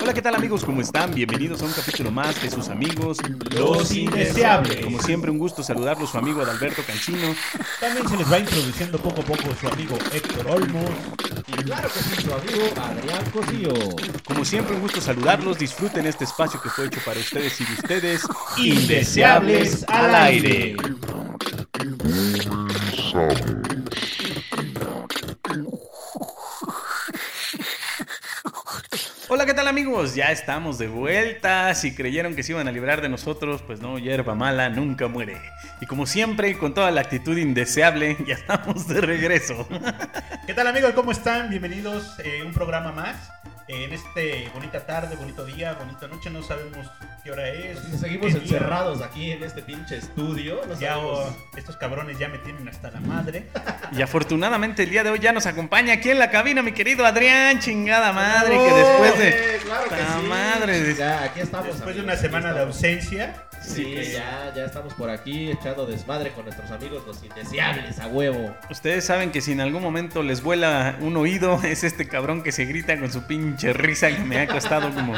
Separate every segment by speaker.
Speaker 1: Hola, ¿qué tal amigos? ¿Cómo están? Bienvenidos a un capítulo más de sus amigos
Speaker 2: Los Indeseables.
Speaker 1: Como siempre, un gusto saludarlos, su amigo Adalberto Cancino.
Speaker 2: También se les va introduciendo poco a poco su amigo Héctor Olmos.
Speaker 3: Y claro que sí, su amigo Adrián Cosío.
Speaker 1: Como siempre, un gusto saludarlos. Disfruten este espacio que fue hecho para ustedes y de ustedes.
Speaker 2: Indeseables al aire.
Speaker 1: Hola, ¿qué tal amigos? Ya estamos de vuelta. Si creyeron que se iban a librar de nosotros, pues no, hierba mala nunca muere. Y como siempre, con toda la actitud indeseable, ya estamos de regreso.
Speaker 2: ¿Qué tal amigos? ¿Cómo están? Bienvenidos eh, a un programa más. Eh, en este bonita tarde, bonito día, bonita noche, no sabemos qué hora es.
Speaker 3: Si seguimos
Speaker 2: qué día.
Speaker 3: encerrados aquí en este pinche estudio, no
Speaker 2: Ya oh,
Speaker 3: sabemos.
Speaker 2: estos cabrones ya me tienen hasta la madre.
Speaker 1: Y afortunadamente el día de hoy ya nos acompaña aquí en la cabina mi querido Adrián, chingada madre, que después de...
Speaker 3: Eh, claro que
Speaker 1: ¡Ta
Speaker 3: sí!
Speaker 1: madre!
Speaker 3: Ya, aquí estamos.
Speaker 2: Después de
Speaker 3: amigos,
Speaker 2: una
Speaker 3: aquí
Speaker 2: semana de
Speaker 3: estamos.
Speaker 2: ausencia.
Speaker 3: Sí,
Speaker 2: que-
Speaker 3: ya, ya estamos por aquí echando desmadre con nuestros amigos los indeseables a huevo.
Speaker 1: Ustedes saben que si en algún momento les vuela un oído, es este cabrón que se grita con su pinche risa que me ha costado como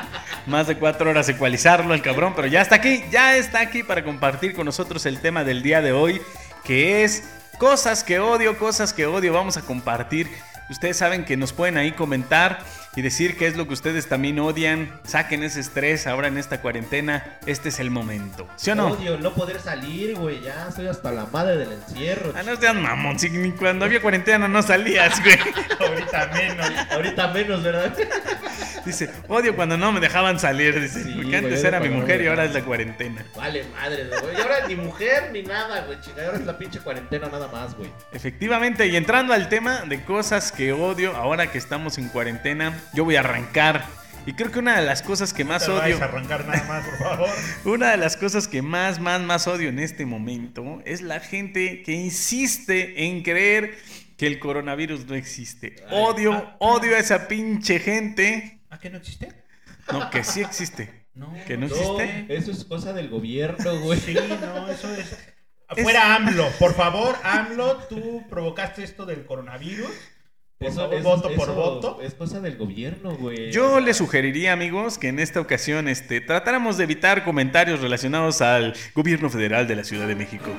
Speaker 1: más de cuatro horas ecualizarlo el cabrón, pero ya está aquí, ya está aquí para compartir con nosotros el tema del día de hoy, que es cosas que odio, cosas que odio, vamos a compartir. Ustedes saben que nos pueden ahí comentar y decir qué es lo que ustedes también odian. Saquen ese estrés ahora en esta cuarentena. Este es el momento. ¿Sí o no?
Speaker 3: Odio no poder salir, güey. Ya estoy hasta la madre del encierro.
Speaker 1: Ah, no seas mamón. si ni cuando había cuarentena no salías, güey.
Speaker 2: Ahorita menos.
Speaker 3: Ahorita menos, ¿verdad?
Speaker 1: Dice, odio cuando no me dejaban salir. Dice,
Speaker 3: Sí,
Speaker 1: porque antes
Speaker 3: güey,
Speaker 1: era mi
Speaker 3: cuando no
Speaker 1: mujer
Speaker 3: me
Speaker 1: y ahora es
Speaker 3: dejaban.
Speaker 1: la cuarentena.
Speaker 3: Vale, madre, güey. Y ahora ni mujer ni nada, güey. Chica, ahora es la pinche cuarentena nada más, güey.
Speaker 1: Efectivamente, y entrando al tema de cosas que odio ahora que estamos en cuarentena, yo voy a arrancar. Y creo que una de las cosas que más
Speaker 2: No
Speaker 1: odio,
Speaker 2: vais a arrancar nada más, por favor.
Speaker 1: una de las cosas que más, más, más odio en este momento es la gente que insiste en creer que el coronavirus no existe.
Speaker 3: Ay,
Speaker 1: Odio,
Speaker 2: ah.
Speaker 1: odio a esa pinche gente.
Speaker 2: ¿Ah, que no existe?
Speaker 1: No, que sí existe.
Speaker 2: No.
Speaker 1: Que no existe.
Speaker 3: eso es cosa del gobierno, güey.
Speaker 2: Sí, no, eso es. Fuera AMLO, por favor, AMLO, tú provocaste esto del coronavirus. Por favor, voto por voto.
Speaker 3: Es cosa del gobierno, güey.
Speaker 1: Yo les sugeriría, amigos, que en esta ocasión este, tratáramos de evitar comentarios relacionados al gobierno federal de la Ciudad de México.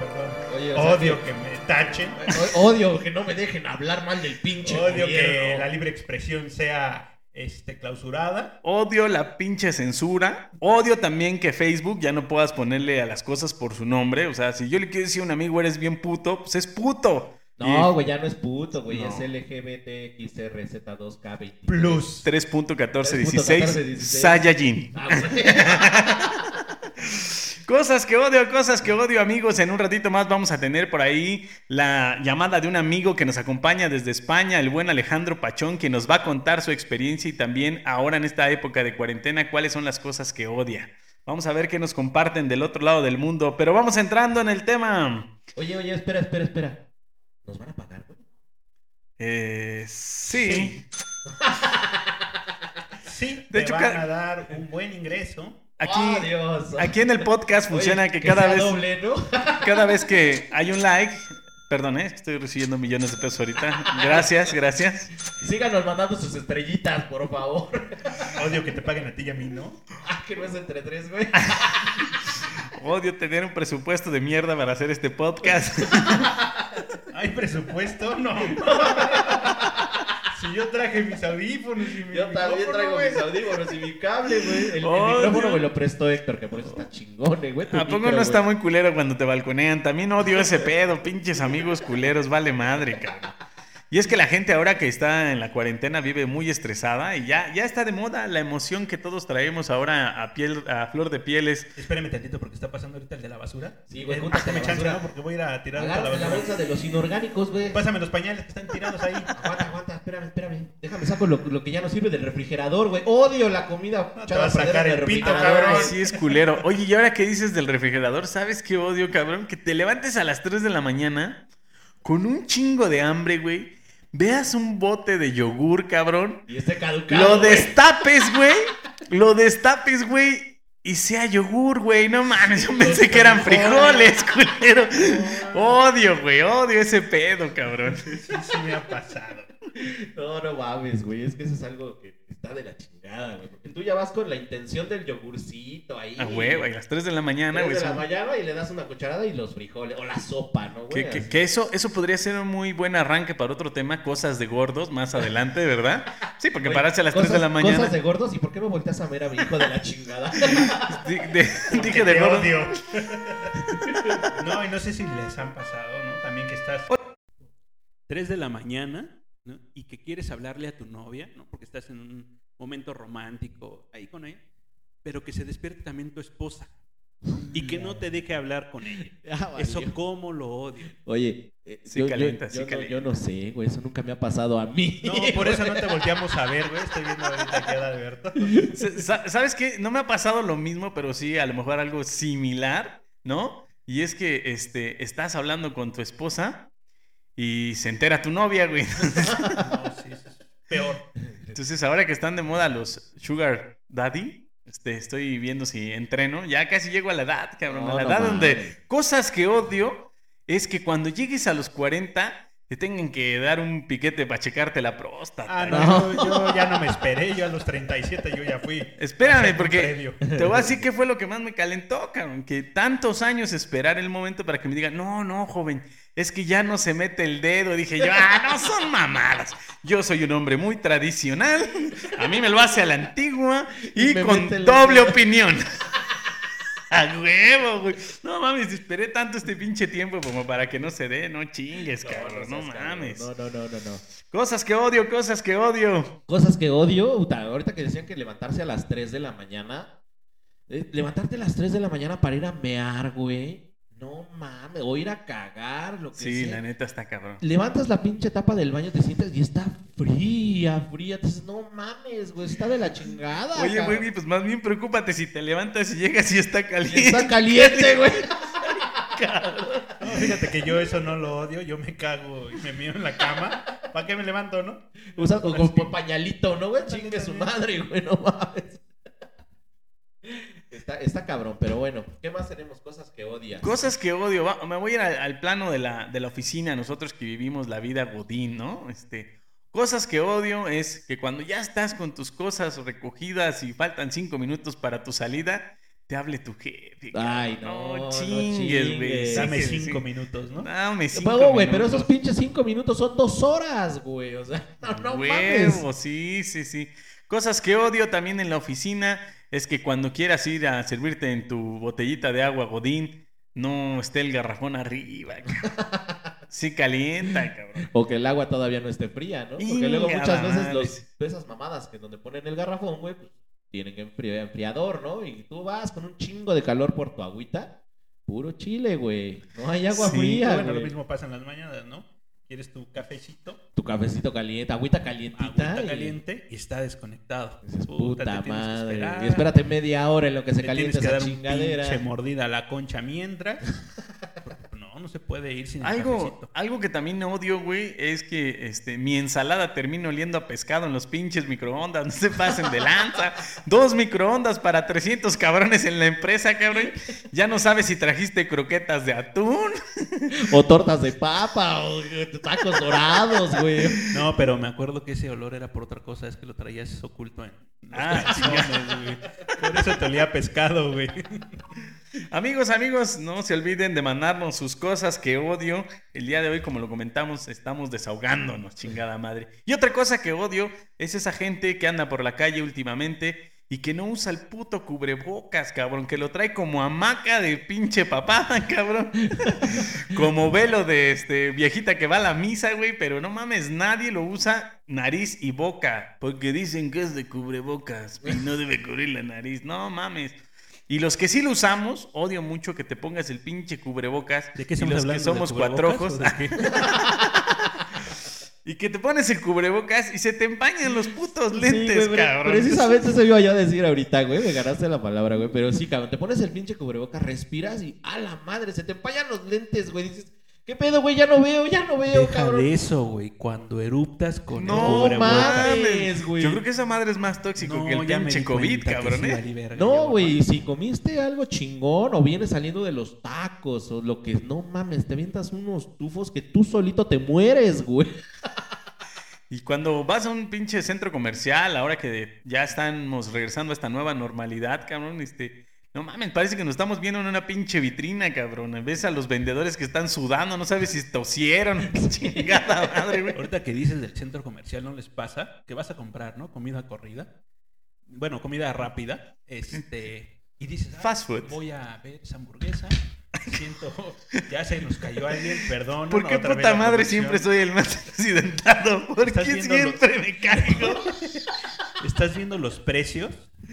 Speaker 2: Perdón.
Speaker 3: Oye, o sea,
Speaker 2: Odio que me tachen,
Speaker 3: que- o- Odio que no me dejen hablar mal del pinche
Speaker 2: odio que
Speaker 3: gobierno.
Speaker 2: la libre expresión sea este, clausurada.
Speaker 1: Odio la pinche censura. Odio también que Facebook ya no puedas ponerle a las cosas por su nombre. O sea, si yo le quiero decir a un amigo eres bien puto, pues es puto.
Speaker 3: No, güey, ya no es puto, güey.
Speaker 1: No.
Speaker 3: Es LGBTXRZ2K20.
Speaker 2: Plus.
Speaker 1: 3.1416
Speaker 3: 3.1416.
Speaker 1: Saiyajin.
Speaker 3: Ah, güey.
Speaker 1: Cosas que odio, cosas que odio, amigos. En un ratito más vamos a tener por ahí la llamada de un amigo que nos acompaña desde España, el buen Alejandro Pachón, que nos va a contar su experiencia y también ahora en esta época de cuarentena, cuáles son las cosas que odia. Vamos a ver qué nos comparten del otro lado del mundo, pero vamos entrando en el tema.
Speaker 3: Oye, oye, espera, espera, espera. Nos van a pagar, güey.
Speaker 1: Eh, sí.
Speaker 2: Sí,
Speaker 1: De
Speaker 2: te
Speaker 1: hecho,
Speaker 2: van
Speaker 1: ca-
Speaker 2: a dar un buen ingreso.
Speaker 1: Aquí,
Speaker 3: Oh, Dios.
Speaker 1: aquí en el podcast funciona
Speaker 3: Oye,
Speaker 1: que cada
Speaker 3: sea
Speaker 1: vez...
Speaker 3: doble, ¿no?
Speaker 1: Cada vez que hay un like, perdón, ¿eh? estoy recibiendo millones de pesos ahorita. Gracias, gracias.
Speaker 3: Síganos mandando sus estrellitas, por favor.
Speaker 2: Odio que te paguen a ti y a mí, ¿no?
Speaker 3: Ah, que no es entre tres, güey.
Speaker 1: Odio tener un presupuesto de mierda para hacer este podcast.
Speaker 2: ¿Hay presupuesto? No. Si yo traje mis audífonos y mi
Speaker 3: Yo también
Speaker 2: micrófono,
Speaker 3: traigo
Speaker 2: güey.
Speaker 3: mis audífonos y mi cable, güey. El, el
Speaker 1: Oh,
Speaker 3: micrófono
Speaker 1: Dios.
Speaker 3: me lo prestó Héctor, que por eso está chingón, eh, güey. tu
Speaker 1: ¿A poco
Speaker 3: micro,
Speaker 1: no está
Speaker 3: güey.
Speaker 1: muy culero cuando te balconean? También odio ese pedo, pinches amigos culeros, vale madre, cabrón. Y es que la gente ahora que está en la cuarentena vive muy estresada y ya, ya está de moda la emoción que todos traemos ahora a, piel, a flor de pieles.
Speaker 2: Espérame tantito porque está pasando ahorita el de la basura.
Speaker 3: Sí, güey,
Speaker 2: Eh,
Speaker 3: júntate
Speaker 2: pásame
Speaker 3: la
Speaker 2: chance,
Speaker 3: basura.
Speaker 2: ¿no? Porque voy a ir a tirar ahorita
Speaker 3: Agárrate la bolsa de los inorgánicos, güey.
Speaker 1: Pues
Speaker 2: Pásame los pañales que están tirados ahí.
Speaker 3: Aguanta, aguanta, espérame, espérame. Déjame saco lo, lo que ya no sirve del refrigerador, güey. Odio la comida.
Speaker 2: No te
Speaker 3: echada
Speaker 2: vas a
Speaker 3: perder
Speaker 2: sacar
Speaker 3: en
Speaker 2: el pito,
Speaker 3: refrigerador,
Speaker 2: cabrón.
Speaker 3: güey.
Speaker 1: Así es culero. Oye, ¿y ahora qué dices del refrigerador? ¿Sabes qué odio, cabrón? Que te levantes a las 3 de la mañana con un chingo de hambre, güey. Veas un bote de yogur, cabrón.
Speaker 3: Y este caducado.
Speaker 1: Lo
Speaker 3: güey.
Speaker 1: destapes, güey. Lo destapes, güey. Y sea yogur, güey. No mames, yo pensé que eran frijoles, culero. Odio, güey. Odio ese pedo, cabrón.
Speaker 2: Sí, sí me ha pasado.
Speaker 3: No, no mames, güey. Es que eso es algo que está está de la chingada, güey. Porque tú ya vas con la intención del yogurcito ahí.
Speaker 1: A huevo, y a las 3 de la mañana,
Speaker 3: Tres
Speaker 1: güey.
Speaker 3: de la
Speaker 1: son-
Speaker 3: mañana y le das una cucharada y los frijoles. O la sopa, ¿no, güey?
Speaker 1: Que, que-
Speaker 3: Así.
Speaker 1: que eso, eso podría ser un muy buen arranque para otro tema, cosas de gordos, más adelante, ¿verdad? Sí, porque
Speaker 3: Güey,
Speaker 1: pararse a las 3 de
Speaker 3: cosas-
Speaker 1: la mañana.
Speaker 3: Cosas de gordos. ¿Y por qué me volteas a ver a mi hijo de la chingada?
Speaker 1: Di- de- dije de
Speaker 2: te
Speaker 1: gordos.
Speaker 2: odio. No, y no sé si les han pasado, ¿no? También que estás.
Speaker 4: 3 de la mañana ¿no? y que quieres hablarle a tu novia, ¿no? porque estás en un momento romántico ahí con ella, pero que se despierte también tu esposa y que no te deje hablar con ella.
Speaker 3: Ah,
Speaker 4: Eso
Speaker 3: valió.
Speaker 4: cómo lo odio.
Speaker 3: Oye, eh,
Speaker 1: Sí calienta, sí
Speaker 3: yo no-
Speaker 1: calienta.
Speaker 3: yo no sé, güey, eso nunca me ha pasado a mí.
Speaker 2: No, por eso no te volteamos a ver, güey. Estoy viendo ahorita que era Alberto.
Speaker 1: Sa- sa- ¿Sabes qué? No me ha pasado lo mismo, pero sí, a lo mejor algo similar, ¿no? Y es que este, estás hablando con tu esposa y se entera tu novia, güey.
Speaker 2: No, sí, eso es peor.
Speaker 1: Entonces, ahora que están de moda los Sugar Daddy, este, estoy viendo si entreno. Ya casi llego a la edad, cabrón.
Speaker 3: No,
Speaker 1: a la
Speaker 3: no
Speaker 1: edad
Speaker 3: mames.
Speaker 1: donde cosas que odio es que cuando llegues a los 40 te tengan que dar un piquete para checarte la próstata.
Speaker 2: Ah, no,
Speaker 3: No.
Speaker 2: Yo, yo ya no me esperé. Yo a los 37 yo ya fui.
Speaker 1: Espérame,
Speaker 2: Hacer un
Speaker 1: porque
Speaker 2: previo.
Speaker 1: te voy a decir qué fue lo que más me calentó, cabrón. Que tantos años esperar el momento para que me digan, no, no, joven, es que ya no se mete el dedo. Dije yo, ah, no son mamadas. Yo soy un hombre muy tradicional, a mí me lo hace a la antigua y,
Speaker 3: Y me
Speaker 1: con
Speaker 3: mete el
Speaker 1: doble
Speaker 3: dedo.
Speaker 1: opinión. A huevo, güey. No mames, esperé tanto este pinche tiempo como para que no se dé, no chingues, cabrón, no,
Speaker 3: seas cabrón,
Speaker 1: mames.
Speaker 3: No, no, no, no, no.
Speaker 1: Cosas que odio, cosas que odio.
Speaker 3: Cosas que odio, puta, ahorita que decían que levantarse a las 3 de la mañana, eh, levantarte a las 3 de la mañana para ir a mear, güey. No mames, o ir a cagar, lo que
Speaker 1: Sí,
Speaker 3: sea.
Speaker 1: la neta está cabrón.
Speaker 3: Levantas la pinche tapa del baño, te sientes y está fría, fría. Entonces, no mames, güey, está de la chingada.
Speaker 1: Oye,
Speaker 3: cabrón.
Speaker 1: güey, pues más bien preocúpate si te levantas y llegas y está caliente.
Speaker 3: Está caliente, güey.
Speaker 2: No, fíjate que yo eso no lo odio. Yo me cago y me miro en la cama. ¿Para qué me levanto, no?
Speaker 3: Usa con, con- con pañalito, ¿no, güey? Chingue su
Speaker 2: también.
Speaker 3: madre, güey, no mames. Está, está cabrón, pero bueno, ¿qué más tenemos? Cosas que odias.
Speaker 1: Cosas que odio. va- me voy a ir al, al plano de la, de la oficina, nosotros que vivimos la vida godín, ¿no? Este, cosas que odio es que cuando ya estás con tus cosas recogidas y faltan cinco minutos para tu salida, te hable tu jefe. cabrón.
Speaker 3: Ay, no, no chingues.
Speaker 2: Dame
Speaker 1: Sí, sí,
Speaker 2: cinco
Speaker 1: sí.
Speaker 2: minutos, ¿no?
Speaker 1: Dame cinco
Speaker 3: Pago, güey, pero
Speaker 1: minutos.
Speaker 3: esos pinches cinco minutos son dos horas, güey. O sea, no, no mames.
Speaker 1: Huevo, sí, sí, sí. Cosas que odio también en la oficina es que cuando quieras ir a servirte en tu botellita de agua, Godín, no esté el garrafón arriba. cabrón. Sí calienta, cabrón.
Speaker 3: O que el agua todavía no esté fría, ¿no? Porque luego
Speaker 1: Inga
Speaker 3: muchas veces
Speaker 1: madre.
Speaker 3: los, esas mamadas que donde ponen el garrafón, güey, pues tienen enfri- enfriador, ¿no? Y tú vas con un chingo de calor por tu agüita. Puro chile, güey. No hay agua
Speaker 1: Sí,
Speaker 3: fría,
Speaker 2: bueno,
Speaker 3: güey.
Speaker 2: lo mismo pasa en las mañanas, ¿no? Quieres tu cafecito,
Speaker 3: Tu cafecito caliente, agüita calientita.
Speaker 2: agüita
Speaker 3: y-
Speaker 2: caliente y está desconectado.
Speaker 3: dices,
Speaker 2: Puta,
Speaker 3: puta
Speaker 2: te tienes que
Speaker 3: madre.
Speaker 2: esperar.
Speaker 3: Y espérate media hora en lo que se
Speaker 2: Le
Speaker 3: calienta
Speaker 2: tienes que
Speaker 3: esa
Speaker 2: dar un pinche
Speaker 3: chingadera.
Speaker 2: mordida a la concha mientras. No, no se puede ir sin el
Speaker 1: Algo,
Speaker 2: cafecito.
Speaker 1: algo que también odio, güey, es que este, mi ensalada termina oliendo a pescado en los pinches microondas. No se pasen de lanza. Dos microondas para 300 cabrones en la empresa, cabrón. Ya no sabes si trajiste croquetas de atún.
Speaker 3: O tortas de papa, o tacos dorados, güey.
Speaker 2: No, pero me acuerdo que ese olor era por otra cosa, es que lo traías oculto en los
Speaker 1: Ah,
Speaker 2: calzones, güey. Por eso te olía a pescado, güey.
Speaker 1: Amigos, amigos, no se olviden de mandarnos sus cosas que odio. El día de hoy, como lo comentamos, estamos desahogándonos, chingada madre. Y otra cosa que odio es esa gente que anda por la calle últimamente y que no usa el puto cubrebocas, cabrón, que lo trae como hamaca de pinche papada, cabrón. Como velo de este viejita que va a la misa, güey, pero no mames, nadie lo usa nariz y boca, porque dicen que es de cubrebocas y no debe cubrir la nariz. No mames. Y los que sí lo usamos, odio mucho que te pongas el pinche cubrebocas.
Speaker 2: ¿De
Speaker 1: y
Speaker 2: qué estamos
Speaker 1: los que
Speaker 2: hablando? ¿De
Speaker 1: somos
Speaker 2: cubrebocas
Speaker 1: cuatrojos.
Speaker 2: o de qué?
Speaker 1: Y que te pones el cubrebocas y se te empañan los putos
Speaker 3: Sí,
Speaker 1: lentes,
Speaker 3: güey, pero-
Speaker 1: cabrón.
Speaker 3: Precisamente eso iba yo a decir ahorita, güey. Me ganaste la palabra, güey. Pero sí, cabrón. Te pones el pinche cubreboca, respiras y a la madre, se te empañan los lentes, güey. Dices, ¿qué pedo, güey? Ya no veo, ya no veo,
Speaker 2: Deja
Speaker 3: cabrón.
Speaker 2: de eso, güey. Cuando eruptas con
Speaker 1: No
Speaker 2: el cubrebocas.
Speaker 1: mames,
Speaker 3: mames, güey.
Speaker 1: Yo creo que esa madre es más tóxico que el
Speaker 2: ya me
Speaker 1: pinche
Speaker 2: di
Speaker 1: COVID,
Speaker 2: cuenta que
Speaker 1: cabrón.
Speaker 2: sí
Speaker 1: ¿eh?
Speaker 2: valí verga, yo,
Speaker 3: No, güey,
Speaker 2: mames.
Speaker 3: si comiste algo chingón o vienes saliendo de los tacos o lo que no mames, te avientas unos tufos que tú solito te mueres, güey.
Speaker 1: Y cuando vas a un pinche centro comercial, ahora que ya estamos regresando a esta nueva normalidad, cabrón, este, no mames, parece que nos estamos viendo en una pinche vitrina, cabrón. Ves a los vendedores que están sudando, no sabes si tosieron, o qué chingada madre, güey.
Speaker 2: Ahorita que dices del centro comercial, ¿no les pasa? Que vas a comprar, ¿no? Comida corrida. Bueno, comida rápida. Este. Y dices, "Ah,
Speaker 1: Fast food.
Speaker 2: Voy a ver esa hamburguesa. Siento, ya se nos cayó alguien, perdón.
Speaker 1: ¿Por qué puta madre siempre soy el más accidentado? ¿Por
Speaker 2: Estás
Speaker 1: qué
Speaker 2: viendo lo-
Speaker 1: siempre me caigo?
Speaker 2: Estás viendo los precios.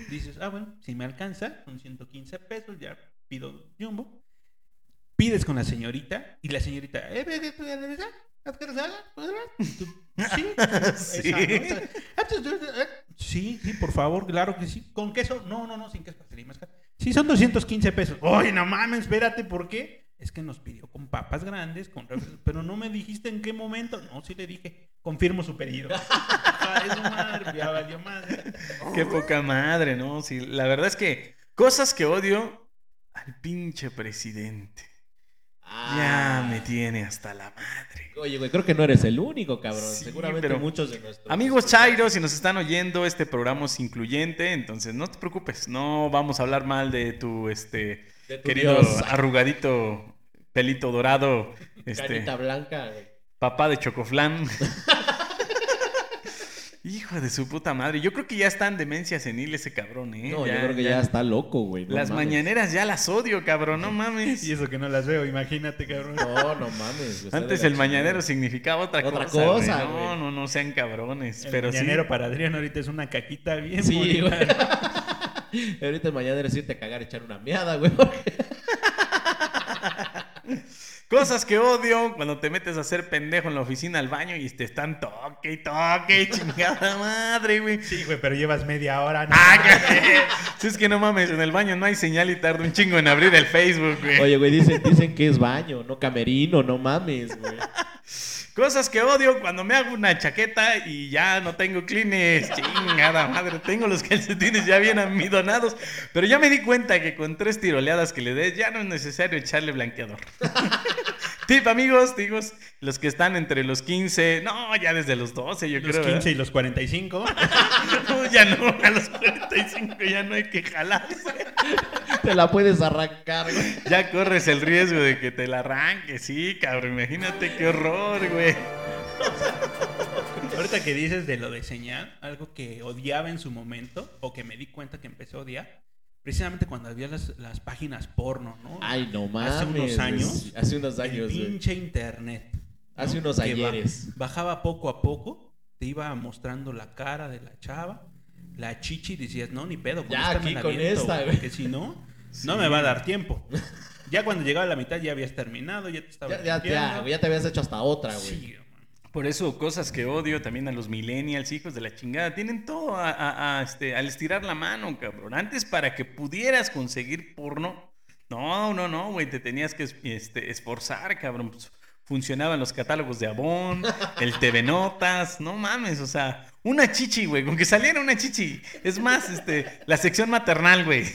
Speaker 2: Dices, ah, bueno, si me alcanza, son 115 pesos, ya pido jumbo. Pides con la señorita y la señorita, "Eh, ve, ve, ve, ve, ve, ¿has cansado? ¿Puedo hablar?" Y tú, Sí,
Speaker 1: Sí.
Speaker 2: esa, ¿no? "Ah, pues, eh, sí, sí, por favor, claro que sí. ¿Con queso? No, no, no, sin queso. pastelillo y más caro. Sí, son 215 pesos. Ay, no mames, espérate, ¿por qué? Es que nos pidió con papas grandes, con refrescos, pero no me dijiste en qué momento. No, sí le dije, confirmo su pedido. Ay, no, madre, ya valió madre.
Speaker 1: Qué poca madre, ¿no? Sí, la verdad es que cosas que odio al pinche presidente.
Speaker 2: Ah.
Speaker 1: Ya me tiene hasta la madre.
Speaker 3: Ah. Oye, güey, creo que no eres el único, cabrón.
Speaker 1: Sí,
Speaker 3: Seguramente
Speaker 1: pero-
Speaker 3: muchos de nuestros.
Speaker 1: Amigos Chairo, si nos están oyendo, este programa es incluyente, entonces no te preocupes, no vamos a hablar mal de tu este
Speaker 3: de tu
Speaker 1: querido
Speaker 3: Dios,
Speaker 1: arrugadito pelito dorado, este
Speaker 3: Carita blanca, güey.
Speaker 1: papá de Chocoflán. Hijo de su puta madre, yo creo que ya está en demencia senil ese cabrón, eh.
Speaker 3: No, yo creo que ya, está loco, güey. no
Speaker 1: Las
Speaker 3: mames.
Speaker 1: mañaneras ya las odio, cabrón, no mames.
Speaker 5: Y eso que no las veo, imagínate, cabrón.
Speaker 3: No, no mames. güey, está de
Speaker 1: Antes
Speaker 3: la
Speaker 1: el mañanero
Speaker 3: chingada.
Speaker 1: significaba otra,
Speaker 3: Otra
Speaker 1: cosa. güey.
Speaker 3: cosa,
Speaker 1: no,
Speaker 3: güey.
Speaker 1: no, no sean cabrones.
Speaker 5: El
Speaker 1: pero sí.
Speaker 5: mañanero para Adrián ahorita es una caquita bien
Speaker 3: Sí,
Speaker 5: bonita.
Speaker 3: güey. Ahorita el mañanero es irte a cagar, echar una miada, güey. porque-
Speaker 1: Cosas que odio cuando te metes a ser pendejo en la oficina al baño y te están toque y toque y chingada madre, güey.
Speaker 5: Sí, güey, pero llevas media hora. ¿no?
Speaker 1: Ah, qué- Si es que no mames, en el baño no hay señal y tarda un chingo en abrir el Facebook, güey.
Speaker 3: Oye, güey, dicen, dicen que es baño, no camerino, no mames, güey.
Speaker 1: Cosas que odio cuando me hago una chaqueta y ya no tengo clines. Chingada madre, tengo los calcetines ya bien amidonados. Pero ya me di cuenta que con tres tiroleadas que le des ya no es necesario echarle blanqueador. Tip, amigos, digos, los que están entre los 15, no, ya desde los 12, yo
Speaker 5: Los
Speaker 1: creo.
Speaker 5: 15
Speaker 1: 15.
Speaker 5: y los 45.
Speaker 1: ya no, a los 45 ya no hay que jalar.
Speaker 3: Te la puedes arrancar, güey.
Speaker 1: Ya corres el riesgo de que te la arranque, sí, cabrón. Imagínate qué horror, güey.
Speaker 2: Ahorita que dices de lo de señal, algo que odiaba en su momento, o que me di cuenta que empecé a odiar, precisamente cuando había las, las páginas porno, ¿no?
Speaker 3: Ay, no mames.
Speaker 2: unos
Speaker 3: güey.
Speaker 2: años,
Speaker 3: Ah, Hace unos
Speaker 2: El
Speaker 3: años, güey.
Speaker 2: pinche internet.
Speaker 3: Hace unos
Speaker 2: que ba-
Speaker 3: ayeres.
Speaker 2: bajaba poco a poco, te iba mostrando la cara de la chava, la chichi, y decías, no, ni pedo, con
Speaker 3: Ya,
Speaker 2: esta me
Speaker 3: aquí
Speaker 2: la
Speaker 3: con
Speaker 2: aviento,
Speaker 3: esta, güey".
Speaker 2: porque si no, no me va a dar tiempo. Ya cuando llegaba a la mitad ya habías terminado, ya te estabas
Speaker 3: Ya, ya, ya,
Speaker 2: limpiando.
Speaker 3: güey, ya te habías hecho hasta otra, güey.
Speaker 2: Sí, hermano.
Speaker 1: Por eso, cosas que odio también a los millennials, hijos de la chingada, tienen todo a- a- a, este, al estirar la mano, cabrón. Antes, para que pudieras conseguir porno, no, no, no, güey, te tenías que es- este, esforzar, cabrón. Pues, funcionaban los catálogos de Avon, el TV Notas, no mames, o sea, una chichi, güey, con que saliera una chichi. Es más, este, la sección maternal, güey.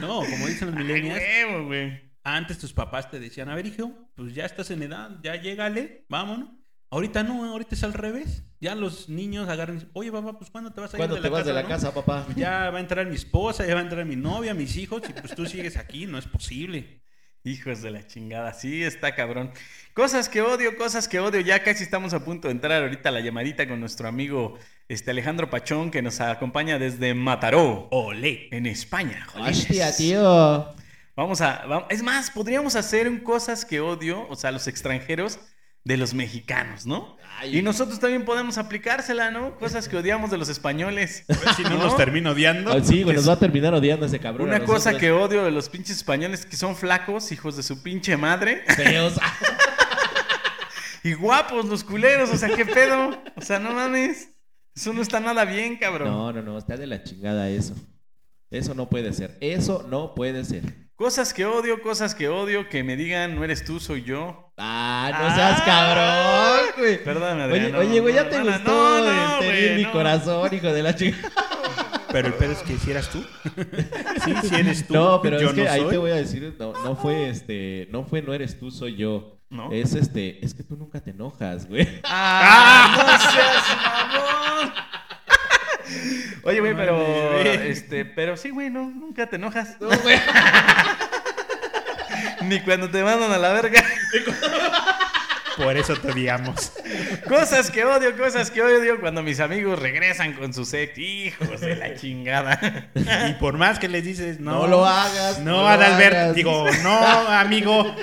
Speaker 2: No, como dicen los
Speaker 1: Ay,
Speaker 2: millennials,
Speaker 1: huevo, güey.
Speaker 2: Antes tus papás te decían, a ver, hijo, pues ya estás en edad, ya llégale, vámonos. Ahorita no, ahorita es al revés. Ya los niños agarran y dicen, oye, papá, pues ¿cuándo te vas a ir
Speaker 3: ¿Cuándo
Speaker 2: de
Speaker 3: te
Speaker 2: la
Speaker 3: vas
Speaker 2: casa,
Speaker 3: de la
Speaker 2: no?
Speaker 3: casa, papá?
Speaker 2: Pues, Ya va a entrar mi esposa, ya va a entrar mi novia, mis hijos, y pues tú sigues aquí, no es posible.
Speaker 1: Hijos de la chingada, sí, está cabrón. Cosas que odio, cosas que odio. Ya casi estamos a punto de entrar ahorita a la llamadita con nuestro amigo este Alejandro Pachón, que nos acompaña desde Mataró,
Speaker 2: Ole.
Speaker 1: en España. jolines.
Speaker 3: Hostia, tío.
Speaker 1: Vamos a. va- es más, podríamos hacer un cosas que odio, o sea, los extranjeros de los mexicanos, ¿no?
Speaker 3: Ay,
Speaker 1: Y nosotros también podemos aplicársela, ¿no? Cosas que odiamos de los españoles.
Speaker 5: A ver si no,
Speaker 1: ¿No?
Speaker 5: los termino odiando.
Speaker 3: Ah, sí, güey, nos va a terminar odiando ese cabrón.
Speaker 1: Una cosa que odio de los pinches españoles que son flacos, hijos de su pinche madre.
Speaker 3: Feos.
Speaker 1: Y guapos los culeros, o sea, qué pedo. O sea, no mames. Eso no está nada bien, cabrón.
Speaker 3: No, no, no, está de la chingada eso. Eso no puede ser. Eso no puede ser.
Speaker 1: Cosas que odio, cosas que odio, que me digan, no eres tú, soy yo.
Speaker 3: Ah, no seas
Speaker 1: Ah,
Speaker 3: cabrón, güey.
Speaker 1: Perdón, Adrián.
Speaker 3: Oye,
Speaker 1: no,
Speaker 3: oye, güey,
Speaker 1: no,
Speaker 3: ya te
Speaker 1: hermana,
Speaker 3: gustó
Speaker 1: no,
Speaker 3: el
Speaker 1: no,
Speaker 3: tener
Speaker 1: güey,
Speaker 3: mi
Speaker 1: no.
Speaker 3: corazón, hijo de la chingada.
Speaker 5: Pero el pedo es que si eras tú. Sí, si eres tú.
Speaker 3: No, pero
Speaker 5: yo
Speaker 3: es que
Speaker 5: no
Speaker 3: ahí
Speaker 5: soy.
Speaker 3: te voy a decir, no, no fue este, no fue no eres tú, soy yo.
Speaker 1: ¿no?
Speaker 3: Es este, es que tú nunca te enojas, güey.
Speaker 1: ¡Ah! ¡No seas mamón! Oye, güey, pero.
Speaker 2: Mames, güey.
Speaker 1: Este, pero sí, güey, no, nunca te enojas.
Speaker 3: No, güey.
Speaker 1: Ni cuando te mandan a la verga.
Speaker 2: Por eso te odiamos.
Speaker 1: Cosas que odio, cosas que odio cuando mis amigos regresan con sus ex. Hijos de la chingada.
Speaker 2: Y por más que les dices, no,
Speaker 3: No lo hagas,
Speaker 2: No,
Speaker 3: no lo
Speaker 2: Adalbert,
Speaker 3: hagas.
Speaker 2: digo, no, amigo,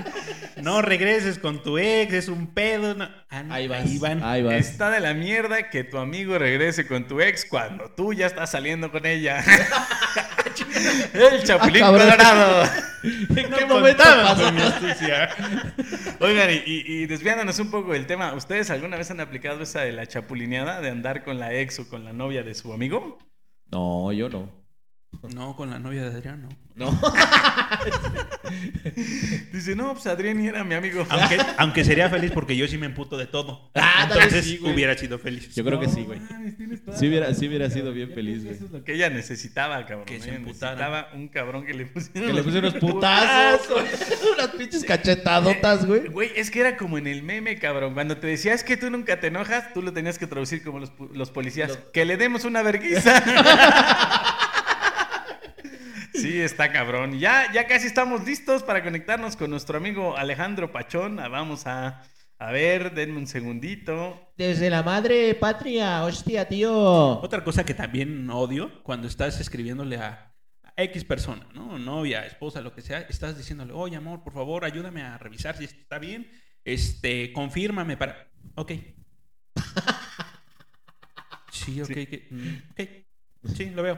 Speaker 2: no regreses con tu ex, es un pedo. no. Ah, no,
Speaker 3: Ahí vas.
Speaker 2: van.
Speaker 3: Ahí vas.
Speaker 1: Está de la mierda que tu amigo regrese con tu ex cuando tú ya estás saliendo con ella. El chapulín
Speaker 3: Ah, cabrón.
Speaker 1: colorado.
Speaker 3: ¿En
Speaker 2: No
Speaker 3: qué
Speaker 2: contabas
Speaker 3: momento pasó?
Speaker 2: con mi astucia.
Speaker 1: Oigan, y, y- y desviándonos un poco del tema, ¿ustedes alguna vez han aplicado esa de la chapulineada de andar con la ex o con la novia de su amigo?
Speaker 3: No, yo no.
Speaker 4: No, con la novia de Adrián, no.
Speaker 3: No.
Speaker 1: Dice, no, pues Adrián ni era mi amigo.
Speaker 2: Aunque, aunque sería feliz porque yo sí me emputo de todo.
Speaker 3: Ah, tal vez
Speaker 2: Entonces
Speaker 3: sí, güey.
Speaker 2: hubiera sido feliz.
Speaker 3: Yo creo que
Speaker 1: No,
Speaker 3: sí, güey.
Speaker 1: mames, tienes toda
Speaker 3: Sí
Speaker 1: la
Speaker 3: hubiera,
Speaker 1: razón,
Speaker 3: sí hubiera
Speaker 1: cabrón.
Speaker 3: sido bien
Speaker 1: Yo
Speaker 3: feliz,
Speaker 1: creo que Eso
Speaker 3: güey.
Speaker 1: es lo que ella necesitaba, cabrón.
Speaker 4: Que se
Speaker 1: ella
Speaker 4: emputara.
Speaker 1: necesitaba un cabrón que le pusiera
Speaker 3: Que le
Speaker 1: los
Speaker 3: puse unos putazos, unas pinches cachetadotas, güey.
Speaker 1: Güey, es que era como en el meme, cabrón. Cuando te decías que tú nunca te enojas, tú lo tenías que traducir como los, pu- los policías.
Speaker 3: Lo-
Speaker 1: Que le demos una vergüenza. sí, está cabrón. Ya, ya casi estamos listos para conectarnos con nuestro amigo Alejandro Pachón. Ah, Vamos a, a ver, denme un segundito.
Speaker 3: Desde la madre patria, hostia, tío.
Speaker 4: Otra cosa que también odio cuando estás escribiéndole a a X persona, ¿no? Novia, esposa, lo que sea, estás diciéndole, oye amor, por favor, ayúdame a revisar si esto está bien, este, confírmame para. Ok. Sí, ok,
Speaker 1: Sí.
Speaker 4: que- mm, ok. Sí, lo veo.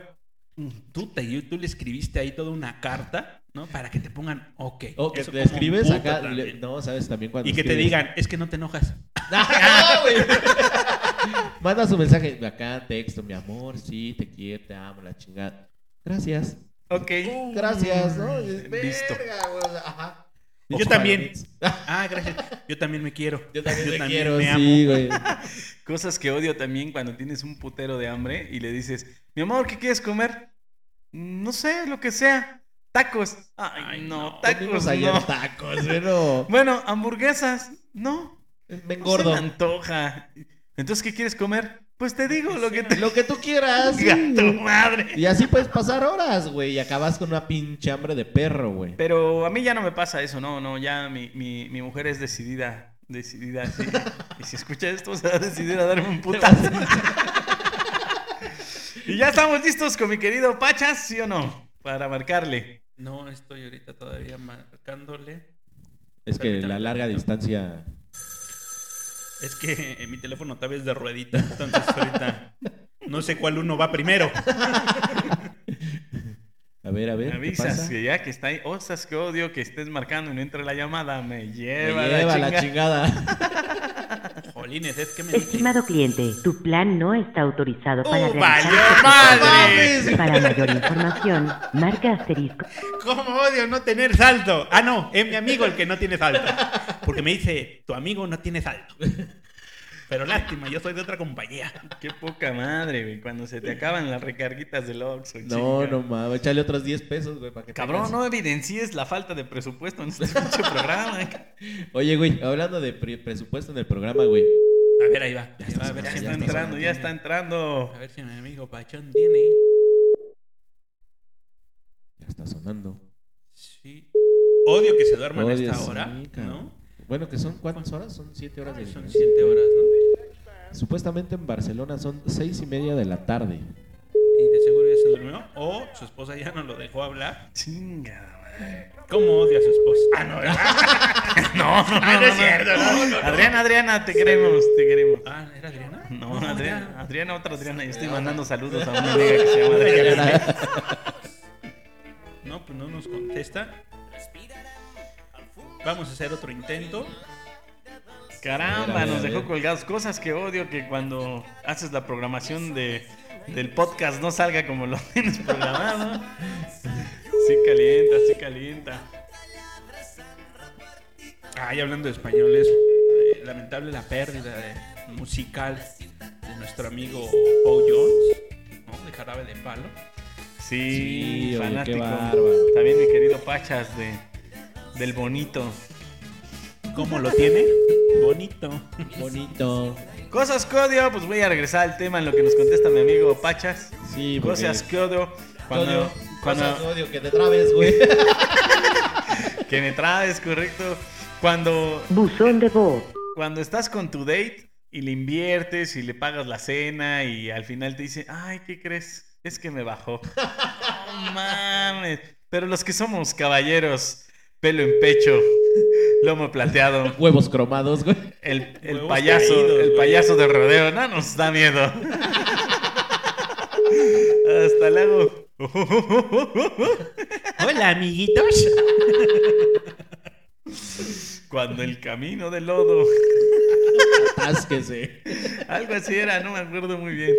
Speaker 4: Tú, te, tú le escribiste ahí toda una carta, ¿no? Para que te pongan ok.
Speaker 3: O Oh, que
Speaker 4: Eso
Speaker 3: te
Speaker 4: como
Speaker 3: escribes
Speaker 4: puto
Speaker 3: acá.
Speaker 4: también.
Speaker 3: le- no, sabes también cuando.
Speaker 4: y que te
Speaker 3: escribes-
Speaker 4: digan, es que no te enojas.
Speaker 3: ¡Ah, güey! Manda su mensaje acá, texto, mi amor, sí, te quiero, te amo, la chingada. Gracias.
Speaker 1: Ok.
Speaker 3: Uh. Gracias, ¿no? Y es,
Speaker 1: Listo.
Speaker 3: "Verga, güey", ajá.
Speaker 2: Yo
Speaker 3: Ojo,
Speaker 2: también.
Speaker 3: Alex.
Speaker 4: Ah, gracias. Yo también me quiero.
Speaker 3: Yo también te
Speaker 2: también
Speaker 3: quiero,
Speaker 2: me
Speaker 3: sí, güey.
Speaker 1: Cosas que odio también cuando tienes un putero de hambre y le dices, mi amor, ¿qué quieres comer? No sé, lo que sea. Tacos. Ay,
Speaker 4: Ay,
Speaker 1: no,
Speaker 4: no.
Speaker 1: tacos.
Speaker 3: Comimos ayer
Speaker 1: no.
Speaker 3: tacos, pero
Speaker 1: Bueno, hamburguesas. No.
Speaker 3: me
Speaker 1: no
Speaker 3: engordo.
Speaker 1: se me antoja. Entonces, ¿qué quieres comer? Pues te digo lo que te.
Speaker 3: Lo que tú quieras. Ah, sí,
Speaker 1: Gato
Speaker 3: güey.
Speaker 1: madre.
Speaker 3: Y así puedes pasar horas, güey, y acabas con una pinche hambre de perro, güey.
Speaker 1: Pero a mí ya no me pasa eso, no, no, ya mi, mi, mi mujer es decidida, decidida, sí. Y si escucha esto, se va a decidir a darme un putazo. y ya estamos listos con mi querido Pachas, ¿sí o no? Para marcarle.
Speaker 4: No, estoy ahorita todavía marcándole.
Speaker 3: Es que la larga distancia.
Speaker 2: Es que eh, mi teléfono tal vez de ruedita, entonces ahorita no sé cuál uno va primero.
Speaker 3: A ver, a ver.
Speaker 1: Me
Speaker 3: ¿Eh? ¿qué
Speaker 1: avisas
Speaker 3: pasa?
Speaker 1: que ya que está ahí, ostras, que odio que estés marcando y no entra la llamada, me
Speaker 3: Me
Speaker 1: lleva,
Speaker 3: lleva
Speaker 1: la,
Speaker 3: la
Speaker 1: chingada.
Speaker 3: chingada.
Speaker 4: Jolines, es que me
Speaker 6: Estimado cliente, tu plan no está autorizado para
Speaker 2: ¡Uh,
Speaker 6: realizar
Speaker 2: valió
Speaker 6: sus
Speaker 2: madre!
Speaker 6: llamadas. Para mayor información, marca asterisco.
Speaker 2: ¿Cómo odio no tener saldo? Ah, no, es mi amigo el que no tiene saldo. Porque me dice, tu amigo no tiene saldo. Pero lástima, yo soy de otra compañía.
Speaker 1: Qué poca madre, güey, cuando se te acaban las recarguitas del Oxxo.
Speaker 3: No,
Speaker 1: chinga.
Speaker 3: no mames. Échale otros 10 pesos, güey, para que
Speaker 1: Cabrón,
Speaker 3: tengas.
Speaker 1: no evidencies la falta de presupuesto en este pinche programa. eh.
Speaker 3: Oye, güey, hablando de pre- presupuesto en el programa, güey.
Speaker 4: A ver, ahí va.
Speaker 3: Ya
Speaker 4: Ahí va,
Speaker 3: está
Speaker 4: a ver
Speaker 1: Ya
Speaker 4: si
Speaker 1: está
Speaker 4: mi amigo
Speaker 1: entrando, ya
Speaker 4: tiene.
Speaker 1: está entrando.
Speaker 4: A ver si mi amigo Pachón tiene.
Speaker 3: Ya está sonando.
Speaker 4: Sí.
Speaker 2: Odio que se duerman a
Speaker 3: Odio,
Speaker 2: esta
Speaker 3: sí,
Speaker 2: hora,
Speaker 3: cabrón.
Speaker 4: ¿No?
Speaker 3: Bueno, que son cuántas horas? Son 7 horas de
Speaker 4: Son
Speaker 3: diferencia.
Speaker 4: siete horas, ¿no?
Speaker 3: Supuestamente en Barcelona son seis y media de la tarde.
Speaker 4: Y de seguro ya se durmió. O su esposa ya no lo dejó hablar.
Speaker 1: Chinga.
Speaker 4: ¿Cómo odia a su esposa? Ah, no, ¿verdad?
Speaker 1: No, no,
Speaker 2: Ah, no es cierto, no,
Speaker 1: Adriana, Adriana, te queremos, te queremos.
Speaker 4: Ah, ¿era Adriana?
Speaker 1: No, Adriana,
Speaker 4: era-
Speaker 1: Adriana, otra Adriana. Yo estoy mandando saludos a una amiga que se llama Adriana.
Speaker 4: No, pues no nos contesta. Vamos a hacer otro intento.
Speaker 1: Caramba,
Speaker 3: A ver, a ver,
Speaker 1: nos
Speaker 3: a ver.
Speaker 1: dejó colgados. Cosas que odio que cuando haces la programación de, del podcast no salga como lo tienes programado. Sí calienta, sí calienta.
Speaker 4: Ay, hablando de españoles, eh, lamentable la pérdida de- musical de nuestro amigo Paul Jones, ¿no? De Jarabe de Palo.
Speaker 1: Sí,
Speaker 3: Sí, oye,
Speaker 1: fanático.
Speaker 3: qué bárbaro.
Speaker 1: También mi querido Pachas de, del bonito.
Speaker 2: ¿Cómo lo tiene? Bonito.
Speaker 3: Bonito.
Speaker 1: Cosas que odio, pues voy a regresar al tema en lo que nos contesta mi amigo Pachas.
Speaker 3: Sí, porque-
Speaker 1: Cosas que odio. Cuando,
Speaker 3: Odio,
Speaker 1: cuando
Speaker 3: cosas que odio, que te trabes, güey.
Speaker 1: que me traes, correcto. Cuando,
Speaker 6: Buzón de voz.
Speaker 1: cuando estás con tu date y le inviertes y le pagas la cena y al final te dice, ay, ¿qué crees? Es que me bajó. No mames. Pero los que somos caballeros, pelo en pecho, lomo plateado,
Speaker 3: Huevos cromados, güey.
Speaker 1: el, el
Speaker 2: Huevos
Speaker 1: payaso,
Speaker 2: caídos,
Speaker 1: el
Speaker 2: güey.
Speaker 1: payaso de rodeo, no nos da miedo. Hasta luego.
Speaker 2: Hola, amiguitos.
Speaker 1: Cuando el camino de lodo.
Speaker 3: Atásquese.
Speaker 1: Algo así era, no me acuerdo muy bien.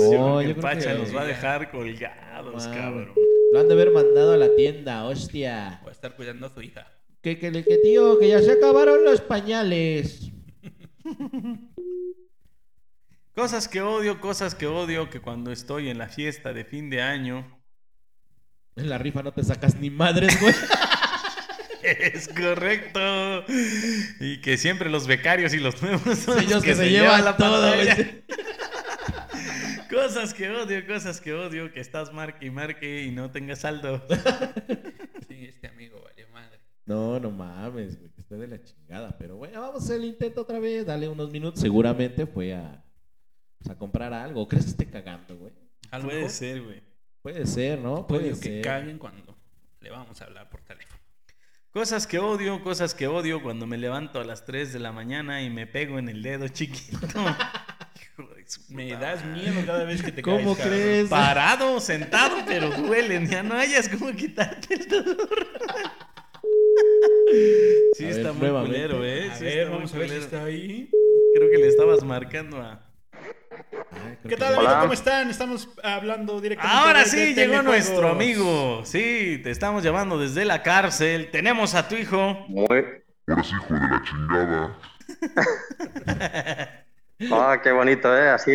Speaker 3: No,
Speaker 1: No,
Speaker 3: yo
Speaker 1: el
Speaker 3: creo
Speaker 1: Pacha
Speaker 3: que-
Speaker 1: nos va a dejar colgados,
Speaker 3: Wow.
Speaker 1: cabrón.
Speaker 3: Lo han de haber mandado a la tienda, hostia.
Speaker 7: Va a estar cuidando a su hija.
Speaker 3: Que, que, que tío, que ya se acabaron los pañales.
Speaker 1: Cosas que odio, cosas que odio, que cuando estoy en la fiesta de fin de año.
Speaker 3: En la rifa no te sacas ni madres, güey.
Speaker 1: Es correcto. Y que siempre los becarios y los nuevos son
Speaker 3: Ellos que, se, llevan todo,
Speaker 1: pantalla.
Speaker 3: güey.
Speaker 1: Cosas que odio, cosas que odio, que estás marque y marque y no tengas saldo.
Speaker 7: Sí, este amigo, vale madre.
Speaker 3: No, no mames, güey. que Está de la chingada. Pero bueno, vamos a hacer el intento otra vez. Dale unos minutos. Seguramente fue a, pues, a comprar algo. ¿Crees que esté cagando, güey?
Speaker 7: A lo
Speaker 1: Puede
Speaker 7: mejor
Speaker 1: ser, güey.
Speaker 3: Puede ser, ¿no? Puede
Speaker 7: odio
Speaker 3: ser.
Speaker 7: que caguen cuando le vamos a hablar por teléfono.
Speaker 1: Cosas que odio, cosas que odio cuando me levanto a las 3 de la mañana y me pego en el dedo chiquito. Hijo de su
Speaker 2: Me
Speaker 1: puta
Speaker 2: das
Speaker 1: madre.
Speaker 2: miedo cada vez que te
Speaker 3: ¿Cómo
Speaker 2: caes, cabrón.
Speaker 3: crees?
Speaker 1: Parado, sentado, pero duelen. Ya no hayas cómo quitarte el dolor. Sí,
Speaker 3: A ver,
Speaker 1: está muy
Speaker 3: nuevamente.
Speaker 1: culero, ¿eh?
Speaker 2: A
Speaker 1: Sí,
Speaker 2: ver,
Speaker 1: está muy
Speaker 2: vamos a ver si
Speaker 1: culero.
Speaker 2: está ahí.
Speaker 1: Creo que le estabas marcando a.
Speaker 3: Ay, creo
Speaker 2: ¿Qué
Speaker 3: que
Speaker 2: tal,
Speaker 3: ya-
Speaker 2: amigos? ¿Cómo están? Estamos hablando directamente.
Speaker 1: Ahora
Speaker 2: de-
Speaker 1: sí
Speaker 2: de
Speaker 1: llegó
Speaker 2: telejuegos.
Speaker 1: nuestro amigo. Sí, te estamos llamando desde la cárcel. Tenemos a tu hijo.
Speaker 8: Muy...
Speaker 9: Eres hijo de la chingada.
Speaker 8: Ah, qué bonito, ¿eh? Así...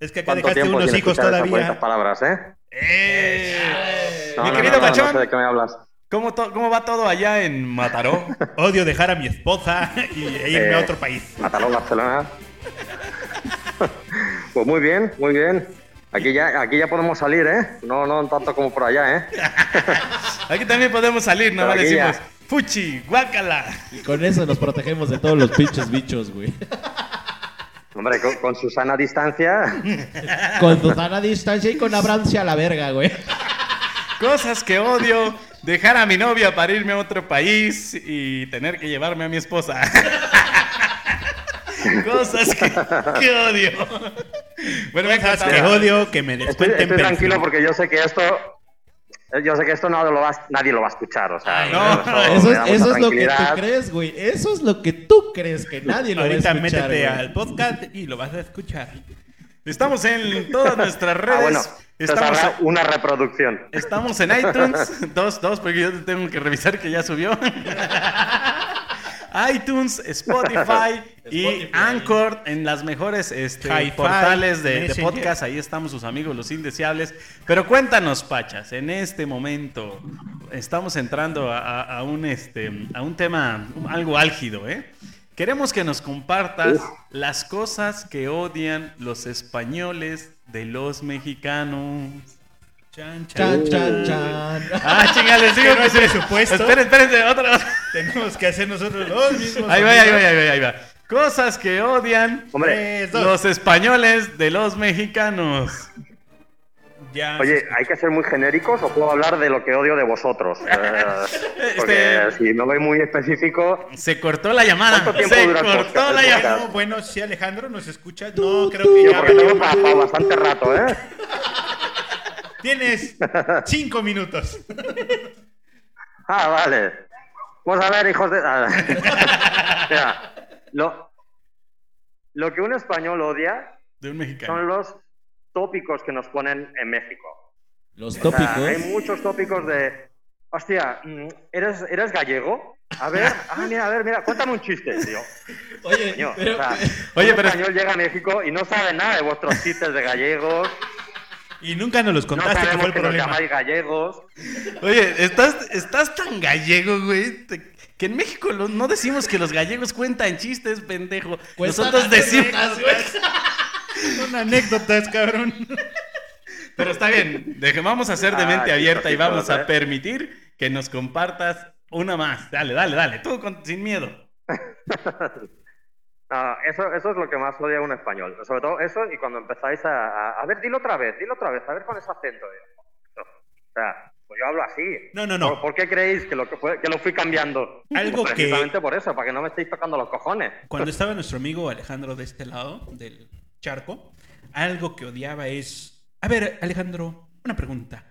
Speaker 2: Es que acá
Speaker 8: ¿Cuánto
Speaker 2: dejaste
Speaker 8: tiempo
Speaker 2: unos
Speaker 8: sin
Speaker 2: hijos
Speaker 8: escuchar esas bonitas
Speaker 2: todavía.
Speaker 8: palabras, ¿eh?
Speaker 1: ¡Eh!
Speaker 8: No,
Speaker 1: Mi
Speaker 8: no,
Speaker 1: querido
Speaker 8: no, no,
Speaker 1: Pachón,
Speaker 8: No sé de qué me hablas.
Speaker 1: ¿cómo, to- ¿cómo va todo allá en Mataró?
Speaker 2: Odio dejar a mi esposa y e irme
Speaker 8: Eh.
Speaker 2: a otro país.
Speaker 8: Mataró Barcelona. pues muy bien, muy bien. Aquí ya, aquí ya podemos salir, ¿eh? No, no tanto como por allá, ¿eh?
Speaker 1: Aquí también podemos salir, nada más
Speaker 8: Aquí ya.
Speaker 1: decimos. Fuchi, guácala.
Speaker 3: Y con eso nos protegemos de todos los pinches bichos, güey.
Speaker 8: Hombre, con, con su sana distancia.
Speaker 3: Con tu sana distancia y con abrancia a la verga, güey.
Speaker 1: Cosas que odio, dejar a mi novia para irme a otro país y tener que llevarme a mi esposa. Cosas que, que odio. Bueno, me
Speaker 2: Cosas que odio que me
Speaker 8: Estoy,
Speaker 2: descuenten.
Speaker 8: estoy tranquilo
Speaker 2: pensión.
Speaker 8: porque yo sé que esto... Yo sé que esto no lo vas- nadie lo va a escuchar, o sea...
Speaker 1: Ay, no.
Speaker 3: Eso
Speaker 8: me
Speaker 3: es,
Speaker 8: da
Speaker 3: eso
Speaker 8: mucha
Speaker 3: es lo que tú
Speaker 8: tranquilidad.
Speaker 3: crees, güey. Eso es lo que tú crees que nadie lo
Speaker 2: Ahorita
Speaker 3: va a escuchar,
Speaker 2: métete
Speaker 3: güey.
Speaker 2: al podcast y lo vas a escuchar.
Speaker 1: Estamos en todas nuestras redes.
Speaker 8: Ah, bueno. Entonces
Speaker 1: estamos,
Speaker 8: habrá una reproducción.
Speaker 1: estamos en iTunes. Dos, dos, porque yo tengo que revisar que ya subió. iTunes, Spotify y
Speaker 3: Spotify.
Speaker 1: Anchor en las mejores este,
Speaker 2: Hi-Fi,
Speaker 1: portales de- de,
Speaker 2: Messenger.
Speaker 1: podcast. Ahí estamos sus amigos los indeseables. Pero cuéntanos, Pachas, en este momento estamos entrando a, a- a un, este, a un tema algo álgido, ¿eh? Queremos que nos compartas las cosas que odian los españoles de los mexicanos.
Speaker 2: Chan,
Speaker 3: Chan,
Speaker 2: chan,
Speaker 3: chan, chan.
Speaker 1: Ah, chinga, les digo
Speaker 2: Que no hay
Speaker 1: que
Speaker 2: presupuesto.
Speaker 1: Esperen, espérense, otra. otra.
Speaker 2: Tenemos que hacer nosotros los mismos.
Speaker 1: Ahí va, ahí va, ahí va, ahí va. Cosas que odian
Speaker 8: Hombre,
Speaker 2: Tres, dos.
Speaker 1: los españoles de los mexicanos. Ah,
Speaker 2: Ya.
Speaker 8: Oye, ¿hay que ser muy genéricos o puedo hablar de lo que odio de vosotros? Eh, porque
Speaker 1: Este-
Speaker 8: si no voy muy específico,
Speaker 1: Se cortó la llamada.
Speaker 8: ¿Cuánto tiempo
Speaker 1: Se
Speaker 8: dura el
Speaker 1: cortó
Speaker 8: podcast?
Speaker 1: la
Speaker 8: El
Speaker 1: llamada.
Speaker 2: Bueno, bueno, si Alejandro nos escucha, no creo que
Speaker 8: yo
Speaker 2: ya.
Speaker 8: porque tengo para, para bastante rato, ¿eh?
Speaker 2: Tienes cinco minutos.
Speaker 8: Ah, vale. Vamos a ver, hijos de... Ah. Mira, lo, lo que un español odia
Speaker 1: De un mexicano.
Speaker 8: son los tópicos que nos ponen en México.
Speaker 3: Los
Speaker 8: O sea,
Speaker 3: tópicos.
Speaker 8: hay muchos tópicos de. Hostia, mm, ¿eres, ¿eres gallego? A ver, ah, mira, a ver, mira, cuéntame un chiste, tío.
Speaker 3: Oye,
Speaker 8: Coño,
Speaker 3: pero,
Speaker 8: o sea,
Speaker 1: Oye,
Speaker 8: un
Speaker 1: pero-
Speaker 8: español llega a México y no sabe nada de vuestros chistes de gallegos.
Speaker 2: Y nunca nos los
Speaker 8: No
Speaker 2: contaste que fue
Speaker 8: sabemos
Speaker 2: el
Speaker 8: que nos
Speaker 2: problema.
Speaker 8: llamáis gallegos.
Speaker 1: Oye, estás, estás tan gallego, güey. te- Que en México lo- no decimos que los gallegos cuentan chistes, pendejo.
Speaker 2: Pues,
Speaker 3: Cuentan
Speaker 1: Nosotros decimos.
Speaker 3: anécdotas, güey.
Speaker 10: Son anécdotas, cabrón.
Speaker 1: Pero está bien, deje- vamos a hacer de
Speaker 8: Ah,
Speaker 1: mente
Speaker 8: sí,
Speaker 1: abierta y
Speaker 8: sí,
Speaker 1: vamos
Speaker 8: todas,
Speaker 1: a
Speaker 8: ¿eh?
Speaker 1: permitir que nos compartas una más. Dale, dale, dale. Tú con- sin miedo.
Speaker 8: No, Ah, eso, eso es lo que más odia un español. Sobre todo eso y cuando empezáis a... A, a ver, dilo otra vez, dilo otra vez, a ver con ese acento. O sea, pues yo hablo así.
Speaker 10: No, no, no.
Speaker 8: ¿Por, por qué creéis que lo, que, fue- que lo fui cambiando?
Speaker 10: Algo
Speaker 8: Pues
Speaker 10: que-
Speaker 8: Precisamente por eso, para que no me estéis tocando los cojones.
Speaker 2: Cuando estaba nuestro amigo Alejandro de este lado del charco, algo que odiaba es. A ver, Alejandro, una pregunta.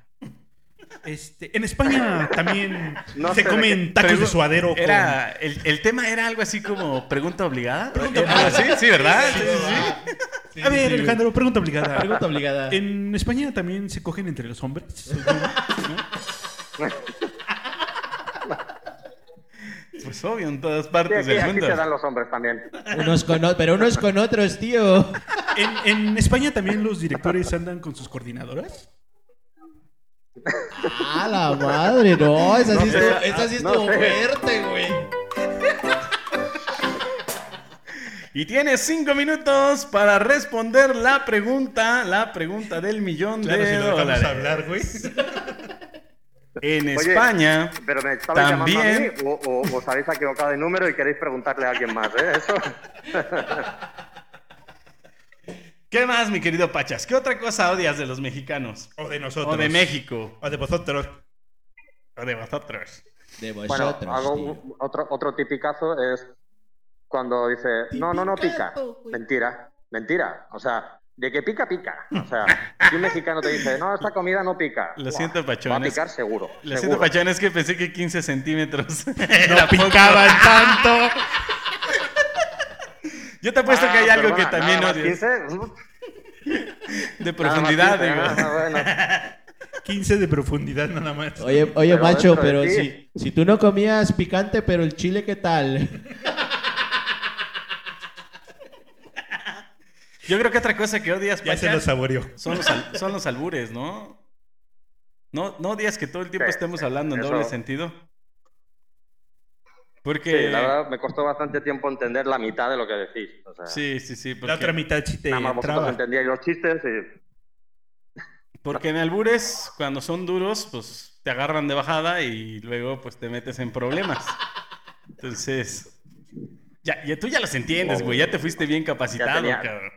Speaker 2: Este, en España también
Speaker 8: No
Speaker 10: Se
Speaker 8: sé de
Speaker 10: comen tacos de
Speaker 1: Pero-
Speaker 10: suadero. con-
Speaker 1: Era, el, el tema era algo así como pregunta obligada.
Speaker 3: Pregunta
Speaker 1: Era-
Speaker 3: obligada.
Speaker 1: Sí, sí, ¿verdad? Sí, sí, sí.
Speaker 10: A ver, Alejandro, pregunta obligada.
Speaker 3: Pregunta obligada.
Speaker 2: En España también se cogen entre los hombres.
Speaker 1: Pues obvio, en todas
Speaker 8: Sí,
Speaker 1: partes
Speaker 8: aquí,
Speaker 1: del
Speaker 8: aquí
Speaker 1: mundo.
Speaker 8: se dan los hombres también.
Speaker 3: Unos con o- Pero unos con otros, tío.
Speaker 2: En, en España también los directores andan con sus coordinadoras.
Speaker 3: ¡Ah, la madre! No, esa sí
Speaker 8: No
Speaker 3: estuvo,
Speaker 8: sé,
Speaker 3: esa sí
Speaker 8: no
Speaker 3: estuvo
Speaker 8: sé.
Speaker 3: fuerte, güey.
Speaker 1: Y tienes cinco minutos para responder la pregunta, la pregunta del millón
Speaker 10: Claro,
Speaker 1: de
Speaker 10: si lo dejamos
Speaker 1: dólares.
Speaker 10: hablar, güey.
Speaker 1: En
Speaker 8: Oye,
Speaker 1: España,
Speaker 8: Pero me estabais
Speaker 1: También-
Speaker 8: llamando a mí o, o- os habéis equivocado de número y queréis preguntarle a alguien más, ¿eh? Eso.
Speaker 1: ¿qué más, mi querido Pachas? ¿Qué otra cosa odias de los mexicanos?
Speaker 10: O de nosotros.
Speaker 1: O de México.
Speaker 10: O de vosotros.
Speaker 1: O de vosotros.
Speaker 3: De
Speaker 8: Bueno,
Speaker 3: vosotros,
Speaker 8: hago
Speaker 3: tío.
Speaker 8: un- otro, otro tipicazo es cuando dice, no, no, no pica. Mentira, mentira. O sea, de que pica, pica. O sea, si un mexicano te dice, no, esta comida no pica.
Speaker 1: Lo
Speaker 8: Buah,
Speaker 1: siento, Pachón,
Speaker 8: Va a
Speaker 1: es-
Speaker 8: picar seguro.
Speaker 1: Lo siento,
Speaker 8: seguro.
Speaker 1: Pachón, es que pensé que 15 centímetros.
Speaker 10: No picaban tanto.
Speaker 1: Yo te apuesto
Speaker 8: Ah,
Speaker 1: que hay algo
Speaker 8: perdona,
Speaker 1: que también
Speaker 8: nada más
Speaker 1: odias.
Speaker 8: 15, nada más
Speaker 1: De profundidad,
Speaker 8: 15,
Speaker 1: digo.
Speaker 8: ah, bueno.
Speaker 10: 15 de profundidad nada más.
Speaker 3: Oye, oye
Speaker 8: Pero
Speaker 3: macho,
Speaker 8: dentro de
Speaker 3: pero
Speaker 8: ti.
Speaker 3: si, si tú no comías picante, pero el chile, ¿qué tal?
Speaker 1: Yo creo que otra cosa que odias,
Speaker 10: ya se lo
Speaker 1: Pachas,
Speaker 10: saboreó.
Speaker 1: son los, al- son los albures, ¿no? ¿no? No odias que todo el tiempo
Speaker 8: Sí,
Speaker 1: estemos
Speaker 8: sí,
Speaker 1: hablando en
Speaker 8: eso-
Speaker 1: doble sentido. Porque...
Speaker 8: Sí, la verdad me costó bastante tiempo entender la mitad de lo que decís. O sea,
Speaker 1: Sí, sí, sí. Porque,
Speaker 10: La otra mitad sí te
Speaker 8: nada más vosotros
Speaker 10: traba.
Speaker 8: entendíais los chistes y...
Speaker 1: porque en albures, cuando son duros, pues te agarran de bajada y luego pues te metes en problemas. Entonces, ya, ya- tú ya los entiendes, güey. Ya te fuiste bien capacitado,
Speaker 8: tenía-
Speaker 1: cabrón.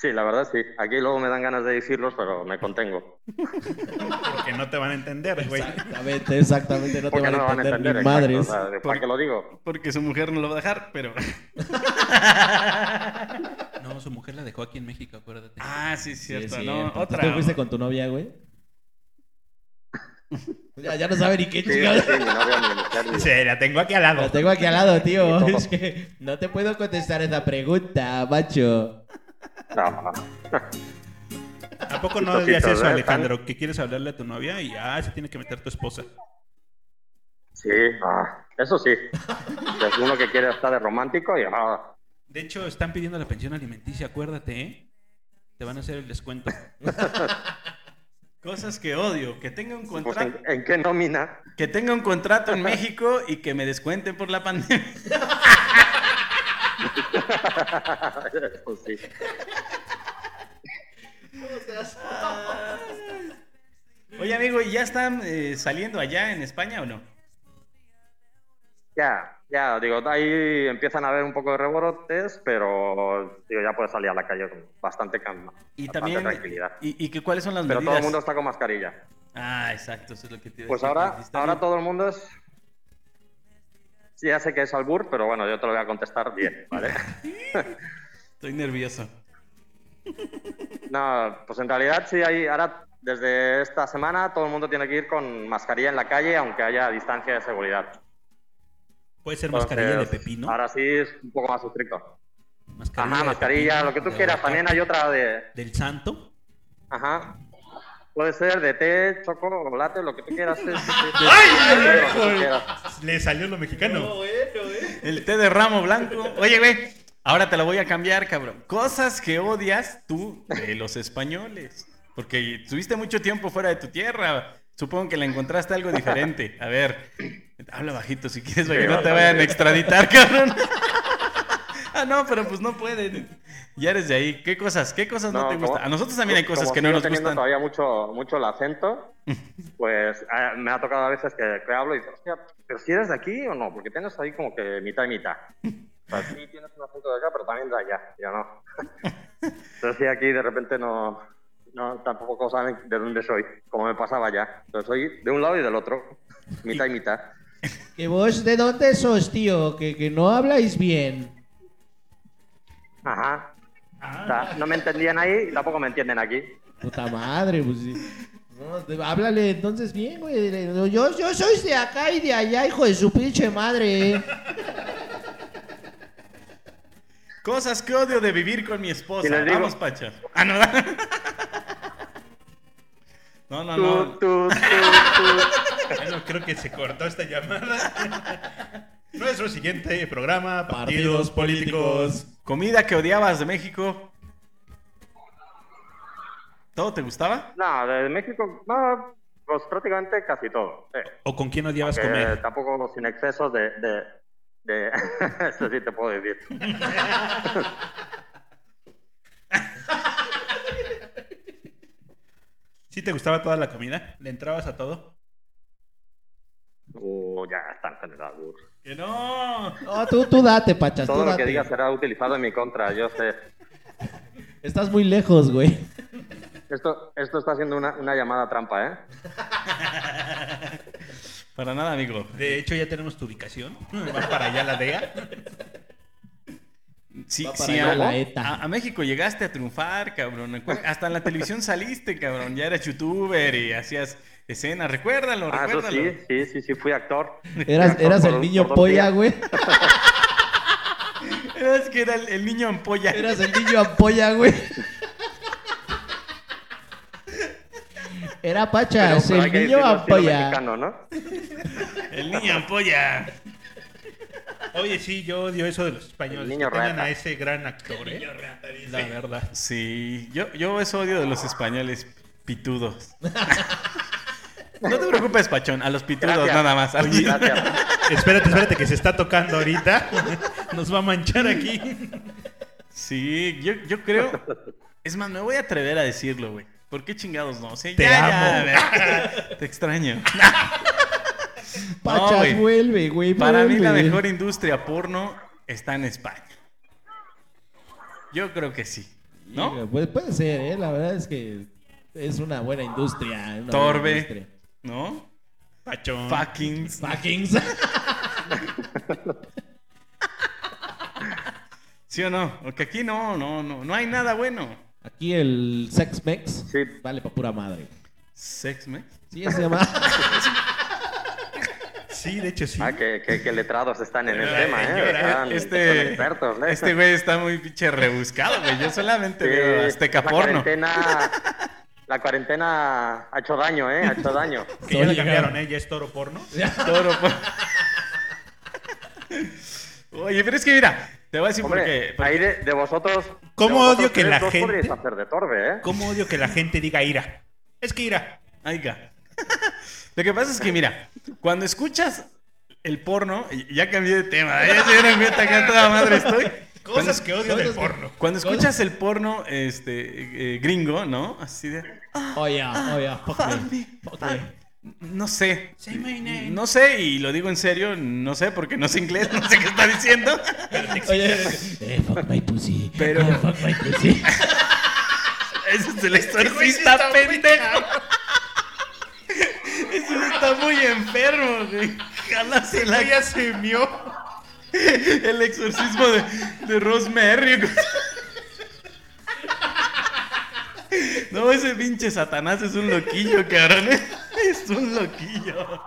Speaker 8: Sí, la verdad sí. Aquí luego me dan ganas de decirlos, pero me contengo.
Speaker 10: Porque no te van a entender, güey.
Speaker 3: Exactamente, exactamente, no te
Speaker 8: Porque
Speaker 3: van a
Speaker 8: no me van a
Speaker 3: entender
Speaker 8: entender.
Speaker 3: ni
Speaker 8: exacto,
Speaker 3: madres.
Speaker 8: o sea,
Speaker 1: Por-
Speaker 8: ¿Para qué lo digo?
Speaker 1: Porque su mujer no lo va a dejar, pero...
Speaker 2: No, su mujer la dejó aquí en México, acuérdate.
Speaker 1: Ah, sí, es
Speaker 3: Sí,
Speaker 1: cierto,
Speaker 3: es
Speaker 1: ¿no?
Speaker 3: cierto. ¿Tú
Speaker 1: Otra.
Speaker 3: te fuiste con tu novia, güey? Ya, ya no sabe ni qué
Speaker 8: Sí,
Speaker 3: chingados.
Speaker 8: sí, mi novia, mi mujer, mi-
Speaker 10: Sí, la tengo aquí al
Speaker 3: La
Speaker 10: lado.
Speaker 3: tengo aquí al lado, tío. Es que no te puedo contestar esa pregunta, macho.
Speaker 8: No, no, no.
Speaker 10: ¿A poco no
Speaker 8: Poquito,
Speaker 10: decías eso,
Speaker 8: ¿verdad?
Speaker 10: Alejandro? Que quieres hablarle a tu novia y ah, se tiene que meter tu esposa.
Speaker 8: Sí, ah, eso sí. Es uno que quiere estar de romántico y... ah,
Speaker 2: De hecho, están pidiendo la pensión alimenticia, acuérdate, ¿eh? Te van a hacer el descuento.
Speaker 1: Cosas que odio. Que tenga un
Speaker 8: pues,
Speaker 1: contrato.
Speaker 8: ¿en, en qué nómina?
Speaker 1: Que tenga un contrato en México y que me descuenten por la pandemia.
Speaker 8: Eso Pues sí.
Speaker 1: Oye, amigo, ¿y ya están eh, saliendo allá en España o no?
Speaker 8: Ya, ya, digo, ahí empiezan a haber un poco de reborotes, pero digo, ya puedes salir a la calle con bastante calma.
Speaker 1: Y
Speaker 8: bastante
Speaker 1: también.
Speaker 8: tranquilidad.
Speaker 1: ¿Y, y que, cuáles son las
Speaker 8: Pero todo
Speaker 1: medidas?
Speaker 8: el mundo está con mascarilla.
Speaker 1: Ah, exacto, eso es lo que te iba a
Speaker 8: Pues
Speaker 1: decir,
Speaker 8: ahora,
Speaker 1: que está
Speaker 8: ahora
Speaker 1: bien.
Speaker 8: todo el mundo es. Sí, ya sé que es albur, pero bueno, yo te lo voy a contestar bien, ¿vale?
Speaker 1: Estoy nervioso.
Speaker 8: No, pues en realidad sí hay. Ahora, desde esta semana, todo el mundo tiene que ir con mascarilla en la calle, aunque haya distancia de seguridad.
Speaker 2: Puede ser
Speaker 8: Entonces,
Speaker 2: mascarilla de pepino.
Speaker 8: Ahora sí es un poco más estricto.
Speaker 2: Mascarilla
Speaker 8: Ajá,
Speaker 2: de
Speaker 8: mascarilla,
Speaker 2: pepino,
Speaker 8: lo que tú
Speaker 2: de
Speaker 8: quieras.
Speaker 2: aguacate,
Speaker 8: También hay otra de.
Speaker 2: Del santo.
Speaker 8: Ajá. Puede ser de té, chocolate, lo que tú quieras. sí, sí, sí. Lo que tú quieras.
Speaker 10: Le salió lo mexicano.
Speaker 1: El té de ramo blanco. Oye, güey, ahora te la voy a cambiar, cabrón. Cosas que odias tú de los españoles. Porque estuviste mucho tiempo fuera de tu tierra. Supongo que le encontraste algo diferente. A ver, Habla bajito si quieres, para que no te vayan a extraditar, cabrón. ah, no, pero pues no pueden. Ya eres de ahí. ¿Qué cosas? ¿Qué cosas no,
Speaker 8: No,
Speaker 1: te
Speaker 8: como-
Speaker 1: gustan? A nosotros también hay cosas
Speaker 8: Como
Speaker 1: que no
Speaker 8: sigo
Speaker 1: nos
Speaker 8: teniendo
Speaker 1: gustan.
Speaker 8: todavía mucho, mucho el acento, pues ah, me ha tocado a veces que, que hablo y digo, "Hostia, pero si eres de aquí o no, porque tienes ahí como que mitad y mitad. O sea, sí tienes un acento de acá, pero también de allá, yo no. Entonces sí, aquí de repente no, no, tampoco saben de dónde soy, como me pasaba allá. Entonces soy de un lado y del otro, mitad y mitad.
Speaker 3: Que vos, ¿de dónde sos, tío? Que, que no habláis bien.
Speaker 8: Ajá.
Speaker 1: Ah.
Speaker 8: O sea, no me entendían ahí y tampoco me entienden aquí.
Speaker 3: Puta madre, pues. sí. No, te- háblale entonces bien, güey. Dile, no, Yo, yo soy de acá y de allá, hijo de su pinche madre.
Speaker 1: Cosas que odio de vivir con mi esposa.
Speaker 8: Y les digo-
Speaker 1: Vamos, Pacha. Ah, no. ¿verdad? No, no,
Speaker 8: Tú,
Speaker 1: no.
Speaker 8: tú, tú, tú.
Speaker 2: Bueno, creo que se cortó esta llamada. Nuestro siguiente programa, Partidos
Speaker 3: Partidos
Speaker 2: Políticos.
Speaker 1: Comida que odiabas de México. ¿Todo te gustaba?
Speaker 8: No, de México, no, pues prácticamente casi todo. sí.
Speaker 2: ¿O con quién odiabas
Speaker 3: Pues,
Speaker 8: Que
Speaker 2: comer?
Speaker 8: tampoco sin excesos de... de, de- Eso sí te puedo decir.
Speaker 2: ¿Sí te gustaba toda la comida? ¿Le entrabas a todo?
Speaker 8: Uh, ya está en general. uh.
Speaker 1: Que no.
Speaker 3: No, tú, tú date, pachas.
Speaker 8: Todo
Speaker 3: tú
Speaker 8: lo que
Speaker 3: date.
Speaker 8: diga será utilizado en mi contra, yo sé.
Speaker 3: Estás muy lejos, güey.
Speaker 8: Esto, esto está siendo una, una llamada trampa, ¿eh?
Speaker 1: Para nada, amigo.
Speaker 2: De hecho, ya tenemos tu ubicación. Va para allá la DEA.
Speaker 1: Si,
Speaker 3: Va para
Speaker 1: si
Speaker 3: allá
Speaker 1: a,
Speaker 3: la ETA.
Speaker 1: a- a México llegaste a triunfar, cabrón. Recuer- Hasta en la televisión saliste, cabrón. Ya eras youtuber y hacías escenas. Recuérdalo,
Speaker 8: Ah, eso
Speaker 1: recuérdalo.
Speaker 8: sí, sí, sí, sí, fui actor.
Speaker 3: Eras,
Speaker 8: Fui actor
Speaker 3: eras
Speaker 8: por
Speaker 3: el
Speaker 8: un-
Speaker 3: niño
Speaker 8: por dos
Speaker 3: polla,
Speaker 8: días.
Speaker 3: güey.
Speaker 1: Es que era el, el niño ampolla.
Speaker 3: Eras el niño ampolla, güey. Era
Speaker 8: Pero-
Speaker 3: Pachas,
Speaker 8: pero hay
Speaker 3: el
Speaker 8: que
Speaker 3: niño
Speaker 8: decirlo estilo
Speaker 3: ampolla.
Speaker 8: mexicano, ¿no?
Speaker 1: El niño ampolla.
Speaker 2: Oye, sí, yo odio eso de los españoles.
Speaker 8: El niño
Speaker 2: que tengan
Speaker 8: rata.
Speaker 2: a ese gran actor, ¿eh? La verdad.
Speaker 1: Sí, yo, yo eso odio de los españoles pitudos. No te preocupes, Pachón, a los pitudos
Speaker 8: Gracias.
Speaker 1: nada más. A los-
Speaker 8: Gracias.
Speaker 2: Espérate, espérate, que se está tocando ahorita. Nos va a manchar aquí.
Speaker 1: Sí, yo, yo creo. Es más, me voy a atrever a decirlo, güey. ¿Por qué chingados no? O sea,
Speaker 2: Te
Speaker 1: ya,
Speaker 2: amo.
Speaker 1: ya, güey. Te extraño. No,
Speaker 3: Pachas,
Speaker 1: güey.
Speaker 3: vuelve, güey.
Speaker 1: Para mí, la
Speaker 3: vuelve.
Speaker 1: mejor industria porno está en España. Yo creo que sí. ¿No?
Speaker 3: Pues puede ser, ¿eh? La verdad es que es una buena industria. una buena
Speaker 1: Torbe.
Speaker 3: industria.
Speaker 1: ¿No?
Speaker 2: Pachón.
Speaker 1: Fucking.
Speaker 3: Fuckings.
Speaker 1: ¿Sí o no? Porque aquí no, no, no. No hay nada bueno.
Speaker 3: Aquí el Sex Mex
Speaker 8: Sí.
Speaker 3: vale pa' pura madre.
Speaker 1: Sex, me.
Speaker 3: Sí, se llama.
Speaker 2: Sí, de hecho, sí.
Speaker 8: Ah, que, que- que letrados están en el
Speaker 2: Señora,
Speaker 8: tema, ¿eh?
Speaker 2: señora,
Speaker 8: Están- están
Speaker 1: Este,
Speaker 8: expertos, ¿eh?
Speaker 1: este güey está muy pinche rebuscado, güey. Yo solamente veo
Speaker 8: Sí,
Speaker 1: Azteca
Speaker 8: la
Speaker 1: porno.
Speaker 8: Cuarentena, la cuarentena ha hecho daño, ¿eh? Ha hecho daño.
Speaker 2: Que ya la
Speaker 3: Soy-
Speaker 2: cambiaron, ¿eh? Ya es toro porno.
Speaker 1: Toro por- Oye, pero es que mira, te voy a decir por
Speaker 8: Hombre,
Speaker 1: qué. porque-
Speaker 8: ahí de, de vosotros. de
Speaker 2: ¿Cómo
Speaker 8: vosotros
Speaker 2: odio que
Speaker 8: tres
Speaker 2: la
Speaker 8: dos
Speaker 2: gente-
Speaker 8: podríais hacer de torbe, ¿eh?
Speaker 2: ¿Cómo odio que la gente diga ira? Es que ira.
Speaker 1: Ay, ga. Lo que pasa es que mira, cuando escuchas el porno, y- ya cambié de tema, ¿eh? ya se dieron cuenta que a toda madre estoy. Cuando-
Speaker 2: Cosas que odio del
Speaker 3: cosas que-
Speaker 2: porno.
Speaker 1: Cuando escuchas el porno este eh, gringo, ¿no? Así de
Speaker 3: Oh, yeah, oh, yeah. Fuck me.
Speaker 1: "Fuck me,
Speaker 3: Fuck
Speaker 1: fuck
Speaker 3: me.
Speaker 1: No sé.
Speaker 2: Say my name.
Speaker 1: No sé, y lo digo en serio, no sé, porque no sé inglés, no sé qué está diciendo.
Speaker 3: Oye, eh, fuck my pussy.
Speaker 1: Pero-
Speaker 3: Eh, fuck my pussy.
Speaker 1: Ese es el
Speaker 2: Este
Speaker 1: exorcista, pendejo. Ese güey está muy enfermo, güey. Jálasela.
Speaker 2: Ya se mió.
Speaker 1: El exorcismo de, de Rosemary. güey. No, ese pinche Satanás es un loquillo, cabrón. ¿eh? Es un loquillo.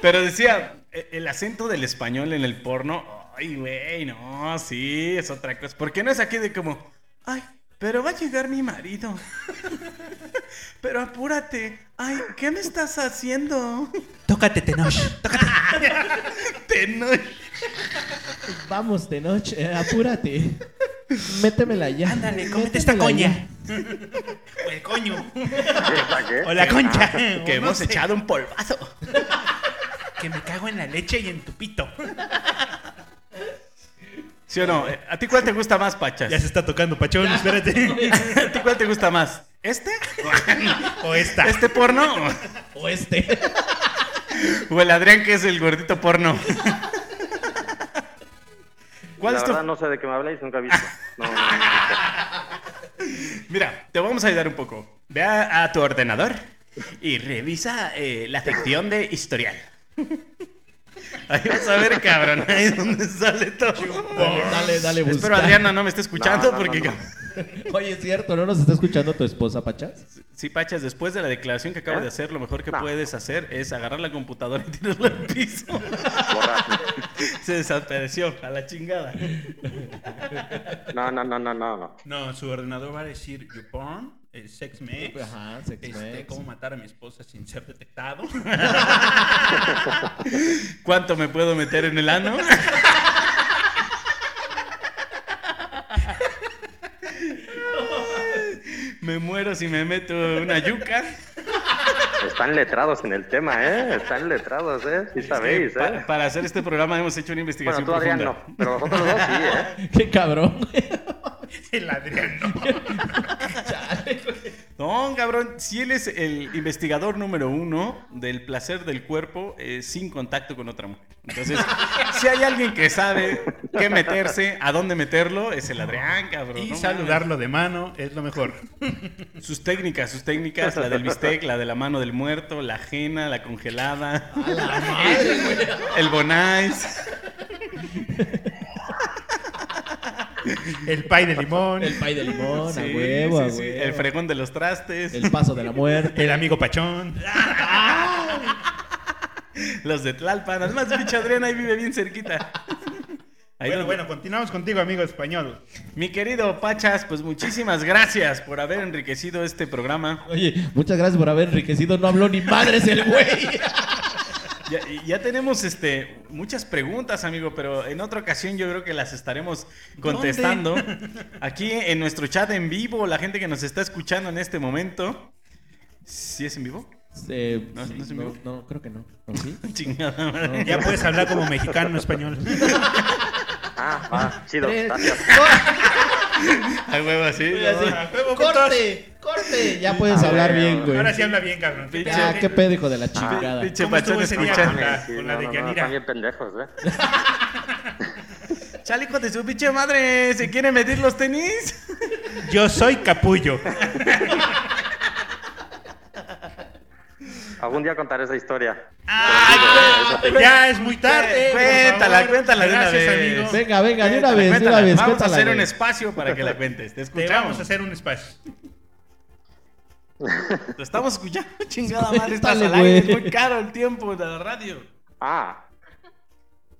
Speaker 1: Pero decía, e- el acento del español en el porno. Ay, güey, no, sí, es otra cosa. ¿Por qué no es aquí de como, ay, pero va a llegar mi marido? Pero apúrate. Ay, ¿qué me estás haciendo?
Speaker 2: Tócate, Tenoch. Tócate.
Speaker 1: Te no-
Speaker 3: Vamos de noche, eh, apúrate. Métemela ya.
Speaker 2: Ándale,
Speaker 3: Métemela
Speaker 2: cómete esta coña.
Speaker 3: ya.
Speaker 2: O el coño.
Speaker 8: ¿Qué es la que? Ah,
Speaker 2: O la concha.
Speaker 1: Que
Speaker 2: O no
Speaker 1: hemos
Speaker 2: sé.
Speaker 1: echado un polvazo.
Speaker 2: que me cago en la leche y en tu pito.
Speaker 1: ¿Sí o no? Eh, ¿A ti cuál te gusta más, Pachas?
Speaker 2: Ya se está tocando, Pachón, espérate.
Speaker 1: ¿A ti cuál te gusta más? ¿Este?
Speaker 2: O esta.
Speaker 1: ¿Este porno?
Speaker 3: O este.
Speaker 1: ¿O el Adrián que es el gordito porno? ¿Cuál
Speaker 8: la
Speaker 1: es tu
Speaker 8: verdad no sé de qué me habláis, nunca he visto. No, no, no, no, no.
Speaker 1: Mira, te vamos a ayudar un poco. Ve a, a tu ordenador y revisa eh, la sección de historial. Ahí vas a ver, cabrón, ahí es donde sale todo.
Speaker 3: Dale, dale, busca.
Speaker 1: Espero Adriana no me esté escuchando
Speaker 8: No, no, no,
Speaker 1: porque...
Speaker 8: no.
Speaker 3: Oye, es cierto, ¿no nos está escuchando tu esposa, Pachas?
Speaker 1: Sí, Pachas, después de la declaración que acabas
Speaker 8: ¿Eh?
Speaker 1: de hacer, lo mejor que
Speaker 8: No.
Speaker 1: puedes hacer es agarrar la computadora y tirarla al piso.
Speaker 8: Borracho.
Speaker 1: Se desapareció, a la chingada.
Speaker 8: No, no, no, no, no, no.
Speaker 11: No, su ordenador va a decir YouPorn,
Speaker 2: eh,
Speaker 11: el sex mex,
Speaker 3: Ajá, sex
Speaker 11: este,
Speaker 3: mex.
Speaker 11: cómo matar a mi esposa sin ser detectado.
Speaker 1: ¿Cuánto me puedo meter en el ano? me muero si me meto una yuca.
Speaker 8: Están letrados en el tema, ¿eh? Están letrados, ¿eh? Sí sabéis,
Speaker 1: Pa-
Speaker 8: ¿eh?
Speaker 1: para hacer este programa hemos hecho una
Speaker 8: Bueno,
Speaker 1: investigación
Speaker 8: tú, Adrián, no.
Speaker 1: profunda.
Speaker 8: Pero los otros dos sí, ¿eh?
Speaker 3: Qué cabrón, güey.
Speaker 2: El Adrián.
Speaker 1: no. cabrón, si él es el investigador número uno del placer del cuerpo eh, sin contacto con otra mujer. Entonces, si hay alguien que sabe qué meterse, a dónde meterlo, es el Adrián, cabrón.
Speaker 2: Y
Speaker 1: no
Speaker 2: saludarlo de mano es lo mejor.
Speaker 1: Sus técnicas, sus técnicas, la del bistec, la de la mano del muerto, la ajena, la congelada, el bonais,
Speaker 2: El pay de limón,
Speaker 3: El
Speaker 2: el,
Speaker 3: pay de limón,
Speaker 1: sí,
Speaker 3: a huevo, a
Speaker 1: sí, sí,
Speaker 3: huevo.
Speaker 1: el fregón de los trastes,
Speaker 3: El paso de la muerte.
Speaker 2: amigo Pachón.
Speaker 1: los de Tlalpan. Además, pinche Adrián ahí vive bien cerquita. Ahí
Speaker 2: Ah, bueno,
Speaker 1: donde-
Speaker 2: bueno, continuamos contigo, amigo español.
Speaker 1: Mi querido Pachas, pues muchísimas gracias por haber enriquecido este programa.
Speaker 3: Oye, muchas gracias por haber enriquecido. No habló ni madres el güey.
Speaker 1: Ya, ya tenemos este, muchas preguntas, amigo, pero en otra ocasión yo creo que las estaremos contestando. Aquí en nuestro chat en vivo, la gente que nos está escuchando en este momento. ¿Sí es en vivo?
Speaker 3: Eh,
Speaker 1: No,
Speaker 3: sí,
Speaker 1: no se me
Speaker 3: no,
Speaker 1: ve.
Speaker 3: no, creo que no. ¿O sí?
Speaker 1: Chingada madre.
Speaker 2: Ya puedes hablar como mexicano español.
Speaker 8: Ah, ah, chido. Gracias.
Speaker 1: A huevo, sí. ¿no?
Speaker 12: ¡Corte!
Speaker 3: ¡Corte! Ya
Speaker 1: Ah,
Speaker 3: puedes hablar bien, güey.
Speaker 2: Ahora sí habla bien, cabrón.
Speaker 1: Pinche-
Speaker 3: Ah, qué pedo, hijo de la chingada.
Speaker 1: Pinche
Speaker 2: ¿Cómo estuvo
Speaker 1: pachón
Speaker 2: ese día?
Speaker 1: escuchando.
Speaker 2: Con la-
Speaker 8: Sí,
Speaker 2: con la
Speaker 8: no,
Speaker 2: de
Speaker 8: no, no,
Speaker 2: Yanira.
Speaker 8: Están bien pendejos, ¿eh?
Speaker 1: Chale, hijo de su pinche madre, ¿se quieren meter los tenis?
Speaker 2: Yo soy capullo.
Speaker 8: Algún día contaré esa historia.
Speaker 2: Ah, ya es muy tarde. por
Speaker 1: Cuéntala,
Speaker 2: favor.
Speaker 1: cuéntala de una
Speaker 2: Gracias,
Speaker 1: vez.
Speaker 2: amigo.
Speaker 3: Venga, venga,
Speaker 1: Cuéntala,
Speaker 3: de una vez, de
Speaker 1: cuéntala.
Speaker 3: una vez.
Speaker 1: Vamos
Speaker 3: cuéntala,
Speaker 1: a hacer un
Speaker 3: güey.
Speaker 1: espacio para que la cuentes. Te
Speaker 2: Te
Speaker 1: escuchamos.
Speaker 2: vamos a hacer un espacio.
Speaker 1: Te estamos escuchando, chingada madre. Estás
Speaker 3: Cuéntale,
Speaker 1: al aire, es
Speaker 3: güey.
Speaker 1: muy caro el tiempo de la radio.
Speaker 8: Ah.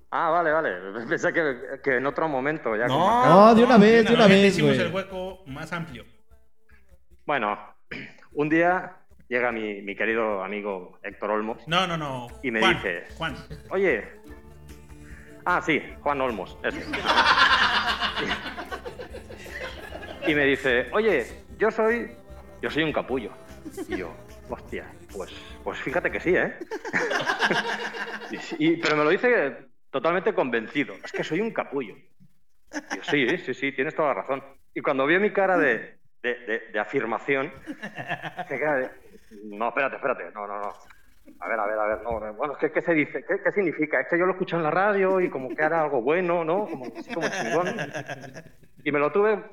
Speaker 8: Ah, vale, vale. Pensé que, que en otro momento ya. como-
Speaker 1: No,
Speaker 3: No, de una vez, de una
Speaker 2: Ya te
Speaker 3: vez,
Speaker 2: Hicimos
Speaker 3: güey.
Speaker 2: el hueco más amplio.
Speaker 8: Bueno, un día llega mi, mi querido amigo Héctor Olmos
Speaker 2: No, no, no.
Speaker 8: Y me
Speaker 2: Juan,
Speaker 8: dice-
Speaker 2: Juan,
Speaker 8: Oye. Ah, sí, Juan Olmos. ese. y me dice, oye, yo soy. Yo soy un capullo. Y yo, hostia, pues, pues fíjate que sí, ¿eh? Y- y- pero me lo dice totalmente convencido. Es que soy un capullo. Y yo, sí, sí, sí, tienes toda la razón. Y cuando vio mi cara de, de- de- de afirmación, se queda de, No, espérate, espérate. No, no, no. A ver, a ver, a ver, no, no, bueno, ¿qué, qué se dice? ¿Qué, qué significa? Es que yo lo escuché en la radio y como que era algo bueno, ¿no? Como, así como chingón. Y me lo tuve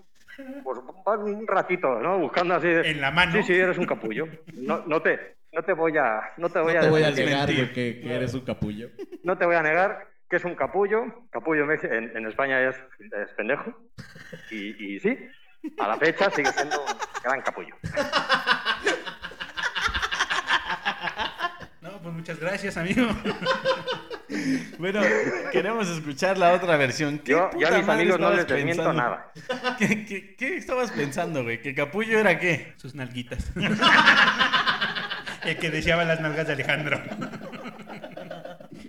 Speaker 8: pues, un ratito, ¿no? Buscando así. de,
Speaker 2: En la mano.
Speaker 8: Sí, sí, eres un capullo. No, no te, no te voy a, no te voy
Speaker 3: No
Speaker 8: a,
Speaker 3: te voy a
Speaker 8: decir-
Speaker 3: negar, güey, que, que eres un capullo.
Speaker 8: no te voy a negar que es un capullo. Capullo en, Mex- en- en España es, es pendejo. Y, y sí, a la fecha sigue siendo un gran capullo.
Speaker 2: No, pues muchas gracias, amigo.
Speaker 1: Bueno, queremos escuchar la otra versión. ¿Qué
Speaker 8: Yo, yo
Speaker 1: puta
Speaker 8: a mis
Speaker 1: madre
Speaker 8: amigos no
Speaker 1: estabas
Speaker 8: les desmiento
Speaker 1: pensando?
Speaker 8: nada.
Speaker 1: ¿Qué, qué, qué estabas pensando, güey? ¿Que Capullo era qué?
Speaker 2: Sus nalguitas. El que deseaba las nalgas de Alejandro.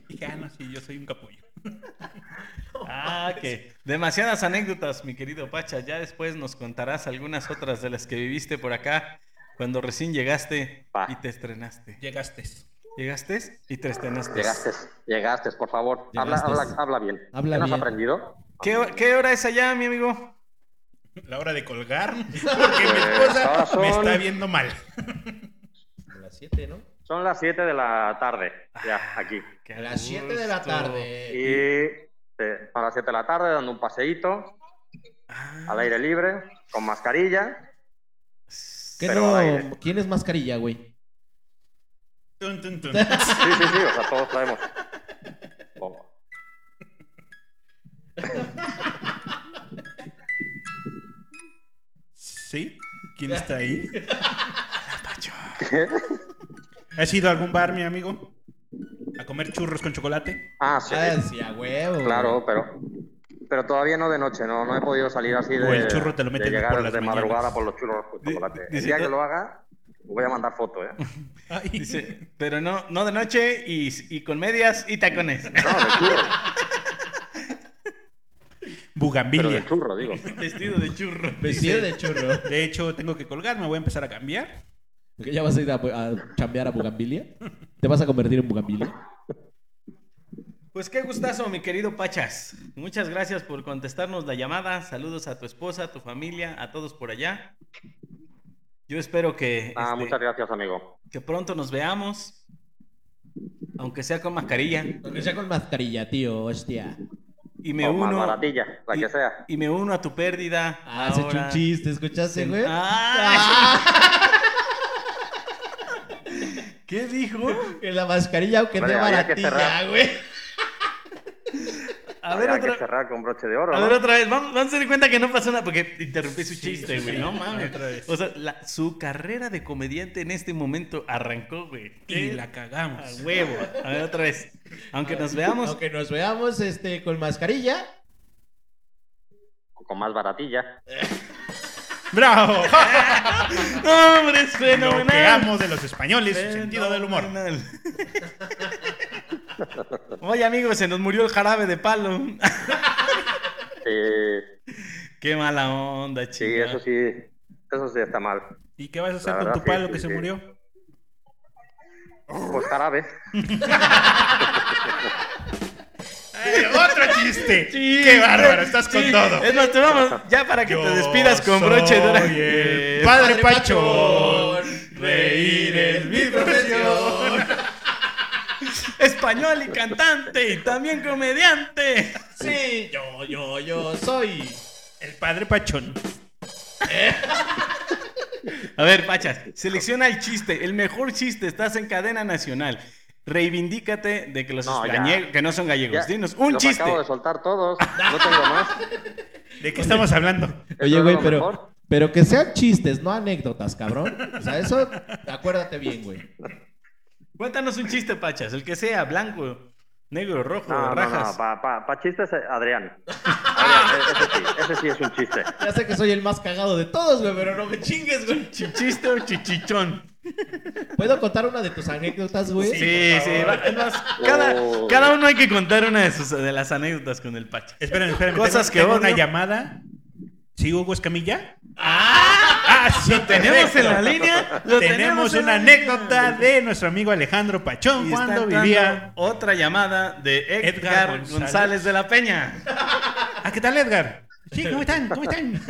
Speaker 2: Dije, ah, no, sí, yo soy un capullo.
Speaker 1: Ah, que demasiadas anécdotas, mi querido Pacha. Ya después nos contarás algunas otras de las que viviste por acá cuando recién llegaste
Speaker 8: Va.
Speaker 1: y te estrenaste.
Speaker 2: Llegaste.
Speaker 1: Llegaste y tres tenastes.
Speaker 8: Llegaste, llegaste, por favor. Habla,
Speaker 13: Llegastes.
Speaker 8: habla, habla bien.
Speaker 13: Habla
Speaker 8: ¿Qué nos
Speaker 13: bien.
Speaker 8: has aprendido?
Speaker 1: ¿Qué, ho- qué hora es allá, mi amigo?
Speaker 2: La hora de colgar. Porque mi
Speaker 8: ahora
Speaker 2: esposa
Speaker 8: son-
Speaker 2: me está viendo mal.
Speaker 3: A las 7, ¿no?
Speaker 8: Son las 7 de la tarde, ya, aquí.
Speaker 1: Qué
Speaker 3: A las 7 de la
Speaker 1: gusto.
Speaker 3: tarde.
Speaker 8: Y eh, a las 7 de la tarde dando un paseíto al aire libre, con mascarilla.
Speaker 3: ¿Qué
Speaker 8: Pero al aire.
Speaker 3: no? ¿Quién es mascarilla, güey?
Speaker 2: Tun, tun, tun.
Speaker 8: Sí, sí, sí, o sea, todos traemos. Oh.
Speaker 2: ¿Sí? ¿Quién está ahí?
Speaker 8: ¿Qué?
Speaker 2: ¿Has ido a algún bar, mi amigo? ¿A comer churros con chocolate?
Speaker 8: Ah, sí,
Speaker 3: Ah, sí, a huevo.
Speaker 8: claro, pero pero todavía no de noche, no, no he podido salir así de,
Speaker 2: O el churro te lo
Speaker 8: de
Speaker 2: meten
Speaker 8: llegar
Speaker 2: por las
Speaker 8: de
Speaker 2: mañanas.
Speaker 8: madrugada por los churros con chocolate. El
Speaker 1: dice-
Speaker 8: día que lo haga, voy a mandar foto, ¿eh?
Speaker 2: Ay.
Speaker 1: Dice, pero no, no de noche y, y con medias y tacones.
Speaker 8: No, de churro, pero
Speaker 2: Bugambilia.
Speaker 8: de churro, digo.
Speaker 1: Vestido de churro.
Speaker 3: Vestido Pues de churro.
Speaker 2: De hecho, tengo que colgar, me voy a empezar a cambiar.
Speaker 3: ¿Que ¿Ya vas a ir a, a chambear a Bugambilia? ¿Te vas a convertir en Bugambilia?
Speaker 1: Pues qué gustazo, mi querido Pachas. Muchas gracias por contestarnos la llamada. Saludos a tu esposa, a tu familia, a todos por allá. Yo espero que,
Speaker 8: Ah,
Speaker 1: este,
Speaker 8: muchas gracias, amigo.
Speaker 1: que pronto nos veamos, aunque sea con mascarilla.
Speaker 3: Aunque sea con mascarilla, tío, hostia.
Speaker 1: Y me
Speaker 8: o más
Speaker 1: uno.
Speaker 8: baratilla, la
Speaker 1: y-
Speaker 8: que sea.
Speaker 1: Y me uno a tu pérdida.
Speaker 3: Ah, se echó un
Speaker 1: ahora.
Speaker 3: chiste, ¿escuchaste, güey?
Speaker 1: Ah, ¿Qué dijo?
Speaker 3: Que la mascarilla, aunque
Speaker 8: Vale,
Speaker 3: sea
Speaker 8: había que
Speaker 3: baratilla,
Speaker 8: cerrar.
Speaker 3: güey.
Speaker 1: A ver,
Speaker 8: Habrá que
Speaker 1: otra,
Speaker 8: cerrar con broche de oro,
Speaker 1: a
Speaker 8: ¿no?
Speaker 1: ver otra vez. Vamos, vamos a dar cuenta que no pasó nada porque interrumpí su chiste, güey. No
Speaker 2: otra vez.
Speaker 1: mames. O sea, la- su carrera de comediante en este momento arrancó, güey.
Speaker 2: Y
Speaker 1: Eh,
Speaker 2: la
Speaker 1: a
Speaker 2: cagamos.
Speaker 1: huevo. A ver, otra vez. Aunque nos veamos.
Speaker 3: Aunque nos veamos este, con mascarilla.
Speaker 8: Con más baratilla.
Speaker 2: ¡Bravo!
Speaker 1: ¡No, hombre, es
Speaker 2: Lo que
Speaker 1: fenomenal!
Speaker 2: amo de los españoles, su sentido del humor.
Speaker 1: Fenomenal. Oye, amigos, se nos murió el jarabe de palo.
Speaker 8: Sí,
Speaker 1: Qué mala onda,
Speaker 8: sí,
Speaker 1: chica.
Speaker 8: eso sí, eso sí está mal.
Speaker 2: ¿Y qué vas a hacer
Speaker 8: La
Speaker 2: con
Speaker 8: verdad,
Speaker 2: tu
Speaker 8: sí,
Speaker 2: palo
Speaker 8: sí,
Speaker 2: que se
Speaker 8: sí.
Speaker 2: murió?
Speaker 8: Pues jarabe.
Speaker 2: ¡Ay, ¡Eh, ¡Otro chiste! ¡Qué bárbaro! ¡Estás con
Speaker 1: Sí,
Speaker 2: todo!
Speaker 1: Es más, te vamos ya para que te
Speaker 2: Yo
Speaker 1: despidas con broche de oro. Eh,
Speaker 2: soy el Padre Pacho, reír es mi profesión.
Speaker 1: Español y cantante y también comediante.
Speaker 3: Sí, yo, yo, yo soy.
Speaker 2: El Padre Pachón.
Speaker 1: A ver, Pachas, selecciona el chiste, el mejor chiste, estás en cadena nacional. Reivindícate de que los
Speaker 8: No, ya.
Speaker 1: galle- que no son gallegos.
Speaker 8: Ya,
Speaker 1: Pues Dinos un
Speaker 8: los
Speaker 1: chiste.
Speaker 8: Acabo de soltar todos. No tengo más.
Speaker 2: ¿De qué estamos hablando?
Speaker 8: Eso
Speaker 3: Oye,
Speaker 8: es
Speaker 3: güey,
Speaker 8: lo mejor.
Speaker 3: pero, pero que sean chistes, no anécdotas, cabrón. O sea, eso, acuérdate bien, güey.
Speaker 1: Cuéntanos un chiste, Pachas, el que sea, blanco, negro, rojo,
Speaker 8: No, no,
Speaker 1: rajas.
Speaker 8: no, pa, pa, pa chistes, eh, Adrián. Adrián, eh, ese sí, ese sí es un chiste.
Speaker 3: Ya sé que soy el más cagado de todos, güey, pero no me chingues, güey.
Speaker 1: ¿Chichiste o chichichón?
Speaker 3: ¿Puedo contar una de tus anécdotas, güey?
Speaker 1: Sí, sí. va- es más, cada,
Speaker 8: Oh.
Speaker 1: cada uno hay que contar una de, sus, de las anécdotas con el Pacha.
Speaker 2: Esperen, esperen.
Speaker 1: Cosas que
Speaker 2: tengo una
Speaker 1: odio.
Speaker 2: llamada. ¿Sí, Hugo Escamilla?
Speaker 1: ¡Ah!
Speaker 2: sí,
Speaker 1: tenemos en la
Speaker 2: perfecto.
Speaker 1: línea. lo
Speaker 2: Tenemos
Speaker 1: en
Speaker 2: una
Speaker 1: la línea.
Speaker 2: anécdota de nuestro amigo Alejandro Pachón
Speaker 1: Y
Speaker 2: cuando
Speaker 1: está entrando
Speaker 2: vivía.
Speaker 1: Otra llamada de Edgar,
Speaker 2: Edgar
Speaker 1: González.
Speaker 2: González.
Speaker 1: de la Peña.
Speaker 2: Ah, ¿qué tal, Edgar? Sí, ¿cómo están? ¿Cómo están?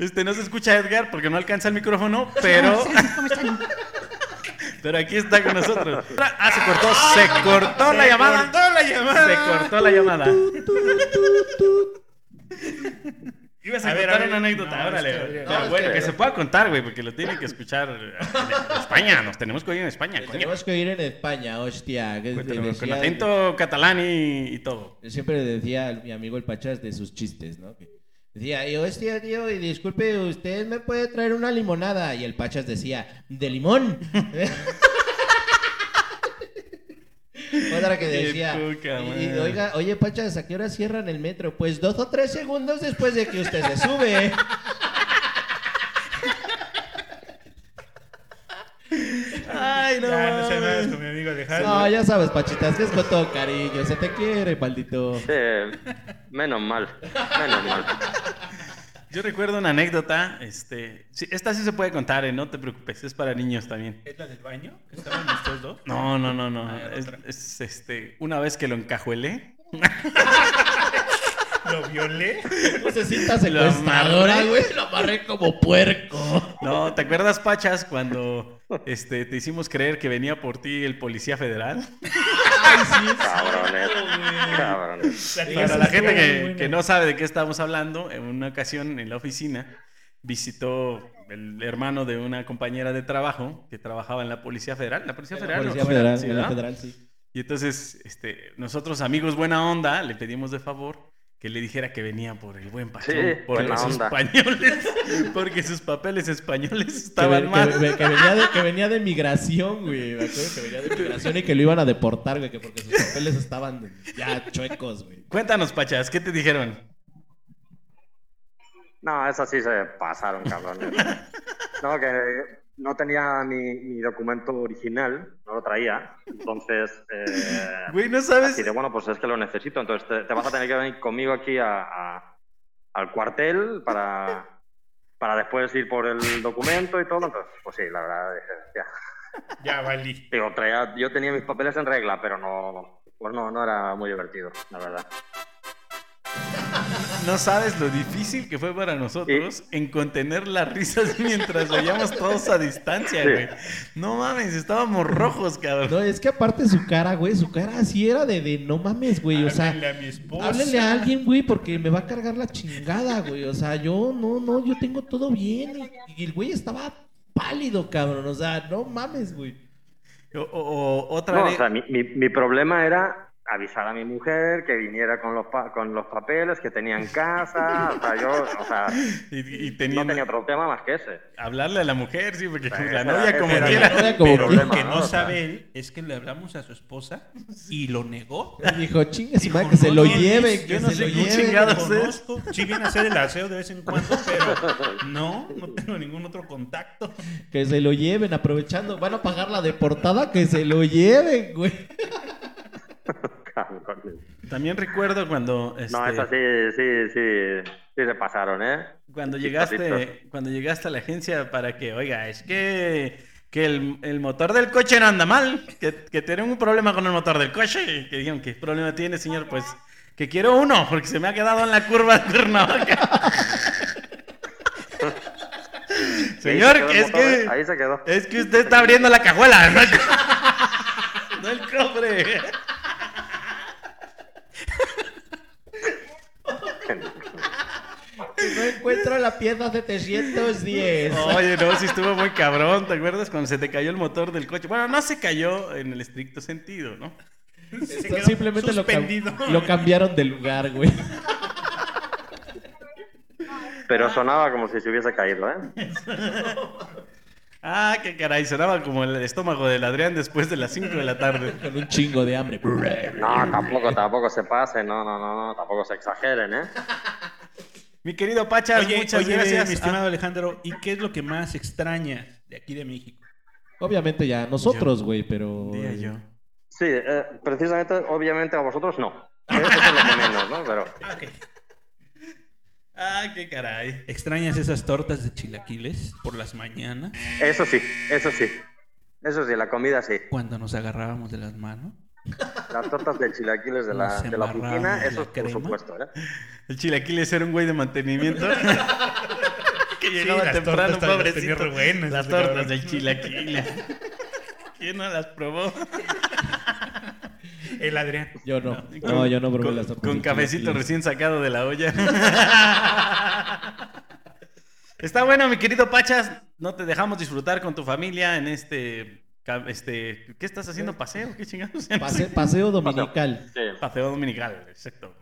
Speaker 1: Este, no se escucha Edgar porque no alcanza el micrófono, pero,
Speaker 2: ¿Cómo están?
Speaker 1: pero aquí está con nosotros. Ah, se cortó, se cortó la llamada.
Speaker 2: Se cortó la llamada.
Speaker 1: Se cortó la llamada. Ibas a,
Speaker 2: A ver,
Speaker 1: contar
Speaker 2: a ver.
Speaker 1: una anécdota,
Speaker 2: No,
Speaker 1: órale.
Speaker 2: es que-
Speaker 1: Pero
Speaker 3: no, es
Speaker 1: bueno,
Speaker 3: que-
Speaker 1: que se pueda contar, güey, porque lo tienen que escuchar en España. Nos tenemos que oír en España,
Speaker 2: Pues
Speaker 1: coño.
Speaker 3: Tenemos que ir en España, hostia. que
Speaker 1: Con- Con
Speaker 3: decía-
Speaker 1: acento catalán y, y todo.
Speaker 3: Siempre decía el- mi amigo el Pachas de sus chistes, ¿no? Que Decía, yo, hostia, tío, y disculpe, ¿usted me puede traer una limonada? Y el Pachas decía, ¿de limón? Otra que
Speaker 1: Qué
Speaker 3: decía,
Speaker 1: poca
Speaker 3: y- y,
Speaker 1: madre.
Speaker 3: oiga, oye Pachas, ¿a qué hora cierran el metro? Pues dos o tres segundos después de que usted se sube.
Speaker 1: Ay, no.
Speaker 2: Ya, no sé
Speaker 1: mames.
Speaker 2: nada con mi amigo Alejandro.
Speaker 3: No, ya sabes, Pachitas, que es con todo cariño, se te quiere, maldito.
Speaker 8: Eh, menos mal, menos mal.
Speaker 1: Yo recuerdo una anécdota, este, sí, esta sí se puede contar, eh, no te preocupes, es para niños también.
Speaker 2: ¿Es la del baño? ¿Estaban ustedes dos?
Speaker 1: No, no, no, no.
Speaker 2: Ah, era
Speaker 1: Es,
Speaker 2: otra.
Speaker 1: es, este, una vez que lo encajuelé,
Speaker 2: ¿Lo violé?
Speaker 3: Necesita
Speaker 1: Lo amarré.
Speaker 3: secuestradora, güey. Lo amarré como puerco.
Speaker 1: No, ¿te acuerdas, Pachas, cuando este, te hicimos creer que venía por ti el policía federal?
Speaker 8: Cabrones. Cabrones.
Speaker 1: Para la gente que, que no sabe de qué estamos hablando, en una ocasión en la oficina visitó el hermano de una compañera de trabajo que trabajaba en la Policía Federal. ¿La Policía Federal? no?
Speaker 3: Policía federal,
Speaker 1: Sí,
Speaker 3: en la
Speaker 1: ¿verdad?
Speaker 3: federal, sí.
Speaker 1: Y entonces, este, nosotros, amigos buena onda, le pedimos de favor que le dijera que venía por el buen Pachón,
Speaker 8: Sí,
Speaker 1: porque
Speaker 8: buena
Speaker 1: sus
Speaker 8: onda.
Speaker 1: españoles, porque sus papeles españoles
Speaker 3: Que,
Speaker 1: estaban
Speaker 3: ve-
Speaker 1: mal.
Speaker 3: que ve- que venía de, que venía de migración, güey. Me acuerdo que venía de migración y que lo iban a deportar, güey. Que porque sus papeles estaban ya chuecos, güey.
Speaker 1: Cuéntanos, Pachas, ¿qué te dijeron?
Speaker 8: No, esas sí se pasaron, cabrones. No, que no tenía mi, mi documento original, no lo traía. Entonces, eh,
Speaker 1: Güey, no sabes.
Speaker 8: así de bueno, pues es que lo necesito. Entonces, te, te vas a tener que venir conmigo aquí a, a- al cuartel para, para después ir por el documento y todo. Entonces, pues sí, la verdad, dije, ya.
Speaker 2: Ya valí.
Speaker 8: Digo, traía, yo tenía mis papeles en regla, pero no, pues no, no era muy divertido, la verdad.
Speaker 1: No sabes lo difícil que fue para nosotros en contener las risas mientras veíamos todos a distancia,
Speaker 8: Sí.
Speaker 1: güey. No mames, estábamos rojos, cabrón.
Speaker 3: No, es que aparte su cara, güey, su cara así era de, de no mames, güey. O sea,
Speaker 2: Háblenle a mi esposa.
Speaker 3: háblele a alguien, güey, porque me va a cargar la chingada, güey. O sea, yo no, no, yo tengo todo bien. Y, y el güey estaba pálido, cabrón. O sea, no mames, güey.
Speaker 1: O, o- o otra
Speaker 8: No, o
Speaker 1: vez.
Speaker 8: sea, mi, mi, mi problema era avisar a mi mujer que viniera con los, pa- con los papeles que tenía en casa. O sea, yo, o sea,
Speaker 1: y, y
Speaker 8: no
Speaker 1: teniendo-
Speaker 8: tenía otro tema más que ese.
Speaker 1: hablarle a la mujer, sí, porque
Speaker 8: Sí,
Speaker 1: la
Speaker 8: sí,
Speaker 1: novia
Speaker 8: sí,
Speaker 1: como
Speaker 8: sí,
Speaker 2: Pero,
Speaker 8: sí,
Speaker 1: quiera.
Speaker 8: sí.
Speaker 3: Era como-
Speaker 2: pero lo
Speaker 8: problema,
Speaker 2: que
Speaker 8: ¿no?
Speaker 2: no
Speaker 8: O sea.
Speaker 2: sabe él es que le hablamos a su esposa y lo negó.
Speaker 3: Y dijo, chingue su
Speaker 2: Dijo,
Speaker 3: madre, que se
Speaker 2: no,
Speaker 3: lo
Speaker 2: no,
Speaker 3: lleven,
Speaker 2: yo
Speaker 3: que
Speaker 2: no
Speaker 3: se
Speaker 2: sé
Speaker 3: lo
Speaker 2: quién
Speaker 3: lleven.
Speaker 1: chingado.
Speaker 2: lo conozco. Sí viene a hacer el aseo de vez en cuando, pero no, no tengo ningún otro contacto.
Speaker 3: Que se lo lleven, aprovechando. Van a pagar la deportada, que se lo lleven, güey.
Speaker 8: Cabrones.
Speaker 1: También recuerdo cuando. Este,
Speaker 8: No, eso sí, sí, sí, sí se pasaron, ¿eh?
Speaker 1: Cuando
Speaker 8: Sí,
Speaker 1: llegaste,
Speaker 8: papito.
Speaker 1: cuando llegaste a la agencia para que, oiga, es que, que el, el motor del coche no anda mal, que, que tenemos un problema con el motor del coche. Y Que dijeron, ¿qué problema tiene, señor? Pues que quiero uno, porque se me ha quedado en la curva de Cuernavaca.
Speaker 8: Ahí se
Speaker 1: señor,
Speaker 8: quedó el
Speaker 1: es
Speaker 8: motor, ¿eh?
Speaker 1: que,
Speaker 8: Ahí se quedó.
Speaker 1: es que usted está abriendo la cajuela, no el, no el cofre.
Speaker 3: No encuentro la pieza 710.
Speaker 2: Oh,
Speaker 1: Oye, no, sí estuvo muy cabrón, ¿te acuerdas? Cuando se te cayó el motor del coche. Bueno, no se cayó en el estricto sentido, ¿no?
Speaker 2: Se
Speaker 3: Entonces,
Speaker 2: quedó
Speaker 3: Simplemente lo, cam-
Speaker 2: suspendido.
Speaker 3: lo cambiaron de lugar, güey.
Speaker 8: Pero sonaba como si se hubiese caído, ¿eh?
Speaker 1: Ah, qué caray, sonaba como el estómago del Adrián después de las 5 de la tarde.
Speaker 3: Con un chingo de hambre.
Speaker 8: No, tampoco, tampoco se pase, no, no, no, no, tampoco se exageren, ¿eh?
Speaker 1: Mi querido Pachas,
Speaker 2: Oye,
Speaker 1: muchas
Speaker 2: oye,
Speaker 1: gracias.
Speaker 2: mi estimado Alejandro, ¿y qué es lo que más extrañas de aquí de México?
Speaker 3: Obviamente ya nosotros, güey, pero...
Speaker 1: Ah, diría yo.
Speaker 8: Sí, eh, precisamente, obviamente a vosotros no. Eso es lo que menos, ¿no? Pero...
Speaker 1: Ah, qué caray.
Speaker 2: ¿Extrañas esas tortas de chilaquiles por las mañanas
Speaker 8: Eso sí, eso sí. Eso sí, la comida sí.
Speaker 2: cuando nos agarrábamos de las manos?
Speaker 8: Las tortas de chilaquiles de la,
Speaker 2: Nos
Speaker 8: de la oficina,
Speaker 2: embarramos
Speaker 8: eso
Speaker 2: la
Speaker 8: por
Speaker 2: crema.
Speaker 8: supuesto. ¿eh?
Speaker 1: El chilaquiles era un güey de mantenimiento. que llegaba
Speaker 2: las
Speaker 1: temprano,
Speaker 2: tortas también las
Speaker 1: pobrecito.
Speaker 2: tenía re buenas,
Speaker 1: las
Speaker 2: ese
Speaker 1: tortas
Speaker 2: cabrón.
Speaker 1: del chilaquiles. ¿Quién no las probó?
Speaker 2: El Adrián.
Speaker 3: Yo no. No, yo no probé las tortas
Speaker 1: Con
Speaker 3: de
Speaker 1: cafecito
Speaker 3: chilaquiles.
Speaker 1: recién sacado de la olla. Está bueno, mi querido Pachas. No te dejamos disfrutar con tu familia en este. ca- este ¿Qué estás haciendo? ¿Paseo? ¿Qué chingados?
Speaker 3: Pase- paseo dominical.
Speaker 8: Sí.
Speaker 1: Paseo dominical, exacto.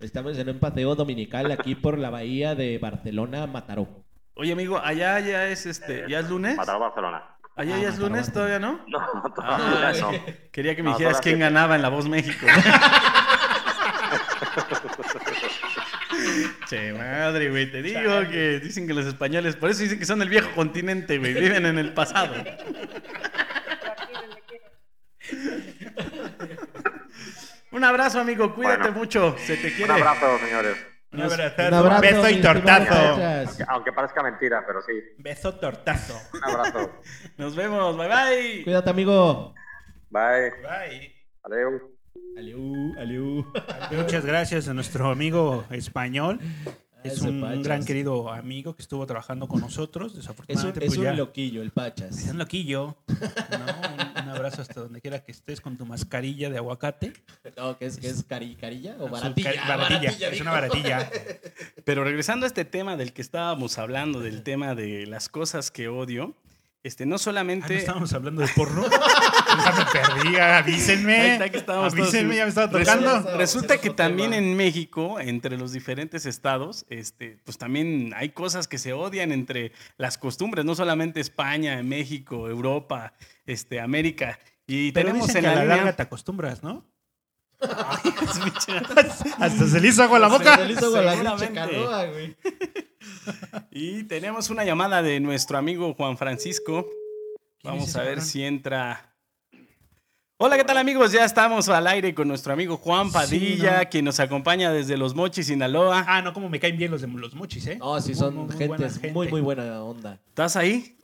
Speaker 3: Estamos en un paseo dominical aquí por la bahía de Barcelona, Mataró.
Speaker 1: Oye, amigo, allá ya es este. ¿Ya es lunes?
Speaker 8: Mataró Barcelona.
Speaker 1: ¿Allá
Speaker 3: Ah,
Speaker 1: ya es
Speaker 3: Mataró,
Speaker 1: lunes?
Speaker 3: Mataró.
Speaker 1: ¿Todavía no?
Speaker 8: No, todavía
Speaker 1: Ah,
Speaker 8: no.
Speaker 1: Quería que me
Speaker 8: No,
Speaker 1: dijeras
Speaker 8: todavía
Speaker 1: quién
Speaker 8: sí.
Speaker 1: ganaba en La Voz México. che, madre, güey. Te digo que dicen que los españoles, por eso dicen que son el viejo continente, güey. Viven en el pasado. Un abrazo, amigo. Cuídate
Speaker 8: Bueno.
Speaker 1: mucho. Se te
Speaker 8: Un
Speaker 1: quiere.
Speaker 8: abrazo, señores.
Speaker 2: Un
Speaker 1: Nos-
Speaker 2: abrazo,
Speaker 3: Un abrazo,
Speaker 2: beso
Speaker 3: mi
Speaker 2: y
Speaker 3: estimado
Speaker 2: tortazo.
Speaker 3: Nachas.
Speaker 8: Aunque parezca mentira, pero sí.
Speaker 2: Beso tortazo.
Speaker 8: Un abrazo.
Speaker 1: Nos vemos, bye bye.
Speaker 3: Cuídate, amigo.
Speaker 8: Bye.
Speaker 2: Bye.
Speaker 8: Adiós.
Speaker 3: Aliú, aliú.
Speaker 2: Muchas gracias a nuestro amigo español. Es
Speaker 3: Ese
Speaker 2: un,
Speaker 3: Pachas.
Speaker 2: gran querido amigo que estuvo trabajando con nosotros.
Speaker 3: Es un,
Speaker 2: Desafortunadamente,
Speaker 3: es
Speaker 2: pues
Speaker 3: un
Speaker 2: ya-
Speaker 3: loquillo, el
Speaker 2: es
Speaker 3: Pachas.
Speaker 2: un loquillo. ¿no? Un, un abrazo hasta donde quiera que estés con tu mascarilla de aguacate.
Speaker 3: No, que es, que es cari- carilla o
Speaker 2: Su
Speaker 3: baratilla.
Speaker 2: ca- baratilla, Es una baratilla.
Speaker 1: Pero regresando a este tema del que estábamos hablando, del tema de las cosas que odio, este, no
Speaker 2: Ah, ¿no
Speaker 1: solamente.
Speaker 2: estábamos hablando de porno? ya me perdí, avísenme.
Speaker 1: Ahí está que estábamos todos-
Speaker 2: avísenme, ya me estaba
Speaker 1: Resu-
Speaker 2: tocando.
Speaker 1: Resulta, que también en México, entre los diferentes estados, este, pues también hay cosas que se odian entre las costumbres, no solamente España, México, Europa, este, América. Y
Speaker 2: Pero
Speaker 1: tenemos
Speaker 2: dicen
Speaker 1: en
Speaker 2: que a la
Speaker 1: línea-
Speaker 2: larga te acostumbras, ¿no?
Speaker 1: Escucha.
Speaker 2: Hasta se le hizo agua la boca.
Speaker 3: Se le hizo con la
Speaker 1: Seguramente.
Speaker 3: pinche canoa, güey.
Speaker 1: Y tenemos una llamada de nuestro amigo Juan Francisco. Vamos
Speaker 2: ese
Speaker 1: a ver
Speaker 2: cabrón?
Speaker 1: si entra. Hola, ¿qué tal amigos? Ya estamos al aire con nuestro amigo Juan Padilla,
Speaker 2: ¿no?
Speaker 1: quien nos acompaña desde Los Mochis, Sinaloa.
Speaker 2: Ah, no, como me caen bien los de los mochis, ¿eh?
Speaker 3: No, sí,
Speaker 2: Muy,
Speaker 3: son
Speaker 2: muy, muy buena
Speaker 3: gentes muy,
Speaker 2: gente.
Speaker 3: muy buena onda.
Speaker 1: ¿Estás ahí?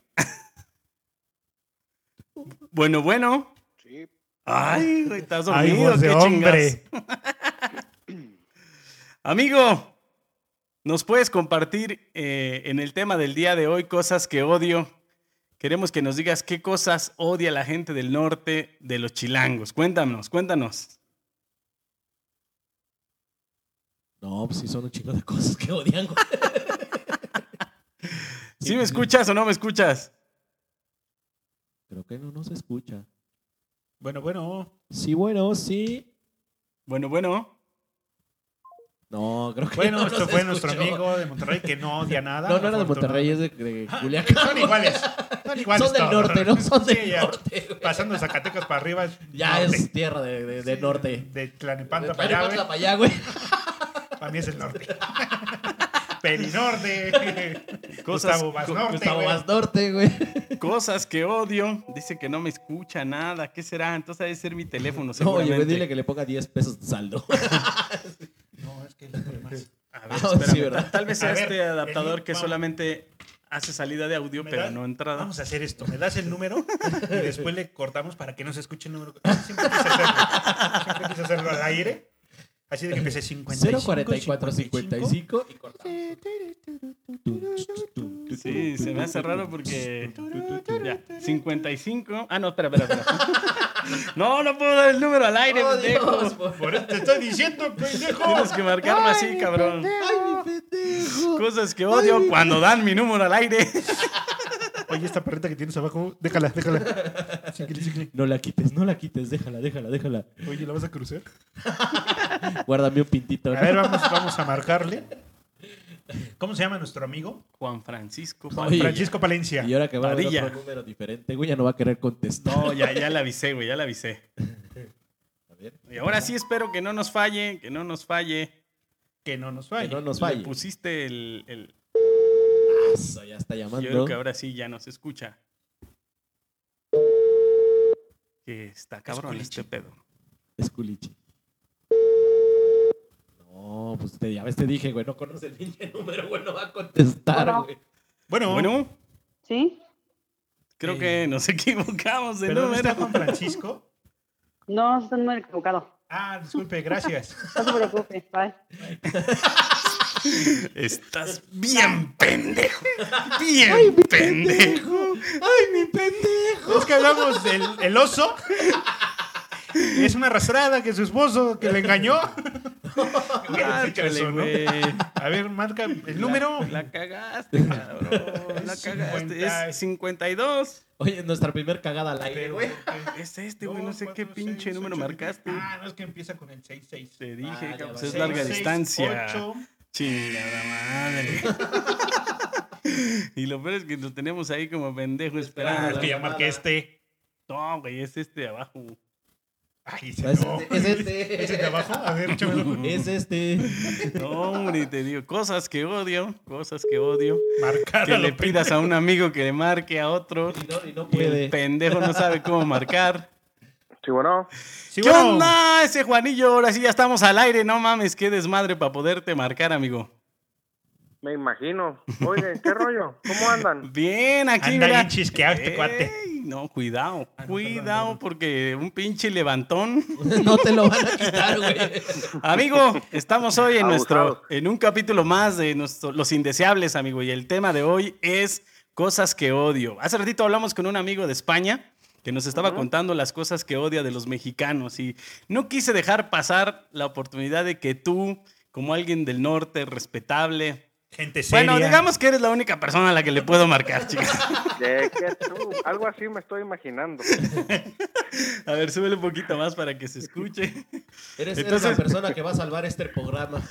Speaker 1: bueno, bueno.
Speaker 14: Sí,
Speaker 1: Ay, güey, estás
Speaker 2: Ay,
Speaker 1: dormido,
Speaker 2: voz
Speaker 1: qué
Speaker 2: de
Speaker 1: chingas.
Speaker 2: hombre.
Speaker 1: Amigo, ¿nos puedes compartir eh, en el tema del día de hoy cosas que odio? Queremos que nos digas qué cosas odia la gente del norte de los chilangos. Cuéntanos, cuéntanos.
Speaker 3: No, pues sí, son un chingo de cosas que odian, güey.
Speaker 1: ¿Sí me escuchas o no me escuchas?
Speaker 3: Creo que no nos escucha.
Speaker 2: Bueno, bueno.
Speaker 3: Sí, bueno, sí.
Speaker 1: Bueno, bueno.
Speaker 3: No, creo que
Speaker 2: Bueno,
Speaker 3: no
Speaker 2: esto
Speaker 3: nos
Speaker 2: fue
Speaker 3: escuchó.
Speaker 2: nuestro amigo de Monterrey que no odia nada.
Speaker 3: No, no era de Monterrey, es de, de Culiacán.
Speaker 2: Son iguales. Son iguales.
Speaker 3: Son del
Speaker 2: todos.
Speaker 3: norte, ¿no? Son del
Speaker 2: ya.
Speaker 3: norte, güey.
Speaker 2: Pasando de Zacatecas para arriba. es
Speaker 3: Ya
Speaker 2: norte.
Speaker 3: es tierra de, de- de
Speaker 2: Sí,
Speaker 3: norte.
Speaker 2: De
Speaker 3: De
Speaker 2: Tlanepantla para allá,
Speaker 3: Tlalnepantla
Speaker 2: güey.
Speaker 3: para allá, güey.
Speaker 2: Para mí es el norte. Perinorte.
Speaker 1: Cosas-
Speaker 2: Gustavo Vaz
Speaker 1: co-
Speaker 2: Norte,
Speaker 3: Gustavo
Speaker 2: güey.
Speaker 3: más norte, güey.
Speaker 1: Cosas que odio. Dice que no me escucha nada. ¿Qué será? Entonces debe ser mi teléfono.
Speaker 3: No, oye, güey,
Speaker 1: seguramente.
Speaker 3: dile que le ponga 10 pesos de saldo.
Speaker 2: No, es que es lo más. A ver,
Speaker 3: Ah,
Speaker 1: Espérame,
Speaker 3: sí, ¿verdad?
Speaker 1: ta- Tal vez sea
Speaker 2: A ver,
Speaker 1: este adaptador
Speaker 2: el-
Speaker 1: que
Speaker 2: vamos.
Speaker 1: solamente hace salida de audio,
Speaker 2: ¿Me
Speaker 1: pero
Speaker 2: das?
Speaker 1: no entrada.
Speaker 2: Vamos a hacer esto. Me das el número y después le cortamos para que no se escuche el número. Siempre quise hacerlo. Siempre quise hacerlo al aire. Así de que empecé 55.
Speaker 3: 044 55 y cortamos.
Speaker 1: Sí, se me hace raro porque. Ya, 55. Ah, no, espera, espera, espera. No, no puedo dar el número al aire,
Speaker 3: ¡Oh,
Speaker 1: pendejo.
Speaker 3: Dios, güey!
Speaker 2: Por eso te estoy diciendo, pendejo.
Speaker 1: Tienes que marcarme así, cabrón.
Speaker 3: ¡Ay, mi pendejo!
Speaker 1: Cosas que odio cuando dan mi número al aire.
Speaker 2: Oye, esta perrita que tienes abajo, déjala, déjala. Síguele, síguele.
Speaker 3: No la quites, no la quites, déjala, déjala, déjala.
Speaker 2: Oye, ¿la vas a cruzar?
Speaker 3: Guárdame un pintito.
Speaker 2: A ver, vamos, vamos a marcarle. ¿Cómo se llama nuestro amigo?
Speaker 1: Juan Francisco.
Speaker 3: Oye.
Speaker 2: Francisco Palencia.
Speaker 3: Y ahora que va a haber
Speaker 1: Padilla.
Speaker 3: otro número diferente, güey, ya no va a querer contestar.
Speaker 1: No, ya, ya la avisé, güey, ya la avisé.
Speaker 3: A ver,
Speaker 1: Y ahora sí espero que no nos falle, que no nos falle.
Speaker 2: Que no nos
Speaker 3: que
Speaker 2: vaya.
Speaker 3: no nos
Speaker 1: Le
Speaker 3: falle.
Speaker 1: pusiste el. el-
Speaker 3: Eso, ya está
Speaker 1: Yo creo
Speaker 3: llamando.
Speaker 1: que ahora sí ya nos escucha. Que está cabrón este pedo.
Speaker 3: Es culichi. No, pues te, ya ves, te dije, güey, no conoce el pinche número, güey, no va a contestar,
Speaker 15: Hola.
Speaker 3: güey.
Speaker 2: Bueno,
Speaker 1: Bueno,
Speaker 15: ¿Sí?
Speaker 1: creo
Speaker 2: Eh.
Speaker 1: que nos equivocamos de
Speaker 2: ¿pero dónde está
Speaker 1: número.
Speaker 2: Juan Francisco?
Speaker 15: No, está muy equivocado.
Speaker 2: Ah, disculpe, gracias.
Speaker 15: No se preocupe. Bye.
Speaker 1: Estás bien pendejo. Bien pendejo.
Speaker 3: ¡Ay, mi pendejo!
Speaker 2: Es que hablamos del el oso. Es una arrastrada que su esposo que le engañó. Güey, escucha
Speaker 1: Ándale,
Speaker 2: eso, ¿no?
Speaker 1: güey.
Speaker 2: A ver, marca el número.
Speaker 1: Eh, La, la cagaste, cabrón. La cagaste. Es 52.
Speaker 3: Oye, nuestra primer cagada al aire, güey.
Speaker 1: Es este, güey. No
Speaker 2: Dos,
Speaker 1: sé qué
Speaker 2: cuatro,
Speaker 1: pinche
Speaker 2: seis,
Speaker 1: número
Speaker 2: ocho,
Speaker 1: marcaste.
Speaker 2: Ah, no, es que empieza con el 66.
Speaker 1: Te dije,
Speaker 3: Ah, ya
Speaker 1: cabrón.
Speaker 3: va.
Speaker 1: Pues Es larga
Speaker 2: Seis,
Speaker 1: distancia.
Speaker 2: ocho.
Speaker 1: Chingada madre. y lo peor es que lo tenemos ahí como pendejo
Speaker 2: Ah,
Speaker 1: esperando.
Speaker 2: es que ya marqué este.
Speaker 1: No, güey, es este de abajo.
Speaker 2: Ay,
Speaker 3: No,
Speaker 2: ese
Speaker 3: es
Speaker 2: no.
Speaker 3: este, es este.
Speaker 2: ¿Ese de abajo? A ver, échamelo.
Speaker 3: Es este.
Speaker 1: No, hombre, te digo, cosas que odio, cosas que odio.
Speaker 2: Marcar
Speaker 1: Que
Speaker 2: a
Speaker 1: le
Speaker 2: lo
Speaker 1: pidas a un amigo que le marque a otro.
Speaker 3: Y no, y no
Speaker 1: Y el
Speaker 3: puede.
Speaker 1: pendejo no sabe cómo marcar.
Speaker 16: Sí, bueno.
Speaker 2: Sí,
Speaker 1: ¿Qué
Speaker 2: bueno.
Speaker 1: onda ese Juanillo? Ahora sí ya estamos al aire, no mames, qué desmadre para poderte marcar, amigo.
Speaker 16: Me imagino. Oye, ¿qué rollo? ¿Cómo andan?
Speaker 1: Bien, aquí
Speaker 2: Anda
Speaker 1: mira.
Speaker 2: bien chisqueado este cuate.
Speaker 1: Ey, No, cuidado,
Speaker 2: Ah, no,
Speaker 1: cuidado
Speaker 2: perdón, perdón.
Speaker 1: porque un pinche levantón.
Speaker 3: No te lo van a quitar, güey.
Speaker 1: Amigo, estamos hoy en nuestro
Speaker 16: Abusados.
Speaker 1: en un capítulo más de nuestro- Los Indeseables, amigo, y el tema de hoy es cosas que odio. Hace ratito hablamos con un amigo de España que nos estaba contando las cosas que odia de los mexicanos y no quise dejar pasar la oportunidad de que tú, como alguien del norte respetable,
Speaker 2: Gente seria.
Speaker 1: bueno, digamos que eres la única persona a la que le puedo marcar, chicas.
Speaker 16: ¿De qué tú? Algo así me estoy imaginando.
Speaker 1: A ver, súbele un poquito más para que se escuche.
Speaker 3: Eres, eres
Speaker 1: Entonces-
Speaker 3: la persona que va a salvar este programa.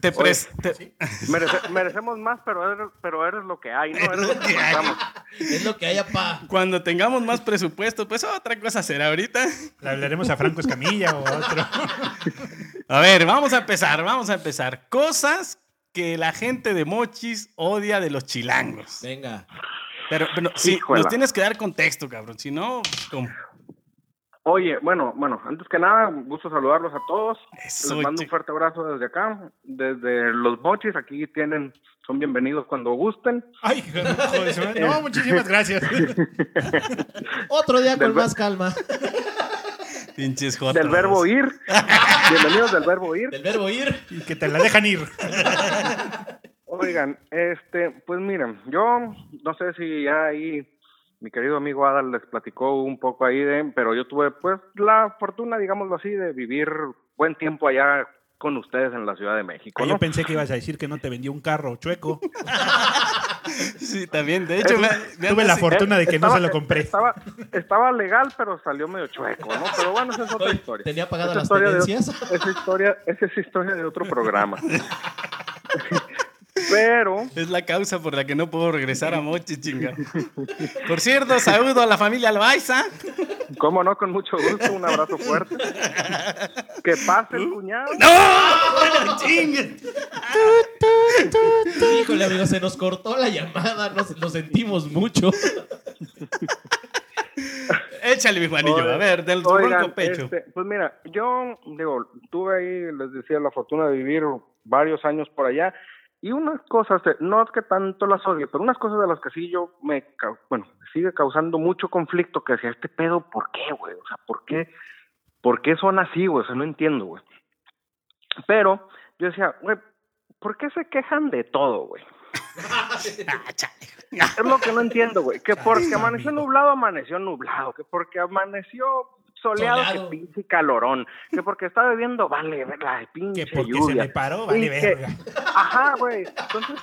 Speaker 1: Te pres- te-
Speaker 16: Merece- merecemos más, pero eres, pero eres lo que hay, ¿no? Eres lo que estamos.
Speaker 3: Es lo que hay, pa.
Speaker 1: Cuando tengamos más presupuesto, pues otra cosa será ahorita.
Speaker 2: Le hablaremos a Franco Escamilla o a otro.
Speaker 1: A ver, vamos a empezar, vamos a empezar. Cosas que la gente de Mochis odia de los chilangos.
Speaker 3: Venga.
Speaker 1: Pero, pero sí,
Speaker 16: Híjola.
Speaker 1: nos tienes que dar contexto, cabrón. Si no, pues, como-
Speaker 16: Oye, bueno, bueno, antes que nada, un gusto saludarlos a todos.
Speaker 1: Eso,
Speaker 16: Les mando
Speaker 1: che-
Speaker 16: un fuerte abrazo desde acá, desde los mochis. Aquí tienen, son bienvenidos cuando gusten.
Speaker 2: Ay, hijo de su madre. No, muchísimas gracias.
Speaker 3: Otro día
Speaker 16: Del
Speaker 3: con
Speaker 16: ver-
Speaker 3: más calma.
Speaker 1: pinches jotos.
Speaker 16: Del verbo ir. bienvenidos del verbo ir.
Speaker 3: Del verbo ir.
Speaker 2: Y que te la dejan ir.
Speaker 16: Oigan, este, pues miren, yo no sé si ya ahí mi querido amigo Adal les platicó un poco ahí de, pero yo tuve pues la fortuna, digámoslo así, de vivir buen tiempo allá con ustedes en la Ciudad de México, ¿no?
Speaker 2: Yo pensé que ibas a decir que no te vendió un carro chueco.
Speaker 1: Sí, también. De hecho, me, me
Speaker 2: Tuve
Speaker 1: anda
Speaker 2: la
Speaker 1: así-
Speaker 2: fortuna de que no
Speaker 16: Estaba-
Speaker 2: se lo compré.
Speaker 16: Estaba, estaba legal, pero salió medio chueco, ¿no? Pero bueno, esa es otra
Speaker 3: Oye,
Speaker 16: historia.
Speaker 3: Tenía pagadas
Speaker 16: Esa
Speaker 3: las
Speaker 16: historia de-
Speaker 3: tenencias.
Speaker 16: Esa historia, esa es historia de otro programa. Pero,
Speaker 1: Es la causa por la que no puedo regresar a Mochis, chinga. Por cierto, saludo a la familia Albaiza.
Speaker 16: como no, con mucho gusto, un abrazo fuerte. Que pase el cuñado.
Speaker 1: ¡No! ¡Chingue!
Speaker 3: Híjole, amigo, se nos cortó la llamada. Nos, lo sentimos mucho.
Speaker 1: Échale, mi Juanillo. A ver, del
Speaker 16: Oigan,
Speaker 1: ronco pecho.
Speaker 16: este, pues mira, yo, digo, tuve ahí, les decía, la fortuna de vivir varios años por allá. Y unas cosas, eh, no es que tanto las odie, pero unas cosas de las que sí yo me, cau- bueno, me sigue causando mucho conflicto, que decía, este pedo, ¿por qué, güey? O sea, ¿por qué? ¿Por qué son así, güey? O sea, no entiendo, güey. Pero yo decía, güey, ¿por qué se quejan de todo, güey?
Speaker 1: Ah, chale.
Speaker 16: Es lo que no entiendo, güey. Que porque amaneció nublado, amaneció nublado. Que porque amaneció soleado,
Speaker 3: Soleado.
Speaker 16: que pinche calorón. Que porque está bebiendo, vale, ver la pinche
Speaker 2: Que porque se
Speaker 16: lluvia.
Speaker 2: me paró, vale
Speaker 16: Y que-
Speaker 2: verga.
Speaker 16: Ajá, güey. Entonces,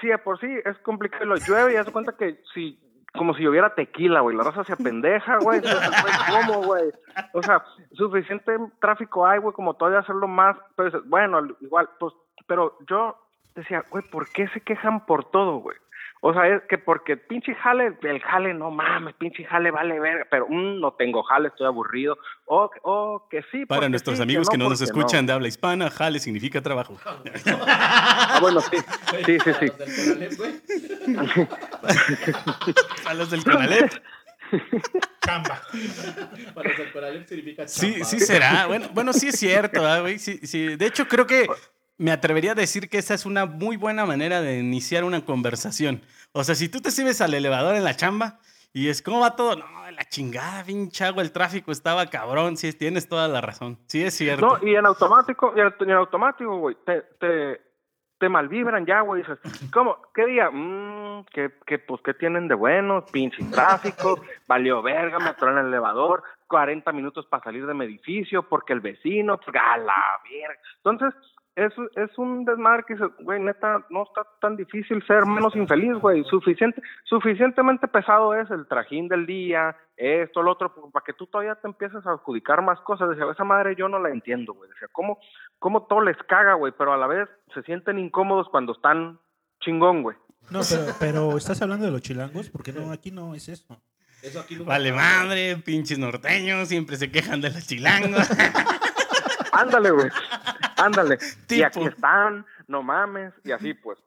Speaker 16: sí, de por sí es complicado. Lo llueve y hace cuenta que si, como si lloviera tequila, güey. La raza se apendeja, güey. Entonces, güey, ¿Cómo, güey? O sea, suficiente tráfico hay, güey, como todavía hacerlo más. Pero dices, bueno, igual, pues, pero yo decía, güey, ¿por qué se quejan por todo, güey? O sea, es que porque pinche jale, el jale, no mames, pinche jale vale verga, pero mm, no tengo jale, estoy aburrido. O, o que sí.
Speaker 1: Para
Speaker 16: porque
Speaker 1: nuestros
Speaker 16: sí,
Speaker 1: amigos que no nos
Speaker 16: porque
Speaker 1: escuchan de habla hispana, jale significa trabajo.
Speaker 16: Ah, bueno, sí, sí, sí, sí.
Speaker 3: Los del Conalep, güey.
Speaker 1: A los del Conalep.
Speaker 2: Chamba.
Speaker 3: Para los del Conalep significa
Speaker 1: Sí,
Speaker 3: chamba.
Speaker 1: sí será. Bueno, bueno, sí es cierto, ¿verdad, güey. Sí, sí. De hecho, creo que me atrevería a decir que esa es una muy buena manera de iniciar una conversación. O sea, si tú te subes al elevador en la chamba y es cómo va todo, no, la chingada, pinche agua, el tráfico estaba cabrón. Sí, tienes toda la razón. Sí es cierto.
Speaker 16: No, y en automático, y en, y en automático, güey, te, te, te malvibran ya, güey. Dices, ¿cómo? ¿Qué día? Mm, que, que, pues, ¿qué tienen de bueno? Pinche tráfico, valió verga, me atoró en el elevador, 40 minutos para salir de mi edificio, porque el vecino, porque a la verga. Entonces, es, es un desmadre que dices, güey, neta, no está tan difícil ser menos infeliz, güey. Suficiente, suficientemente pesado es el trajín del día, esto, lo otro, pues, para que tú todavía te empieces a adjudicar más cosas. Decía, esa madre yo no la entiendo, güey. Decía, ¿cómo, cómo todo les caga, güey? Pero a la vez se sienten incómodos cuando están chingón, güey.
Speaker 2: No, pero, pero estás hablando de los chilangos, porque no, aquí no es eso.
Speaker 3: Eso aquí nunca-
Speaker 1: Vale madre, pinches norteños, siempre se quejan de los chilangos.
Speaker 16: Ándale, güey. Ándale. Y
Speaker 1: Tipo.
Speaker 16: aquí están, no mames, y así pues.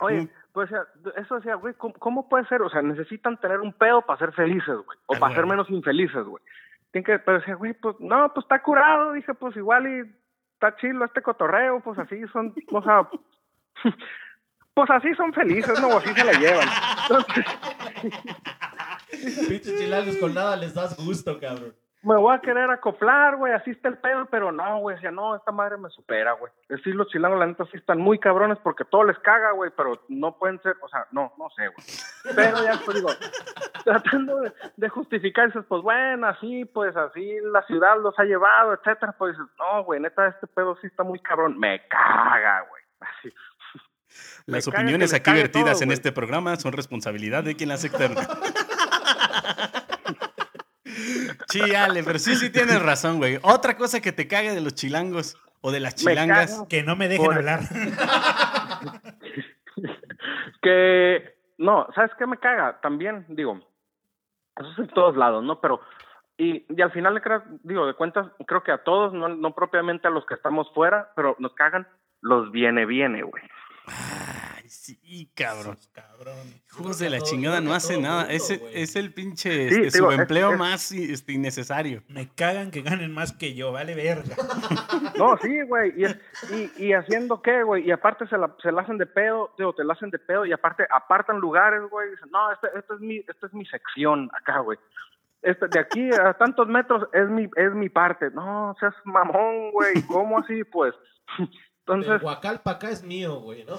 Speaker 16: Oye, pues o sea, eso decía, güey, ¿cómo, cómo puede ser? O sea, necesitan tener un pedo para ser felices, güey, o
Speaker 2: Ah,
Speaker 16: para ser
Speaker 2: güey.
Speaker 16: menos infelices, güey. Tiene que, pero decía, güey, pues no, pues está curado. Dije, pues igual y está chilo este cotorreo, pues así son, o sea, pues así son felices, no, así se la llevan. Entonces,
Speaker 3: Pinches chilangos con nada les das gusto, cabrón.
Speaker 16: me voy a querer acoplar, güey, así está el pedo, pero no, güey, decía, no, esta madre me supera, güey. Es decir, los chilangos, la neta, sí están muy cabrones porque todo les caga, güey, pero no pueden ser, o sea, no, no sé, güey. Pero ya, pues digo, tratando de, de justificarse, pues bueno, así, pues así la ciudad los ha llevado, etcétera, pues dices, no, güey, neta, este pedo sí está muy cabrón, me caga, güey, así. Me
Speaker 1: Las
Speaker 16: caga que
Speaker 1: opiniones
Speaker 16: les
Speaker 1: aquí
Speaker 16: cague
Speaker 1: vertidas
Speaker 16: todo,
Speaker 1: en
Speaker 16: güey.
Speaker 1: este programa son responsabilidad de quien las externa. Sí, Ale, pero sí, sí tienes razón, güey. Otra cosa que te cague de los chilangos o de las
Speaker 16: Me
Speaker 1: chilangas.
Speaker 16: caga.
Speaker 2: Que no me dejen
Speaker 16: Por-
Speaker 2: hablar.
Speaker 16: Que, no, ¿sabes qué me caga? También, digo, eso es en todos lados, ¿no? Pero, y, y al final, de cra- digo, de cuentas, creo que a todos, no, no propiamente a los que estamos fuera, pero nos cagan los viene-viene, güey.
Speaker 1: Ay, sí, cabrón.
Speaker 2: Cabrón.
Speaker 1: Hijos de la chingada no hace nada. Ese es el pinche
Speaker 16: Sí,
Speaker 1: este,
Speaker 16: digo, es-
Speaker 1: subempleo
Speaker 16: es-
Speaker 1: más este, innecesario.
Speaker 2: Me cagan que ganen más que yo, vale verga.
Speaker 16: No, sí, güey. Y, es- y, y haciendo qué, güey. Y aparte se la, se la hacen de pedo, digo, te la hacen de pedo. Y aparte apartan lugares, güey. Dicen, no, esta este es, mi- esta es mi sección acá, güey. Este, de aquí a tantos metros es mi, es mi parte. No, seas mamón, güey. ¿Cómo así? Pues.
Speaker 3: Entonces,
Speaker 16: Entonces,
Speaker 3: Huacalpa acá es mío, güey, ¿no?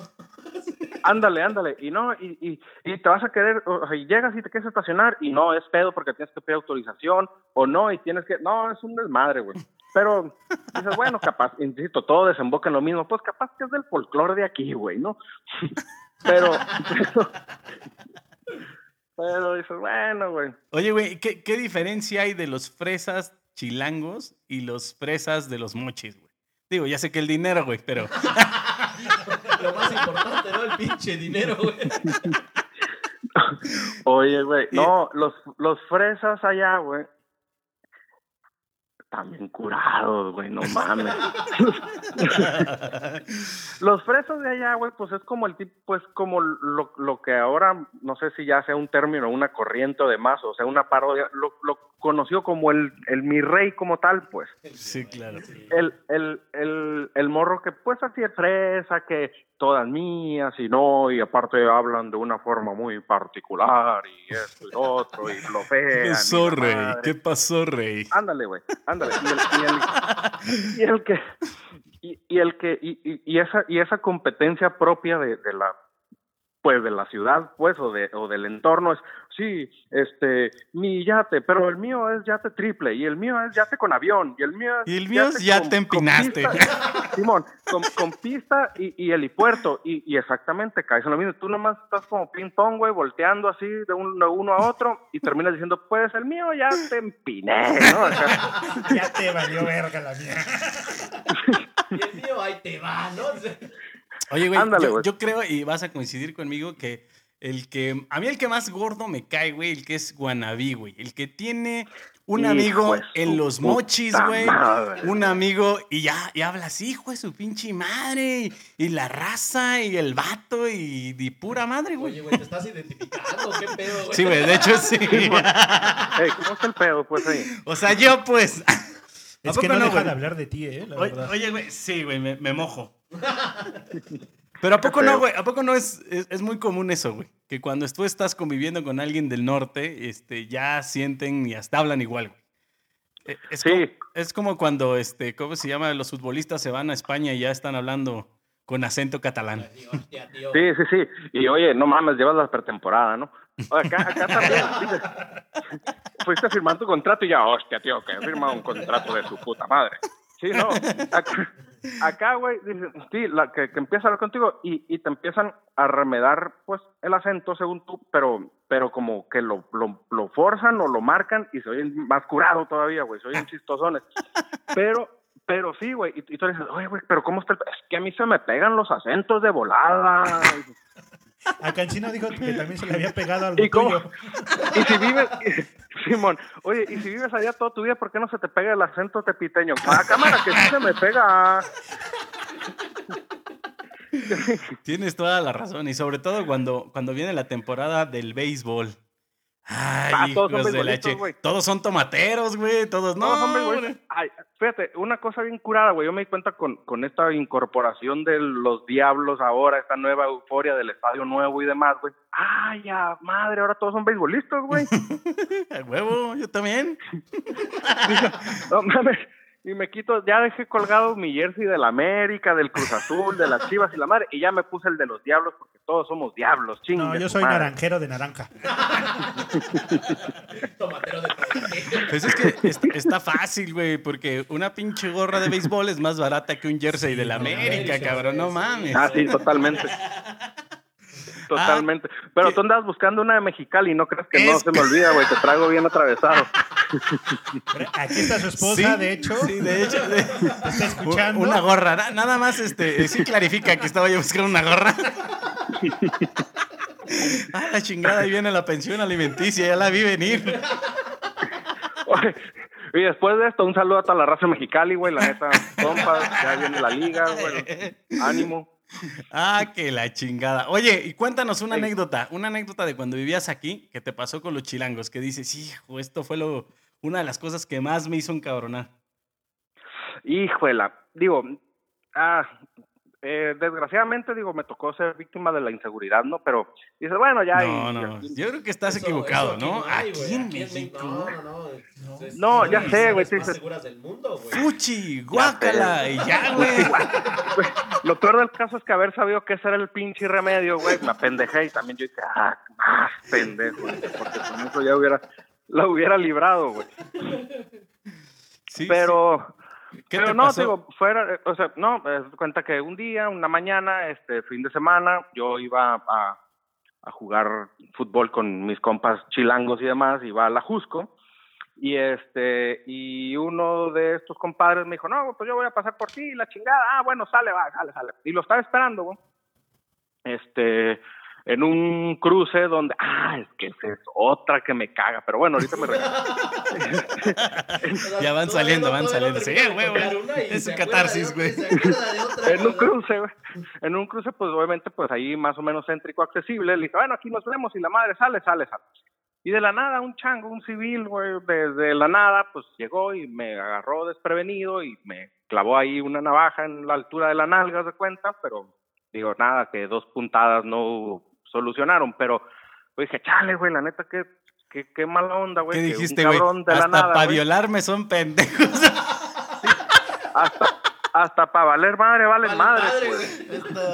Speaker 16: ándale, ándale. Y no, y, y, y te vas a querer, o sea, y llegas y te quieres estacionar y no, es pedo porque tienes que pedir autorización o no, y tienes que, no, es un desmadre, güey. Pero dices, bueno, capaz, insisto, todo desemboca en lo mismo, pues capaz que es del folclore de aquí, güey, ¿no? Pero, pero, pero dices, bueno, güey.
Speaker 1: Oye, güey, ¿qué, qué diferencia hay de los fresas chilangos y los fresas de los mochis, güey? Digo, ya sé que el dinero, güey, pero.
Speaker 3: Lo más importante, ¿no? El pinche dinero, güey.
Speaker 16: Oye, güey, no, los, los fresas allá, güey. También curados, güey, no mames. Los fresas de allá, güey, pues es como el tipo, pues como lo, lo que ahora, no sé si ya sea un término, una corriente o demás, o sea, una parodia, lo, lo conoció como el, el mi rey como tal, pues.
Speaker 1: Sí, claro.
Speaker 16: El, el, el, el morro que pues así es fresa, que todas mías y no, y aparte hablan de una forma muy particular y esto y lo otro, y lo
Speaker 1: ¿Qué
Speaker 16: fean.
Speaker 1: pasó, rey? ¿Qué pasó, rey?
Speaker 16: Ándale, güey, ándale. Y el, y el- y el que, y, y el que, y, y- y esa, y esa competencia propia de, de la, pues de la ciudad, pues, o de, o del entorno es, sí, este, mi yate, pero el mío es yate triple, y el mío es yate con avión, y el mío es
Speaker 1: Y el mío es yate empinaste.
Speaker 16: pista, Simón, con, con pista y, y helipuerto, y, y exactamente, caes en lo mismo, tú nomás estás como ping pong, güey, volteando así de, un- de uno a otro, y terminas diciendo, pues el mío ya te empiné, ¿no? O sea,
Speaker 2: Ya te valió verga la mía.
Speaker 3: Y el mío ahí te va, ¿no? O sea,
Speaker 1: Oye, güey,
Speaker 16: Ándale,
Speaker 1: yo,
Speaker 16: güey.
Speaker 1: yo creo, y vas a coincidir conmigo, que el que. A mí el que más gordo me cae, güey, el que es guanabí, güey. El que tiene un
Speaker 16: Hijo
Speaker 1: amigo
Speaker 16: de su
Speaker 1: en los
Speaker 16: puta
Speaker 1: mochis, güey.
Speaker 16: madre.
Speaker 1: Un amigo, y ya, y hablas, hijo de su pinche madre, y, y la raza, y el vato, y, y pura madre, güey.
Speaker 3: Oye, güey, te estás identificando, qué pedo, güey.
Speaker 1: Sí, güey, de hecho sí.
Speaker 16: Ey, ¿cómo está el pedo? Pues ahí.
Speaker 1: O sea, yo pues. ¿A
Speaker 2: Es que
Speaker 1: poco
Speaker 2: no,
Speaker 1: no,
Speaker 2: deja
Speaker 1: güey?
Speaker 2: de hablar de ti, eh, la
Speaker 1: Oye,
Speaker 2: verdad.
Speaker 1: oye, güey, sí, güey, me, me mojo. Pero ¿a poco no,
Speaker 16: feo.
Speaker 1: güey? ¿A poco no es, es, es muy común eso, güey? Que cuando tú estás conviviendo con alguien del norte, este, ya sienten y hasta hablan igual, güey. Eh, Es,
Speaker 16: Sí.
Speaker 1: como, es como cuando, este, ¿cómo se llama? Los futbolistas se van a España y ya están hablando con acento catalán.
Speaker 3: Tío, hostia, tío.
Speaker 16: Sí, sí, sí. Y oye, no mames, llevas la pretemporada, ¿no? Oye, Acá, acá también. dices, Fuiste a firmar tu contrato y ya, hostia, tío, que he firmado un contrato de su puta madre. Sí, no. Acá, acá, güey, dices, sí, la que, que empieza a hablar contigo y, y te empiezan a remedar, pues, el acento según tú, pero pero como que lo, lo, lo forzan o lo marcan y se oyen más curado todavía, güey, se oyen chistosones. Pero, pero sí, güey. Y, y tú le dices, oye, güey, pero ¿cómo está el.? pe-?" Es que a mí se me pegan los acentos de volada.
Speaker 2: A Cancino dijo que también se le había pegado algo
Speaker 16: ¿Y cómo?
Speaker 2: tuyo.
Speaker 16: y si vives. Simón, oye, y si vives allá toda tu vida, ¿por qué no se te pega el acento tepiteño? Ah, cámara, que sí se me pega.
Speaker 1: Tienes toda la razón. Y sobre todo cuando, cuando viene la temporada del béisbol. Ay,
Speaker 16: Ah, todos son
Speaker 1: hijos de la
Speaker 16: beisbolistas,
Speaker 1: che.
Speaker 16: güey.
Speaker 1: Todos son tomateros, güey. Todos no.
Speaker 16: No, hombre, güey.
Speaker 1: hombre.
Speaker 16: Ay, fíjate, una cosa bien curada, güey. Yo me di cuenta con, con esta incorporación de los diablos ahora, esta nueva euforia del estadio nuevo y demás, güey. Ay, ya, madre, ahora todos son beisbolistas, güey.
Speaker 1: A huevo, yo también.
Speaker 16: No mames. Y me quito, ya dejé colgado mi jersey del América, del Cruz Azul, de las Chivas y la madre, y ya me puse el de los diablos porque todos somos diablos, chingue.
Speaker 2: No, yo
Speaker 16: su
Speaker 2: soy
Speaker 16: madre.
Speaker 2: naranjero de naranja.
Speaker 3: Tomatero de
Speaker 1: Pues es que es- está fácil, güey, porque una pinche gorra de béisbol es más barata que un jersey de la América, cabrón. No mames.
Speaker 16: Ah, sí, totalmente. Totalmente. Pero tú andabas buscando una de Mexicali, no crees que no
Speaker 1: Es-
Speaker 16: se me olvida, güey, te traigo bien atravesado.
Speaker 2: Aquí está su
Speaker 1: Sí,
Speaker 2: esposa, de hecho.
Speaker 1: Sí, de hecho. de-
Speaker 2: ¿Te está escuchando?
Speaker 1: Una gorra. na- Nada más, este, eh, sí clarifica que estaba yo buscando una gorra. Ah, la chingada, ahí viene la pensión alimenticia, ya la vi venir.
Speaker 16: Oye, Y después de esto, un saludo a toda la raza de Mexicali, güey, la neta, compas, ya viene la liga, güey, ánimo.
Speaker 1: Ah, que la chingada. Oye, y cuéntanos una anécdota, una anécdota de cuando vivías aquí, que te pasó con los chilangos, que dices, hijo, esto fue lo, una de las cosas que más me hizo encabronar.
Speaker 16: Híjola, digo, ah, eh, desgraciadamente, digo, me tocó ser víctima de la inseguridad, ¿no? Pero dices, bueno, ya.
Speaker 1: No,
Speaker 16: y-
Speaker 1: no,
Speaker 16: y-
Speaker 1: yo creo que estás equivocado, ¿no? Aquí en
Speaker 3: No,
Speaker 1: México.
Speaker 3: no, no. es-
Speaker 16: No,
Speaker 3: es
Speaker 16: ya
Speaker 3: una de
Speaker 16: sé,
Speaker 3: las
Speaker 16: güey,
Speaker 3: zonas
Speaker 16: tú
Speaker 3: más
Speaker 16: dices-
Speaker 3: seguras del mundo, güey.
Speaker 1: Fuchi, guácala, y ya, güey.
Speaker 16: Lo peor del caso es que haber sabido que ese era el pinche remedio, güey, me pendejé y también yo dije, ah, más pendejo, porque con eso ya hubiera, la hubiera librado, güey.
Speaker 1: Sí,
Speaker 16: Pero...
Speaker 1: sí. ¿Qué
Speaker 16: Pero
Speaker 1: te
Speaker 16: no,
Speaker 1: pasó?
Speaker 16: digo, fuera, eh, o sea, no, eh, cuenta que un día, una mañana, este fin de semana, yo iba a, a jugar fútbol con mis compas chilangos y demás, iba a la Jusco, y este, y uno de estos compadres me dijo, no, pues yo voy a pasar por ti, la chingada, ah, bueno, sale, va, sale, sale. Y lo estaba esperando, güey. Este, en un cruce donde, ah, es que esa es otra que me caga, pero bueno, ahorita me regreso.
Speaker 1: Ya van saliendo, van saliendo. Sí, güey, güey. Es su catarsis, güey.
Speaker 16: en un cruce, güey. En un cruce, pues obviamente, pues ahí más o menos céntrico, accesible. Le dije, bueno, aquí nos vemos y la madre sale, sale, sale. Y de la nada, un chango, un civil, güey, desde la nada, pues llegó y me agarró desprevenido y me clavó ahí una navaja en la altura de la nalga, haz de cuenta, pero digo, nada, que dos puntadas no solucionaron, pero pues, dije, chale, güey, la neta, qué, qué, qué mala onda, güey.
Speaker 1: ¿Qué
Speaker 16: que un
Speaker 1: dijiste, güey?
Speaker 16: cabrón de la
Speaker 1: Hasta
Speaker 16: nada,
Speaker 1: para
Speaker 16: güey,
Speaker 1: violarme son pendejos.
Speaker 16: hasta, hasta para valer madre, vale, madre, pues.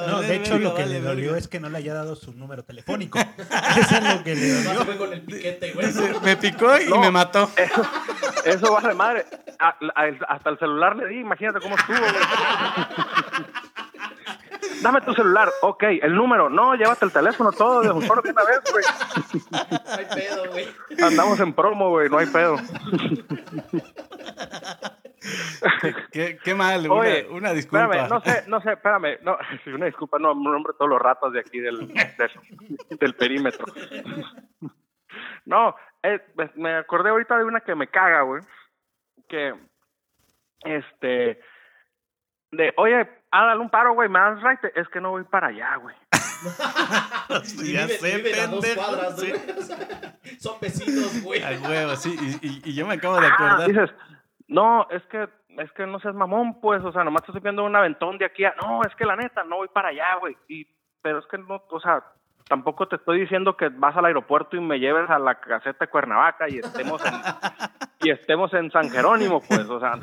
Speaker 2: No, de hecho, lo que le dolió es que no le haya dado su número telefónico. Eso es lo que le dolió.
Speaker 3: Fue con el piquete, güey.
Speaker 1: Dice, Me picó y
Speaker 16: No.
Speaker 1: me mató.
Speaker 16: Eso, eso vale madre. A- a- el- hasta el celular le di, imagínate cómo estuvo. güey. Dame tu celular, ok, el número, no, llévate el teléfono todo de un solo de una vez, güey.
Speaker 3: Ay, pedo, güey.
Speaker 16: Andamos en promo, güey, no hay pedo.
Speaker 1: Qué, qué mal, una,
Speaker 16: Oye,
Speaker 1: una disculpa.
Speaker 16: Espérame, no sé, no sé, espérame, no, una disculpa, no, nombre todos los ratas de aquí del, del, del perímetro. No, eh, pues, me acordé ahorita de una que me caga, güey, que, este, de, oye, hágale un paro, güey, me das right, es que no voy para allá, güey.
Speaker 3: Y
Speaker 1: ya
Speaker 3: viven-
Speaker 1: sé,
Speaker 3: viven a dos
Speaker 1: pendejo,
Speaker 3: cuadras,
Speaker 1: sí.
Speaker 3: güey. O sea, Son vecinos, güey.
Speaker 1: A huevo, sí. Y, y- y yo me acabo de
Speaker 16: Ah,
Speaker 1: acordar.
Speaker 16: dices, no, es que, es que no seas mamón, pues, o sea, nomás te estoy viendo un aventón de aquí a, no, es que la neta, no voy para allá, güey, y, pero es que no, o sea, tampoco te estoy diciendo que vas al aeropuerto y me lleves a la caseta de Cuernavaca y estemos en, y estemos en San Jerónimo, pues, o sea,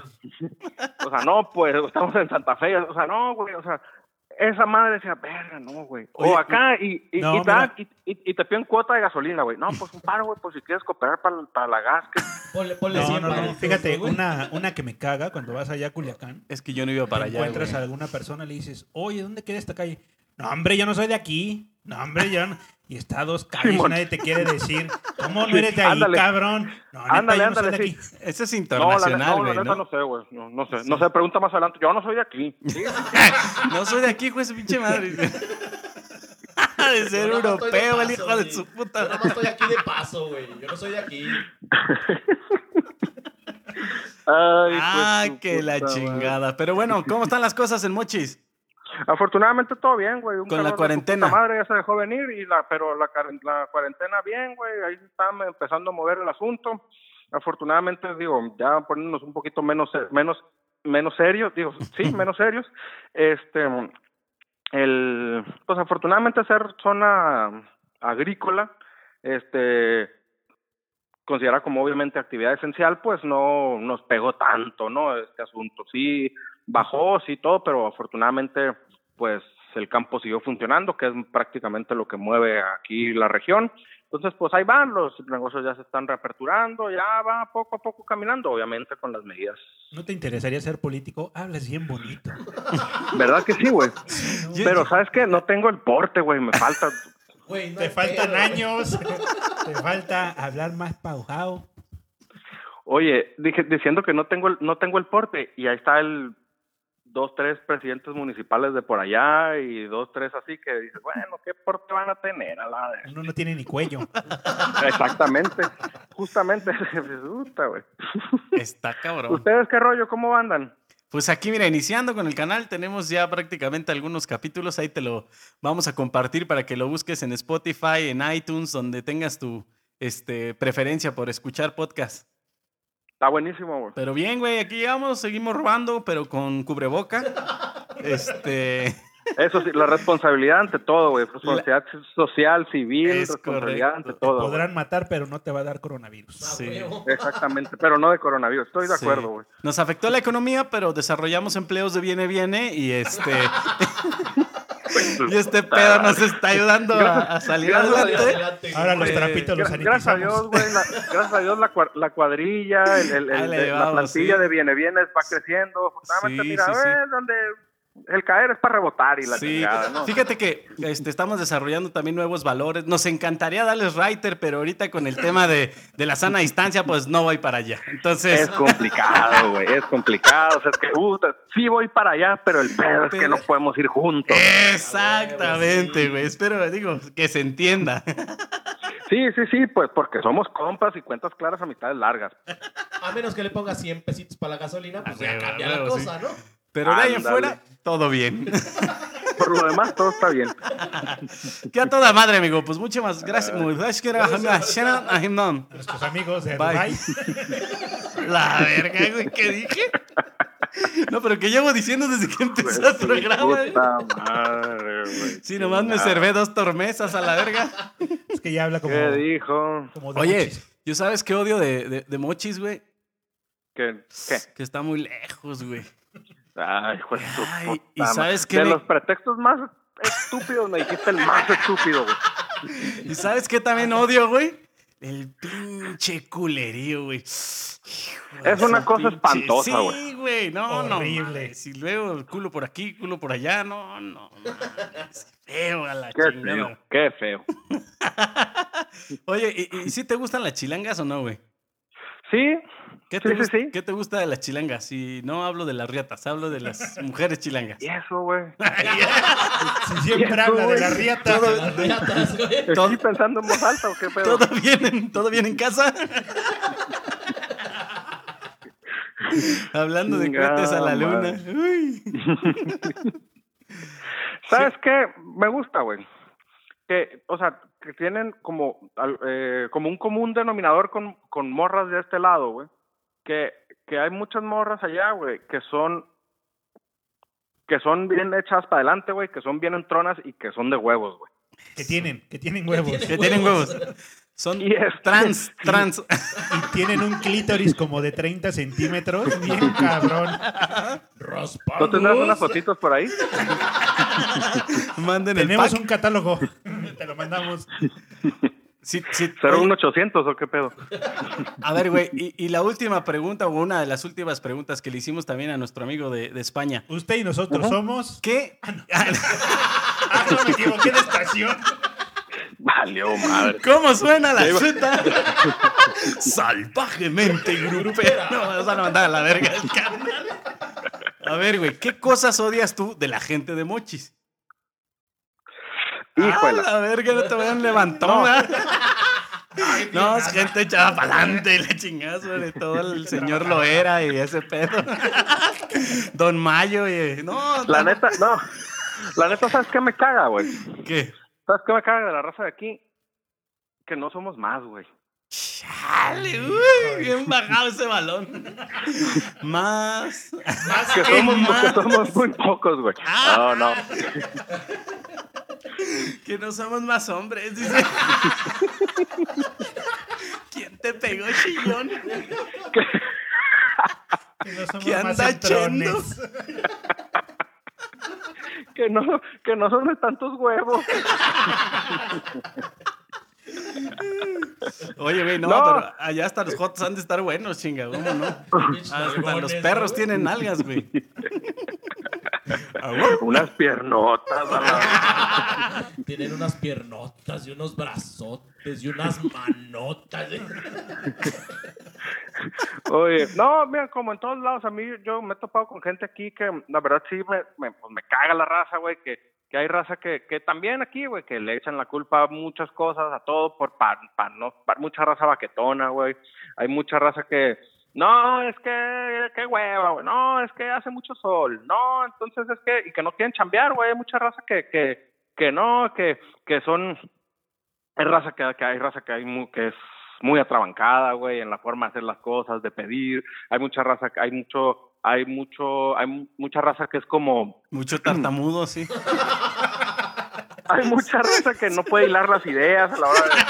Speaker 16: o sea, no, pues, estamos en Santa Fe, o sea, no, güey, o sea, esa madre decía, verga, no, güey. O
Speaker 1: Oye,
Speaker 16: acá y, y,
Speaker 2: no,
Speaker 16: y, tal,
Speaker 2: mira.
Speaker 16: y, y- y te piden cuota de gasolina, güey. No, pues un paro, güey, pues si quieres cooperar para, para la gas, que
Speaker 3: Ponle, ponle
Speaker 2: No,
Speaker 3: cien
Speaker 2: no, no.
Speaker 3: varitos,
Speaker 2: Fíjate,
Speaker 3: güey.
Speaker 2: una, una que me caga cuando vas allá a Culiacán.
Speaker 1: Es que yo no iba para
Speaker 2: Para
Speaker 1: allá.
Speaker 2: encuentras a
Speaker 1: güey.
Speaker 2: alguna persona le dices, oye, ¿dónde queda esta calle? No, hombre, yo no soy de aquí. No, hombre, yo no. Y está a dos calles y
Speaker 16: Simón.
Speaker 2: nadie te quiere decir, ¿cómo no eres de ahí,
Speaker 16: Ándale.
Speaker 2: cabrón? No, neta,
Speaker 16: Ándale,
Speaker 2: yo no soy
Speaker 16: ándale,
Speaker 2: de
Speaker 16: sí.
Speaker 2: aquí.
Speaker 1: Ese es
Speaker 16: No, la,
Speaker 1: internacional,
Speaker 16: no, la
Speaker 1: güey.
Speaker 16: neta
Speaker 1: No,
Speaker 16: no, sé, güey. No, no sé. No se pregunta más adelante. Yo no soy de aquí.
Speaker 1: No soy de aquí, güey, ese pinche madre. de ser
Speaker 3: Yo nada más estoy de
Speaker 1: europeo, el
Speaker 3: paso,
Speaker 1: hijo de
Speaker 3: güey.
Speaker 1: su
Speaker 3: Yo
Speaker 1: puta.
Speaker 3: nada más estoy aquí de paso, güey. Yo no soy de aquí.
Speaker 16: Ay,
Speaker 1: Ah,
Speaker 16: pues, su
Speaker 1: que la Ah,
Speaker 16: puta madre. pues
Speaker 1: chingada. Pero bueno, ¿cómo están las cosas en Mochis?
Speaker 16: Afortunadamente todo bien, güey. Un
Speaker 1: Con la
Speaker 16: calor de su
Speaker 1: cuarentena.
Speaker 16: puta madre ya se dejó venir, y la, pero la, car- la cuarentena bien, güey. Ahí se está empezando a mover el asunto. Afortunadamente, digo, ya poniéndonos un poquito menos, menos, menos serios, digo, sí, menos serios. Este, el, pues afortunadamente ser zona agrícola, este, considerada como obviamente actividad esencial, pues no nos pegó tanto, ¿no? Este asunto. Sí, bajó, sí, todo, pero afortunadamente, pues el campo siguió funcionando, que es prácticamente lo que mueve aquí la región. Entonces, pues ahí van, los negocios ya se están reaperturando, ya va poco a poco caminando, obviamente con las medidas.
Speaker 2: ¿No te interesaría ser político? Hablas bien bonito.
Speaker 16: ¿Verdad que sí, güey?
Speaker 1: Yo-
Speaker 16: Pero, ¿sabes qué? No tengo el porte, güey, me falta.
Speaker 3: Güey, no
Speaker 2: Te
Speaker 3: hay
Speaker 2: faltan
Speaker 3: pedo, güey.
Speaker 2: años. Te falta hablar más paujado.
Speaker 16: Oye, dije, diciendo que no tengo el, no tengo el porte y ahí está el dos, tres presidentes municipales de por allá y dos, tres así que dices, bueno, ¿qué porte van a tener? A la de-?"
Speaker 2: Uno no tiene ni cuello.
Speaker 16: Exactamente, justamente. Dices, "Puta, güey.
Speaker 1: Está cabrón.
Speaker 16: ¿Ustedes qué rollo? ¿Cómo andan?
Speaker 1: Pues aquí, mira, iniciando con el canal, tenemos ya prácticamente algunos capítulos. Ahí te lo vamos a compartir para que lo busques en Spotify, en iTunes, donde tengas tu este, preferencia por escuchar podcast.
Speaker 16: Está buenísimo, güey.
Speaker 1: Pero bien, güey, aquí vamos, seguimos robando, pero con cubreboca. Este.
Speaker 16: Eso sí, la responsabilidad ante todo, güey. Responsabilidad social, civil,
Speaker 1: Es
Speaker 16: responsabilidad
Speaker 1: correcto.
Speaker 16: ante todo. güey.
Speaker 2: Podrán matar, pero no te va a dar coronavirus.
Speaker 1: sí.
Speaker 16: Exactamente, pero no de coronavirus. Estoy de
Speaker 1: Sí.
Speaker 16: acuerdo, güey.
Speaker 1: Nos afectó la economía, pero desarrollamos empleos de viene viene y este y este pedo nos está ayudando a, a salir
Speaker 16: Ah, Gracias a Dios.
Speaker 1: adelante.
Speaker 3: Adelante,
Speaker 2: Ahora los
Speaker 1: Eh,
Speaker 2: trapitos los
Speaker 16: Pues, Gra- Gracias a Dios,
Speaker 2: sanitizamos.
Speaker 16: güey. la- Gracias a Dios, la, cua- la cuadrilla, el- el-
Speaker 1: Ahí
Speaker 16: el-
Speaker 1: la
Speaker 16: el- la
Speaker 1: llevamos,
Speaker 16: plantilla
Speaker 1: sí.
Speaker 16: de viene bienes va creciendo. Afortunadamente,
Speaker 1: Sí,
Speaker 16: mira,
Speaker 1: sí, sí.
Speaker 16: eh, donde el caer es para rebotar y la
Speaker 1: Sí.
Speaker 16: chingada, ¿no?
Speaker 1: Fíjate que este, estamos desarrollando también nuevos valores. Nos encantaría darles writer, pero ahorita con el tema de, de la sana distancia, pues no voy para allá. Entonces,
Speaker 16: Es complicado, güey, es complicado. O sea, es que, puta, sí voy para allá, pero el pedo es que no podemos ir juntos.
Speaker 1: exactamente, güey. Espero, digo, que se entienda.
Speaker 16: Sí, sí, sí, pues porque somos compas y cuentas claras, amistades largas.
Speaker 3: A menos que le pongas 100 pesitos para la gasolina, pues
Speaker 1: A
Speaker 3: ya
Speaker 1: huevo, a
Speaker 3: cambia la
Speaker 1: huevo,
Speaker 3: cosa,
Speaker 1: Ah, sí.
Speaker 3: ¿no?
Speaker 1: Pero de ahí
Speaker 16: Ándale.
Speaker 1: afuera, todo bien.
Speaker 16: Por lo demás, todo está bien.
Speaker 1: Que a toda madre, amigo. Pues muchas
Speaker 16: Ah,
Speaker 1: gracias. Muchas gracias.
Speaker 2: Nuestros amigos de
Speaker 1: Bye.
Speaker 2: Dubai.
Speaker 1: La verga, güey, ¿qué dije? No, pero que llevo diciendo desde que empezó el programa. güey.
Speaker 16: Pues, Puta madre, güey. Ah.
Speaker 1: Sí, nomás me servé dos tormesas a la verga.
Speaker 2: Es que ya habla como,
Speaker 16: ¿Qué dijo?
Speaker 2: como de
Speaker 1: Oye,
Speaker 2: muchis.
Speaker 1: ¿yo sabes qué odio de, de, de Mochis, güey?
Speaker 16: ¿Qué? ¿Qué?
Speaker 1: Que está muy lejos, güey.
Speaker 16: Ay, hijo de tu
Speaker 1: Ay,
Speaker 16: puta
Speaker 1: ¿y
Speaker 16: madre.
Speaker 1: sabes qué
Speaker 16: De
Speaker 1: me-
Speaker 16: los pretextos más estúpidos me dijiste el más estúpido, güey.
Speaker 1: ¿Y sabes qué también odio, güey? Ah, El pinche culerío, güey.
Speaker 16: Es una cosa espantosa, güey.
Speaker 1: Sí, güey, no, no.
Speaker 2: Horrible.
Speaker 1: Horrible. Si luego el culo por aquí, culo por allá, no, no. mames, Feo a la
Speaker 16: Qué
Speaker 1: chingada.
Speaker 16: feo, qué feo.
Speaker 1: Oye, ¿y, y si te gustan las chilangas o no, güey?
Speaker 16: Sí,
Speaker 1: ¿Qué te,
Speaker 16: Sí, sí,
Speaker 1: gust-
Speaker 16: sí.
Speaker 1: qué te gusta de las chilangas? Y no hablo de las riatas, hablo de las mujeres chilangas.
Speaker 16: y eso, güey.
Speaker 2: Si siempre habla de la riata.
Speaker 3: Ratas, güey.
Speaker 16: ¿Estoy pensando en voz alta o qué pedo?
Speaker 1: ¿Todo bien, en- ¿Todo bien en casa? Hablando de cohetes a la
Speaker 16: Chingada
Speaker 1: luna. Uy.
Speaker 16: ¿Sabes qué? Me gusta, güey. Que, o sea, que tienen como, al- eh, como un común denominador con, con morras de este lado, güey. Que, que hay muchas morras allá, güey, que son que son bien hechas para adelante, güey, que son bien entronas y que son de huevos, güey.
Speaker 2: Que tienen, que tienen huevos.
Speaker 1: Que tienen huevos. Son
Speaker 16: Y es-
Speaker 1: trans, trans.
Speaker 2: Y tienen un clítoris como de 30 centímetros. Bien cabrón.
Speaker 16: ¿No tendrás unas fotitos por ahí?
Speaker 1: Manden el
Speaker 2: Tenemos
Speaker 1: pack.
Speaker 2: un catálogo. Te lo mandamos.
Speaker 1: Sí, sí.
Speaker 16: ¿Será un 800 o qué pedo?
Speaker 1: A ver, güey, y, y la última pregunta, o una de las últimas preguntas que le hicimos también a nuestro amigo de, de España.
Speaker 2: Usted y nosotros somos.
Speaker 1: ¿Qué?
Speaker 2: Ah, no, me equivoqué de estación.
Speaker 16: Valió madre.
Speaker 1: ¿Cómo suena la chuta? Salvajemente grupera. No, me vas a mandar a la verga el carnal. A ver, güey, ¿qué cosas odias tú de la gente de Mochis?
Speaker 16: Híjole.
Speaker 1: A la verga, no te vayan levantón. ¿eh? No, es gente echada para adelante y la chingada sobre todo el señor Loera y ese pedo. Don Mayo y... No,
Speaker 16: La
Speaker 1: no,
Speaker 16: neta, no. La neta, ¿sabes qué me caga, güey?
Speaker 1: ¿Qué?
Speaker 16: ¿Sabes qué me caga de la raza de aquí? Que no somos más, güey.
Speaker 1: Chale, uy, bien bajado ese balón. Más.
Speaker 16: Que
Speaker 1: ¿Qué
Speaker 16: somos, que
Speaker 1: más?
Speaker 16: somos muy pocos, güey. No, no.
Speaker 1: Ah. Que no somos más hombres, dice. ¿Quién te pegó, chillón?
Speaker 2: Que no somos
Speaker 1: ¿Qué
Speaker 2: más
Speaker 1: anda
Speaker 2: entrones.
Speaker 16: Que no, que no son de tantos huevos.
Speaker 1: Oye, güey, no,
Speaker 16: No.
Speaker 1: pero allá hasta los jotos han de estar buenos, chinga, ¿cómo no? Hasta Ah, los perros tienen algas, güey. Ah,
Speaker 16: Unas piernotas a la-
Speaker 3: Tienen unas piernotas y unos brazotes y unas manotas.
Speaker 16: Oye, no, mira, como en todos lados, a mí yo me he topado con gente aquí que la verdad sí me, me, pues, me caga la raza, güey, que, que hay raza que, que también aquí, güey, que le echan la culpa a muchas cosas, a todo, por pa, pa- no, pa- mucha raza baquetona, güey. Hay mucha raza que, no, es que, qué hueva, güey, no, es que hace mucho sol, no, entonces es que, y que no quieren chambear, güey, hay mucha raza que, que, que no, que, que son, hay raza que, que hay raza que hay mu- que es muy atrabancada, güey, en la forma de hacer las cosas, de pedir. Hay mucha raza, que- hay mucho, hay mucho, hay mu- mucha raza que es como,
Speaker 1: Mucho tartamudo, sí.
Speaker 16: hay mucha raza que no puede hilar las ideas a la hora de decir,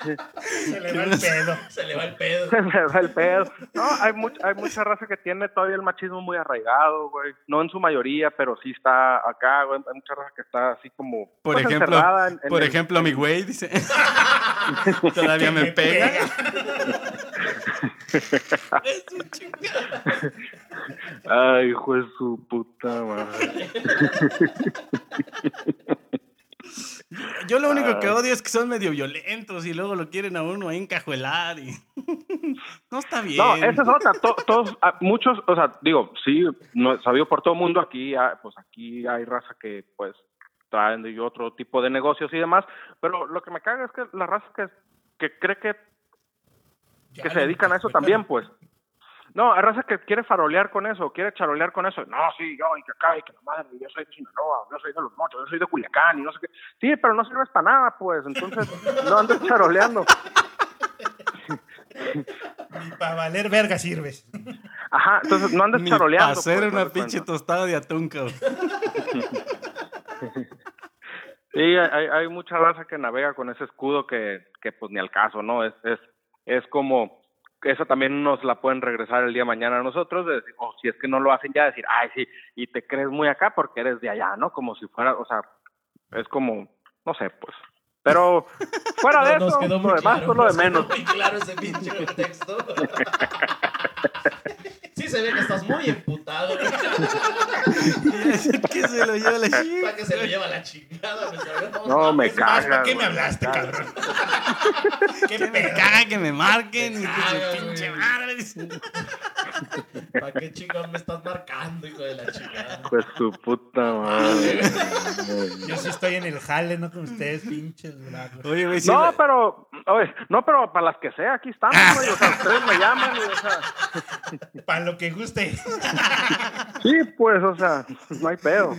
Speaker 2: Se le va el pedo.
Speaker 3: Se le va el pedo.
Speaker 16: se me va el pedo. No, hay much- hay mucha raza que tiene todavía el machismo muy arraigado, güey. No en su mayoría, pero sí está acá, güey. Hay mucha raza que está así como,
Speaker 1: Por
Speaker 16: pues,
Speaker 1: ejemplo,
Speaker 16: encerrada en- en
Speaker 1: Por
Speaker 16: el-
Speaker 1: ejemplo, mi güey dice. Todavía me pega.
Speaker 16: Ay, hijo de su puta madre.
Speaker 1: Yo lo único que odio es que son medio violentos y luego lo quieren a uno ahí encajuelar y. No está bien.
Speaker 16: No, esa es otra. To- todos, a- muchos, o sea, digo, sí, no, sabido por todo el mundo aquí, ah, pues aquí hay raza que, pues, traen de otro tipo de negocios y demás, pero lo que me caga es que la raza que, que cree que, que se dedican a eso también, pues. No, hay raza que quiere farolear con eso, quiere charolear con eso. No, sí, yo, y que acá, y que la madre, y yo soy de Sinaloa, yo soy de los mochos, yo soy de Culiacán, y no sé qué. Sí, pero no sirves para nada, pues, entonces no andes charoleando.
Speaker 2: Ni para valer verga sirves.
Speaker 16: Ajá, entonces no andes
Speaker 1: Ni
Speaker 16: charoleando.
Speaker 1: pa' hacer
Speaker 16: pues, haz
Speaker 1: una
Speaker 16: de cuenta.
Speaker 1: pinche tostada de atún, cabrón.
Speaker 16: Sí, hay, hay- hay mucha raza que navega con ese escudo que, que pues ni al caso, ¿no? Es, es, es como, esa también nos la pueden regresar el día de mañana a nosotros, de decir, o si es que no lo hacen ya, decir, ay, sí, y te crees muy acá porque eres de allá, ¿no? Como si fuera, o sea, es como, no sé, pues. Pero fuera de eso, lo demás es lo de
Speaker 3: nos quedó
Speaker 16: menos.
Speaker 3: Muy claro ese pinche contexto. sí se ve que estás muy emputado.
Speaker 1: que se lo lleva la
Speaker 3: Para que se lo
Speaker 1: chica.
Speaker 3: lleva la chingada. me sabe,
Speaker 16: No, me
Speaker 2: Es más, ¿para
Speaker 16: cagas,
Speaker 2: qué me
Speaker 16: güey,
Speaker 2: hablaste,
Speaker 16: cagas.
Speaker 2: cabrón?
Speaker 1: Que me caga que me marquen y que
Speaker 3: caga,
Speaker 1: su pinche
Speaker 3: güey.
Speaker 1: madre. dice.
Speaker 3: ¿Para qué chingón me estás marcando, hijo de la chingada?
Speaker 16: Pues tu puta madre.
Speaker 2: Yo sí estoy en el jale, no con ustedes, pinches bravos.
Speaker 1: Oye, güey, sí, Ah.
Speaker 16: No,
Speaker 1: la-
Speaker 16: pero, oye, no, pero para las que sea, aquí estamos, güey, o sea, ustedes me llaman, y, o sea,
Speaker 2: Para lo que guste.
Speaker 16: sí, pues, o sea, no hay pedo.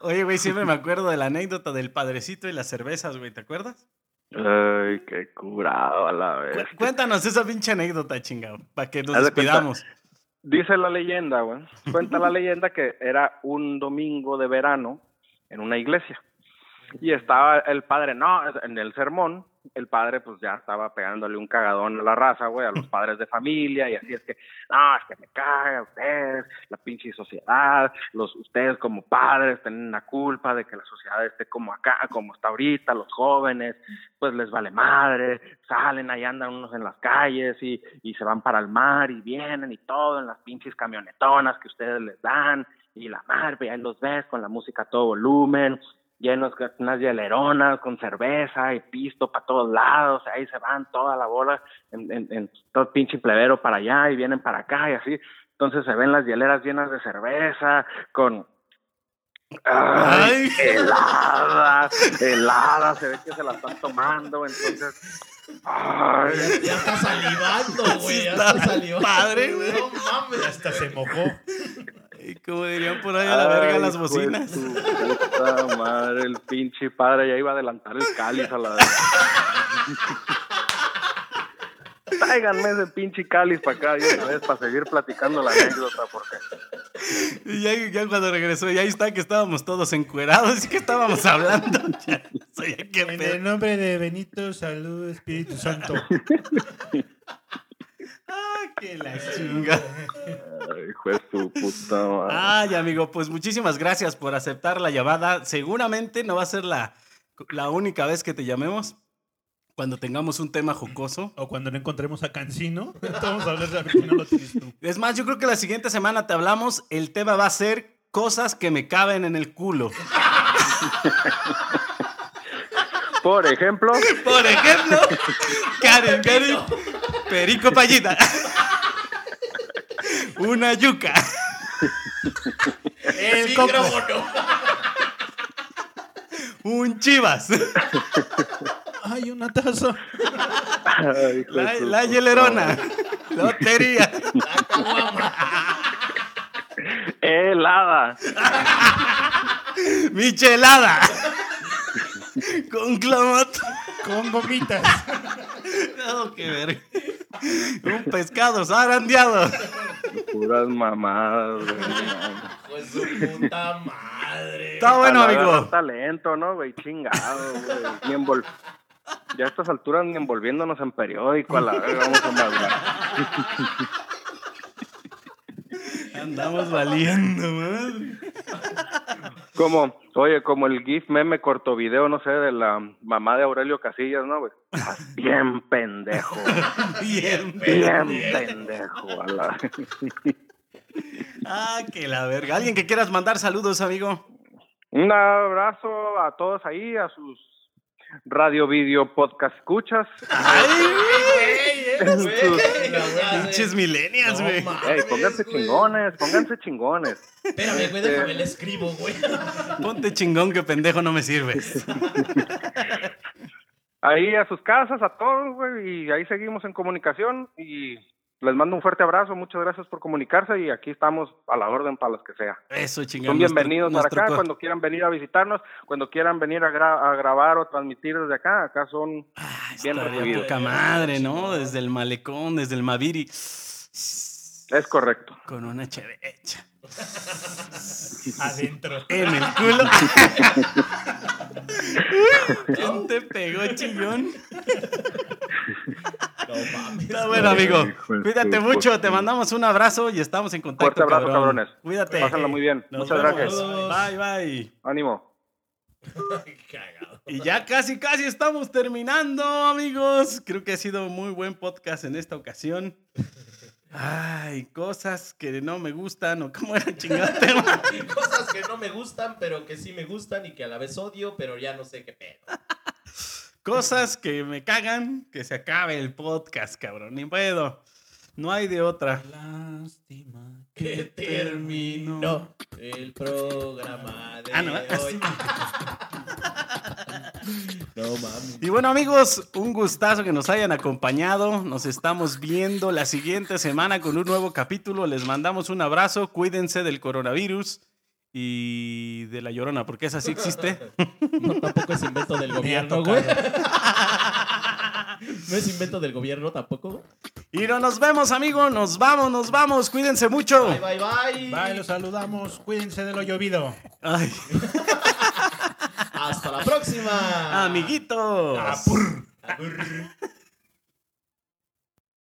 Speaker 1: Oye, güey, siempre me acuerdo de la anécdota del padrecito y las cervezas, güey, ¿te acuerdas?
Speaker 16: Ay, qué curado a la
Speaker 1: Cu-
Speaker 16: vez.
Speaker 1: Cuéntanos esa pinche anécdota, chingado, para que nos
Speaker 16: Eh, Haz de cuenta.
Speaker 1: despidamos.
Speaker 16: Dice la leyenda, güey. Cuenta la leyenda que era un domingo de verano en una iglesia. Y estaba el padre, no, en el sermón, el padre pues ya estaba pegándole un cagadón a la raza, güey, a los padres de familia y así es que, no, es que me caga ustedes, la pinche sociedad, los ustedes como padres tienen la culpa de que la sociedad esté como acá, como está ahorita, los jóvenes, pues les vale madre, salen ahí andan unos en las calles y, y se van para el mar y vienen y todo en las pinches camionetonas que ustedes les dan y la mar, y ahí los ves con la música a todo volumen, llenos de unas hieleronas con cerveza y pisto para todos lados, ahí se van toda la bola en, en- en todo pinche plebero para allá y vienen para acá y así. Entonces se ven las hieleras llenas de cerveza con...
Speaker 1: Ay.
Speaker 16: Ay, heladas, heladas, se ve que se las están tomando, entonces... Ay,
Speaker 3: Ya, ya está salivando, güey. Ya está
Speaker 1: está
Speaker 3: salivando.
Speaker 1: padre, güey.
Speaker 3: No mames.
Speaker 2: Hasta se mojó.
Speaker 1: Ay, Como dirían por ahí a la verga
Speaker 16: Ay,
Speaker 1: las
Speaker 16: hijo de
Speaker 1: bocinas.
Speaker 16: tu puta madre, el pinche padre ya iba a adelantar el cáliz a la verga. Tráiganme ese pinche cáliz para acá de una vez para seguir platicando la anécdota porque
Speaker 1: Y ya, ya cuando regresó, ya ahí está que estábamos todos encuerados. ¿Y qué estábamos hablando? Ya, no sé, ya qué
Speaker 2: En
Speaker 1: pedo.
Speaker 2: el nombre de Benito, salud, Espíritu Santo.
Speaker 1: Ah, que la chinga.
Speaker 16: Ay, hijo de su puta madre.
Speaker 1: Ay, amigo, pues muchísimas gracias por aceptar la llamada. Seguramente no va a ser la, la única vez que te llamemos cuando tengamos un tema jocoso.
Speaker 2: O cuando no encontremos a Cancino, vamos a hablar de a ver si no lo tienes tú.
Speaker 1: Es más, yo creo que la siguiente semana te hablamos. El tema va a ser cosas que me caben en el culo.
Speaker 16: Por ejemplo,
Speaker 1: Por ejemplo, Karen, Karen, Perico Payita. Una yuca.
Speaker 2: El coco.
Speaker 3: micrófono.
Speaker 1: Un chivas.
Speaker 2: Ay, una taza.
Speaker 16: ay, hijo de
Speaker 1: La,
Speaker 16: su
Speaker 1: la
Speaker 16: puta
Speaker 1: hielerona.
Speaker 16: madre.
Speaker 1: Lotería.
Speaker 16: helada.
Speaker 1: Michelada. Con clamot.
Speaker 2: Con gomitas.
Speaker 1: No, qué verga. Un pescado zarandeado.
Speaker 16: Puras mamadas. güey, no mames.
Speaker 3: Pues su puta madre.
Speaker 1: Está bueno,
Speaker 16: Para agarrar
Speaker 1: amigo.
Speaker 16: talento, ¿no, güey? Chingado, güey. Ni envol- Ya a estas alturas ni envolviéndonos en periódico, a la verga, vamos a madrugar.
Speaker 1: Andamos valiendo, madre.
Speaker 16: Como, oye, como el GIF meme corto video, no sé, de la mamá de Aurelio Casillas, ¿no, güey? Estás Bien pendejo,
Speaker 1: Bien.
Speaker 16: bien pendejo, a la
Speaker 1: Ah, que la verga. ¿Alguien que quieras mandar saludos, amigo?
Speaker 16: Un abrazo a todos ahí, a sus radio, video, podcast escuchas.
Speaker 3: Güey, güey,
Speaker 1: Pinches millennials, güey.
Speaker 16: Ey, pónganse chingones, pónganse chingones.
Speaker 3: Espérame, güey,
Speaker 16: Este-
Speaker 3: déjame le escribo, güey.
Speaker 1: Ponte chingón que pendejo no me sirves.
Speaker 16: ahí a sus casas, a todos, güey, y ahí seguimos en comunicación y les mando un fuerte abrazo, muchas gracias por comunicarse y aquí estamos a la orden para los que sea.
Speaker 1: Eso, chingón.
Speaker 16: Son
Speaker 1: nuestro-
Speaker 16: bienvenidos para
Speaker 1: nuestro
Speaker 16: acá
Speaker 1: co-
Speaker 16: cuando quieran venir a visitarnos, cuando quieran venir a, gra- a grabar o transmitir desde acá, acá son
Speaker 1: Ah,
Speaker 16: bien
Speaker 1: estaría
Speaker 16: recibidos.
Speaker 1: poca madre, ¿no? Desde el malecón, desde el Maviri.
Speaker 16: Es correcto.
Speaker 1: Con una chévere hecha.
Speaker 2: Adentro.
Speaker 1: En el culo. Uy, ¿Quién te pegó, chillón?
Speaker 3: No mames.
Speaker 1: Está bueno, amigo.
Speaker 16: Hijo de
Speaker 1: Cuídate
Speaker 16: su
Speaker 1: mucho.
Speaker 16: puta.
Speaker 1: Te mandamos un abrazo y estamos en contacto.
Speaker 16: Fuerte abrazo,
Speaker 1: cabrón.
Speaker 16: cabrones.
Speaker 1: Cuídate.
Speaker 16: Pásenla muy bien.
Speaker 1: Nos
Speaker 16: muchas
Speaker 1: vemos. Bye,
Speaker 16: gracias.
Speaker 1: bye.
Speaker 16: Ánimo.
Speaker 3: Cagado.
Speaker 1: Y ya casi, casi estamos terminando, amigos. Creo que ha sido muy buen podcast en esta ocasión. Ay, cosas que no me gustan o cómo era chingado tema.
Speaker 3: Cosas que no me gustan, pero que sí me gustan y que a la vez odio, pero ya no sé qué pedo.
Speaker 1: Cosas que me cagan, que se acabe el podcast, cabrón. Ni puedo. No hay de otra.
Speaker 4: Lástima
Speaker 3: Que terminó el programa de
Speaker 1: Ah, no,
Speaker 3: hoy. No mames.
Speaker 1: Y bueno amigos, un gustazo que nos hayan acompañado. Nos estamos viendo la siguiente semana con un nuevo capítulo. Les mandamos un abrazo. Cuídense del coronavirus y de la llorona, porque esa sí existe.
Speaker 3: No, tampoco es invento del
Speaker 2: Me ha
Speaker 3: gobierno, güey. No es invento del gobierno tampoco.
Speaker 1: Y no nos vemos amigos. Nos vamos, nos vamos. Cuídense mucho.
Speaker 3: Bye, bye, bye.
Speaker 2: Bye, los saludamos. Cuídense de lo llovido.
Speaker 1: Ay,
Speaker 3: Hasta la próxima. Ah,
Speaker 1: amiguitos.
Speaker 3: Abur.